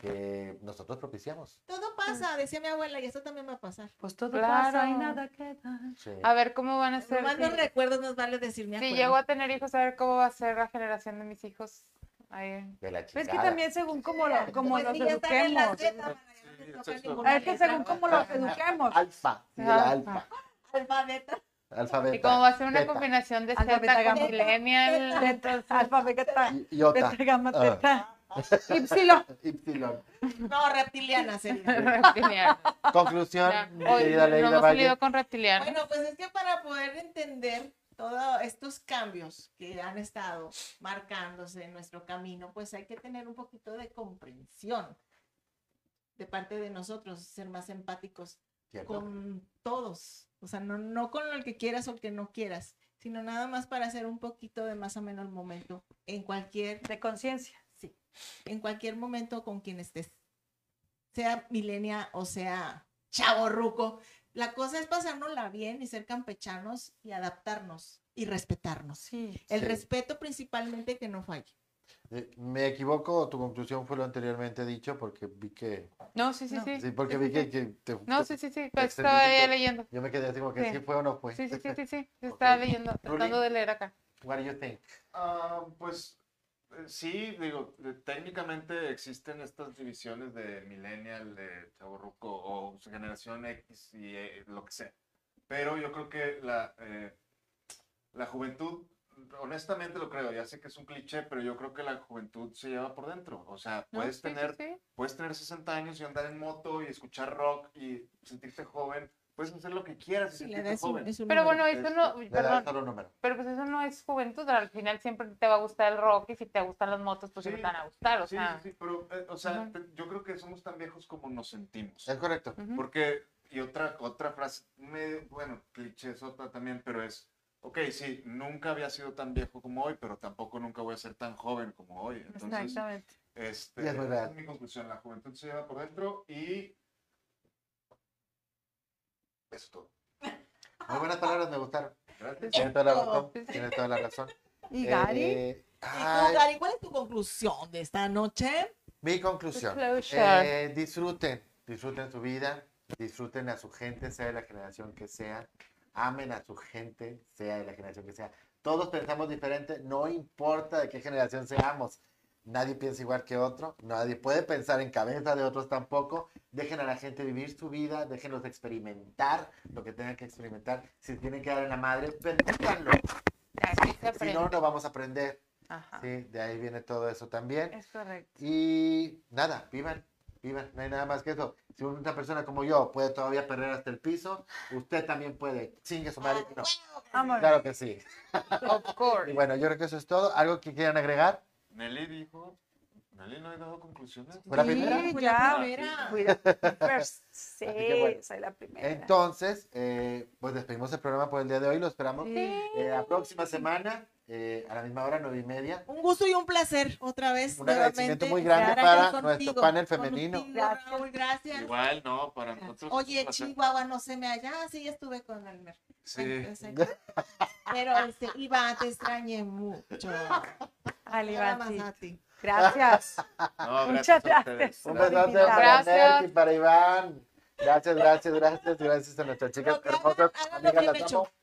que nosotros propiciamos. Todo pasa, decía mi abuela, y esto también va a pasar. Pues todo Claro. pasa y nada queda. Sí. A ver cómo van a ser. Nomás los recuerdos nos vale decir mi Si abuela. llego a tener hijos, a ver cómo va a ser la generación de mis hijos. Ahí. De la Pero es que chingada. también según cómo, Pues lo, como los eduquemos. Es que Sí, según cómo los eduquemos. Alfa, sí, la alfa. Alfabeto. Y Alfabeto. como va a ser una Beta. combinación de Alfa, Z beta, con gamma. millennial. Beta, alfa, beta, Y- Iota. beta, gamma, Ah. teta, ypsilon. Ypsilon. No, reptiliana sería. reptiliano. Conclusión, Ya, mi Hoy querida nos Leila hemos Valle. salido con reptiliano. Bueno, pues es que para poder entender todos estos cambios que han estado marcándose en nuestro camino, pues hay que tener un poquito de comprensión de parte de nosotros, ser más empáticos Cierto. con todos, o sea, no, no con el que quieras o el que no quieras, sino nada más para hacer un poquito de más o menos momento en cualquier, De conciencia. sí, en cualquier momento con quien estés, sea milenia o sea chavo ruco, la cosa es pasárnosla bien y ser campechanos y adaptarnos y respetarnos. Sí. El Sí. respeto principalmente que no falle. Eh, ¿Me equivoco? ¿Tu conclusión fue lo anteriormente dicho? Porque vi que... No, sí, sí, No. sí. Sí, porque vi que... Este que te- No, sí, sí, sí. Excelente. Estaba ya leyendo. Yo me quedé así como que Sí. sí, fue o no fue. Sí, sí, sí, sí, sí. Se estaba leyendo, tratando de leer acá. What do you think? Ah, pues eh, sí, digo, eh, técnicamente existen estas divisiones de millennial, de chavorruco o generación X y eh, lo que sea. Pero yo creo que la, eh, la juventud, honestamente lo creo, ya sé que es un cliché, pero yo creo que la juventud se lleva por dentro. O sea, No, puedes sí, sí, tener sí. puedes tener 60 años y andar en moto y escuchar rock y sentirte joven. Puedes hacer lo que quieras y Sí, la edad sentirte es un- joven. es un Pero número. bueno, eso no, Este, uy, Le das perdón, solo un número. pero pues eso no es juventud, al final siempre te va a gustar el rock y si te gustan las motos, pues siempre Sí. te van a gustar, o Sí, sea. sí, sí, pero, eh, o sea, Ajá. te- yo creo que somos tan viejos como nos sentimos. Es correcto. ujú. Porque, y otra, otra frase, medio, bueno, cliché sota también, pero es, ok, sí, nunca había sido tan viejo como hoy, pero tampoco nunca voy a ser tan joven como hoy. Entonces, Exactamente. Este, Ya es verdad. esa es mi conclusión. La juventud se lleva por dentro y. Eso es todo. Muy buenas palabras, me gustaron. Gracias. Tienes toda la Esto. razón. Tienes toda la razón. ¿Y Gary? Eh, ¿Y tú, ay, Gary, ¿cuál es tu conclusión de esta noche? mi conclusión. Closure. Eh, disfruten, disfruten su vida, disfruten a su gente, sea de la generación que sea, amen a su gente, sea de la generación que sea. Todos pensamos diferente, no importa de qué generación seamos. Nadie piensa igual que otro, nadie puede pensar en cabeza de otros tampoco. Dejen a la gente vivir su vida, déjenlos experimentar lo que tengan que experimentar. Si tienen que dar en la madre, permítanlo. Así se Si aprende. no, no vamos a aprender. Ajá. Sí, de ahí viene todo eso también. Es correcto. Y nada, vivan, vivan, no hay nada más que eso. Si una persona como yo puede todavía perder hasta el piso, usted también puede. Chingue su madre. No, Vámonos. claro que sí. Of Y course. bueno, yo creo que eso es todo. ¿Algo que quieran agregar? Nelly dijo. Nelly no ha dado conclusiones. ¿Fue la Sí, primera? Fue la ya. primera. Fui la primera. Sí, que bueno. soy la primera. Entonces, eh, pues despedimos el programa por el día de hoy. Lo esperamos Sí. eh, la próxima semana, eh, a la misma hora, nueve y media. Un gusto y un placer otra vez. Un nuevamente, agradecimiento muy grande estar para aquí nuestro panel contigo, femenino. Gracias. Raúl, gracias. Igual, no, para nosotros. es Oye, un placer. Chihuahua, no se me allá. Sí, ya estuve con Almer. Sí. pues, Pero este, Iván, te extrañé mucho. Al Nada más Ivancito. a ti. Gracias. No, Muchas gracias a ustedes. Un Gracias. besote para Gracias. Nelly, para Iván. Gracias, gracias, gracias, gracias a nuestras chicas Lo que hagan, hermosas. hagan lo Amigas, que las me amo.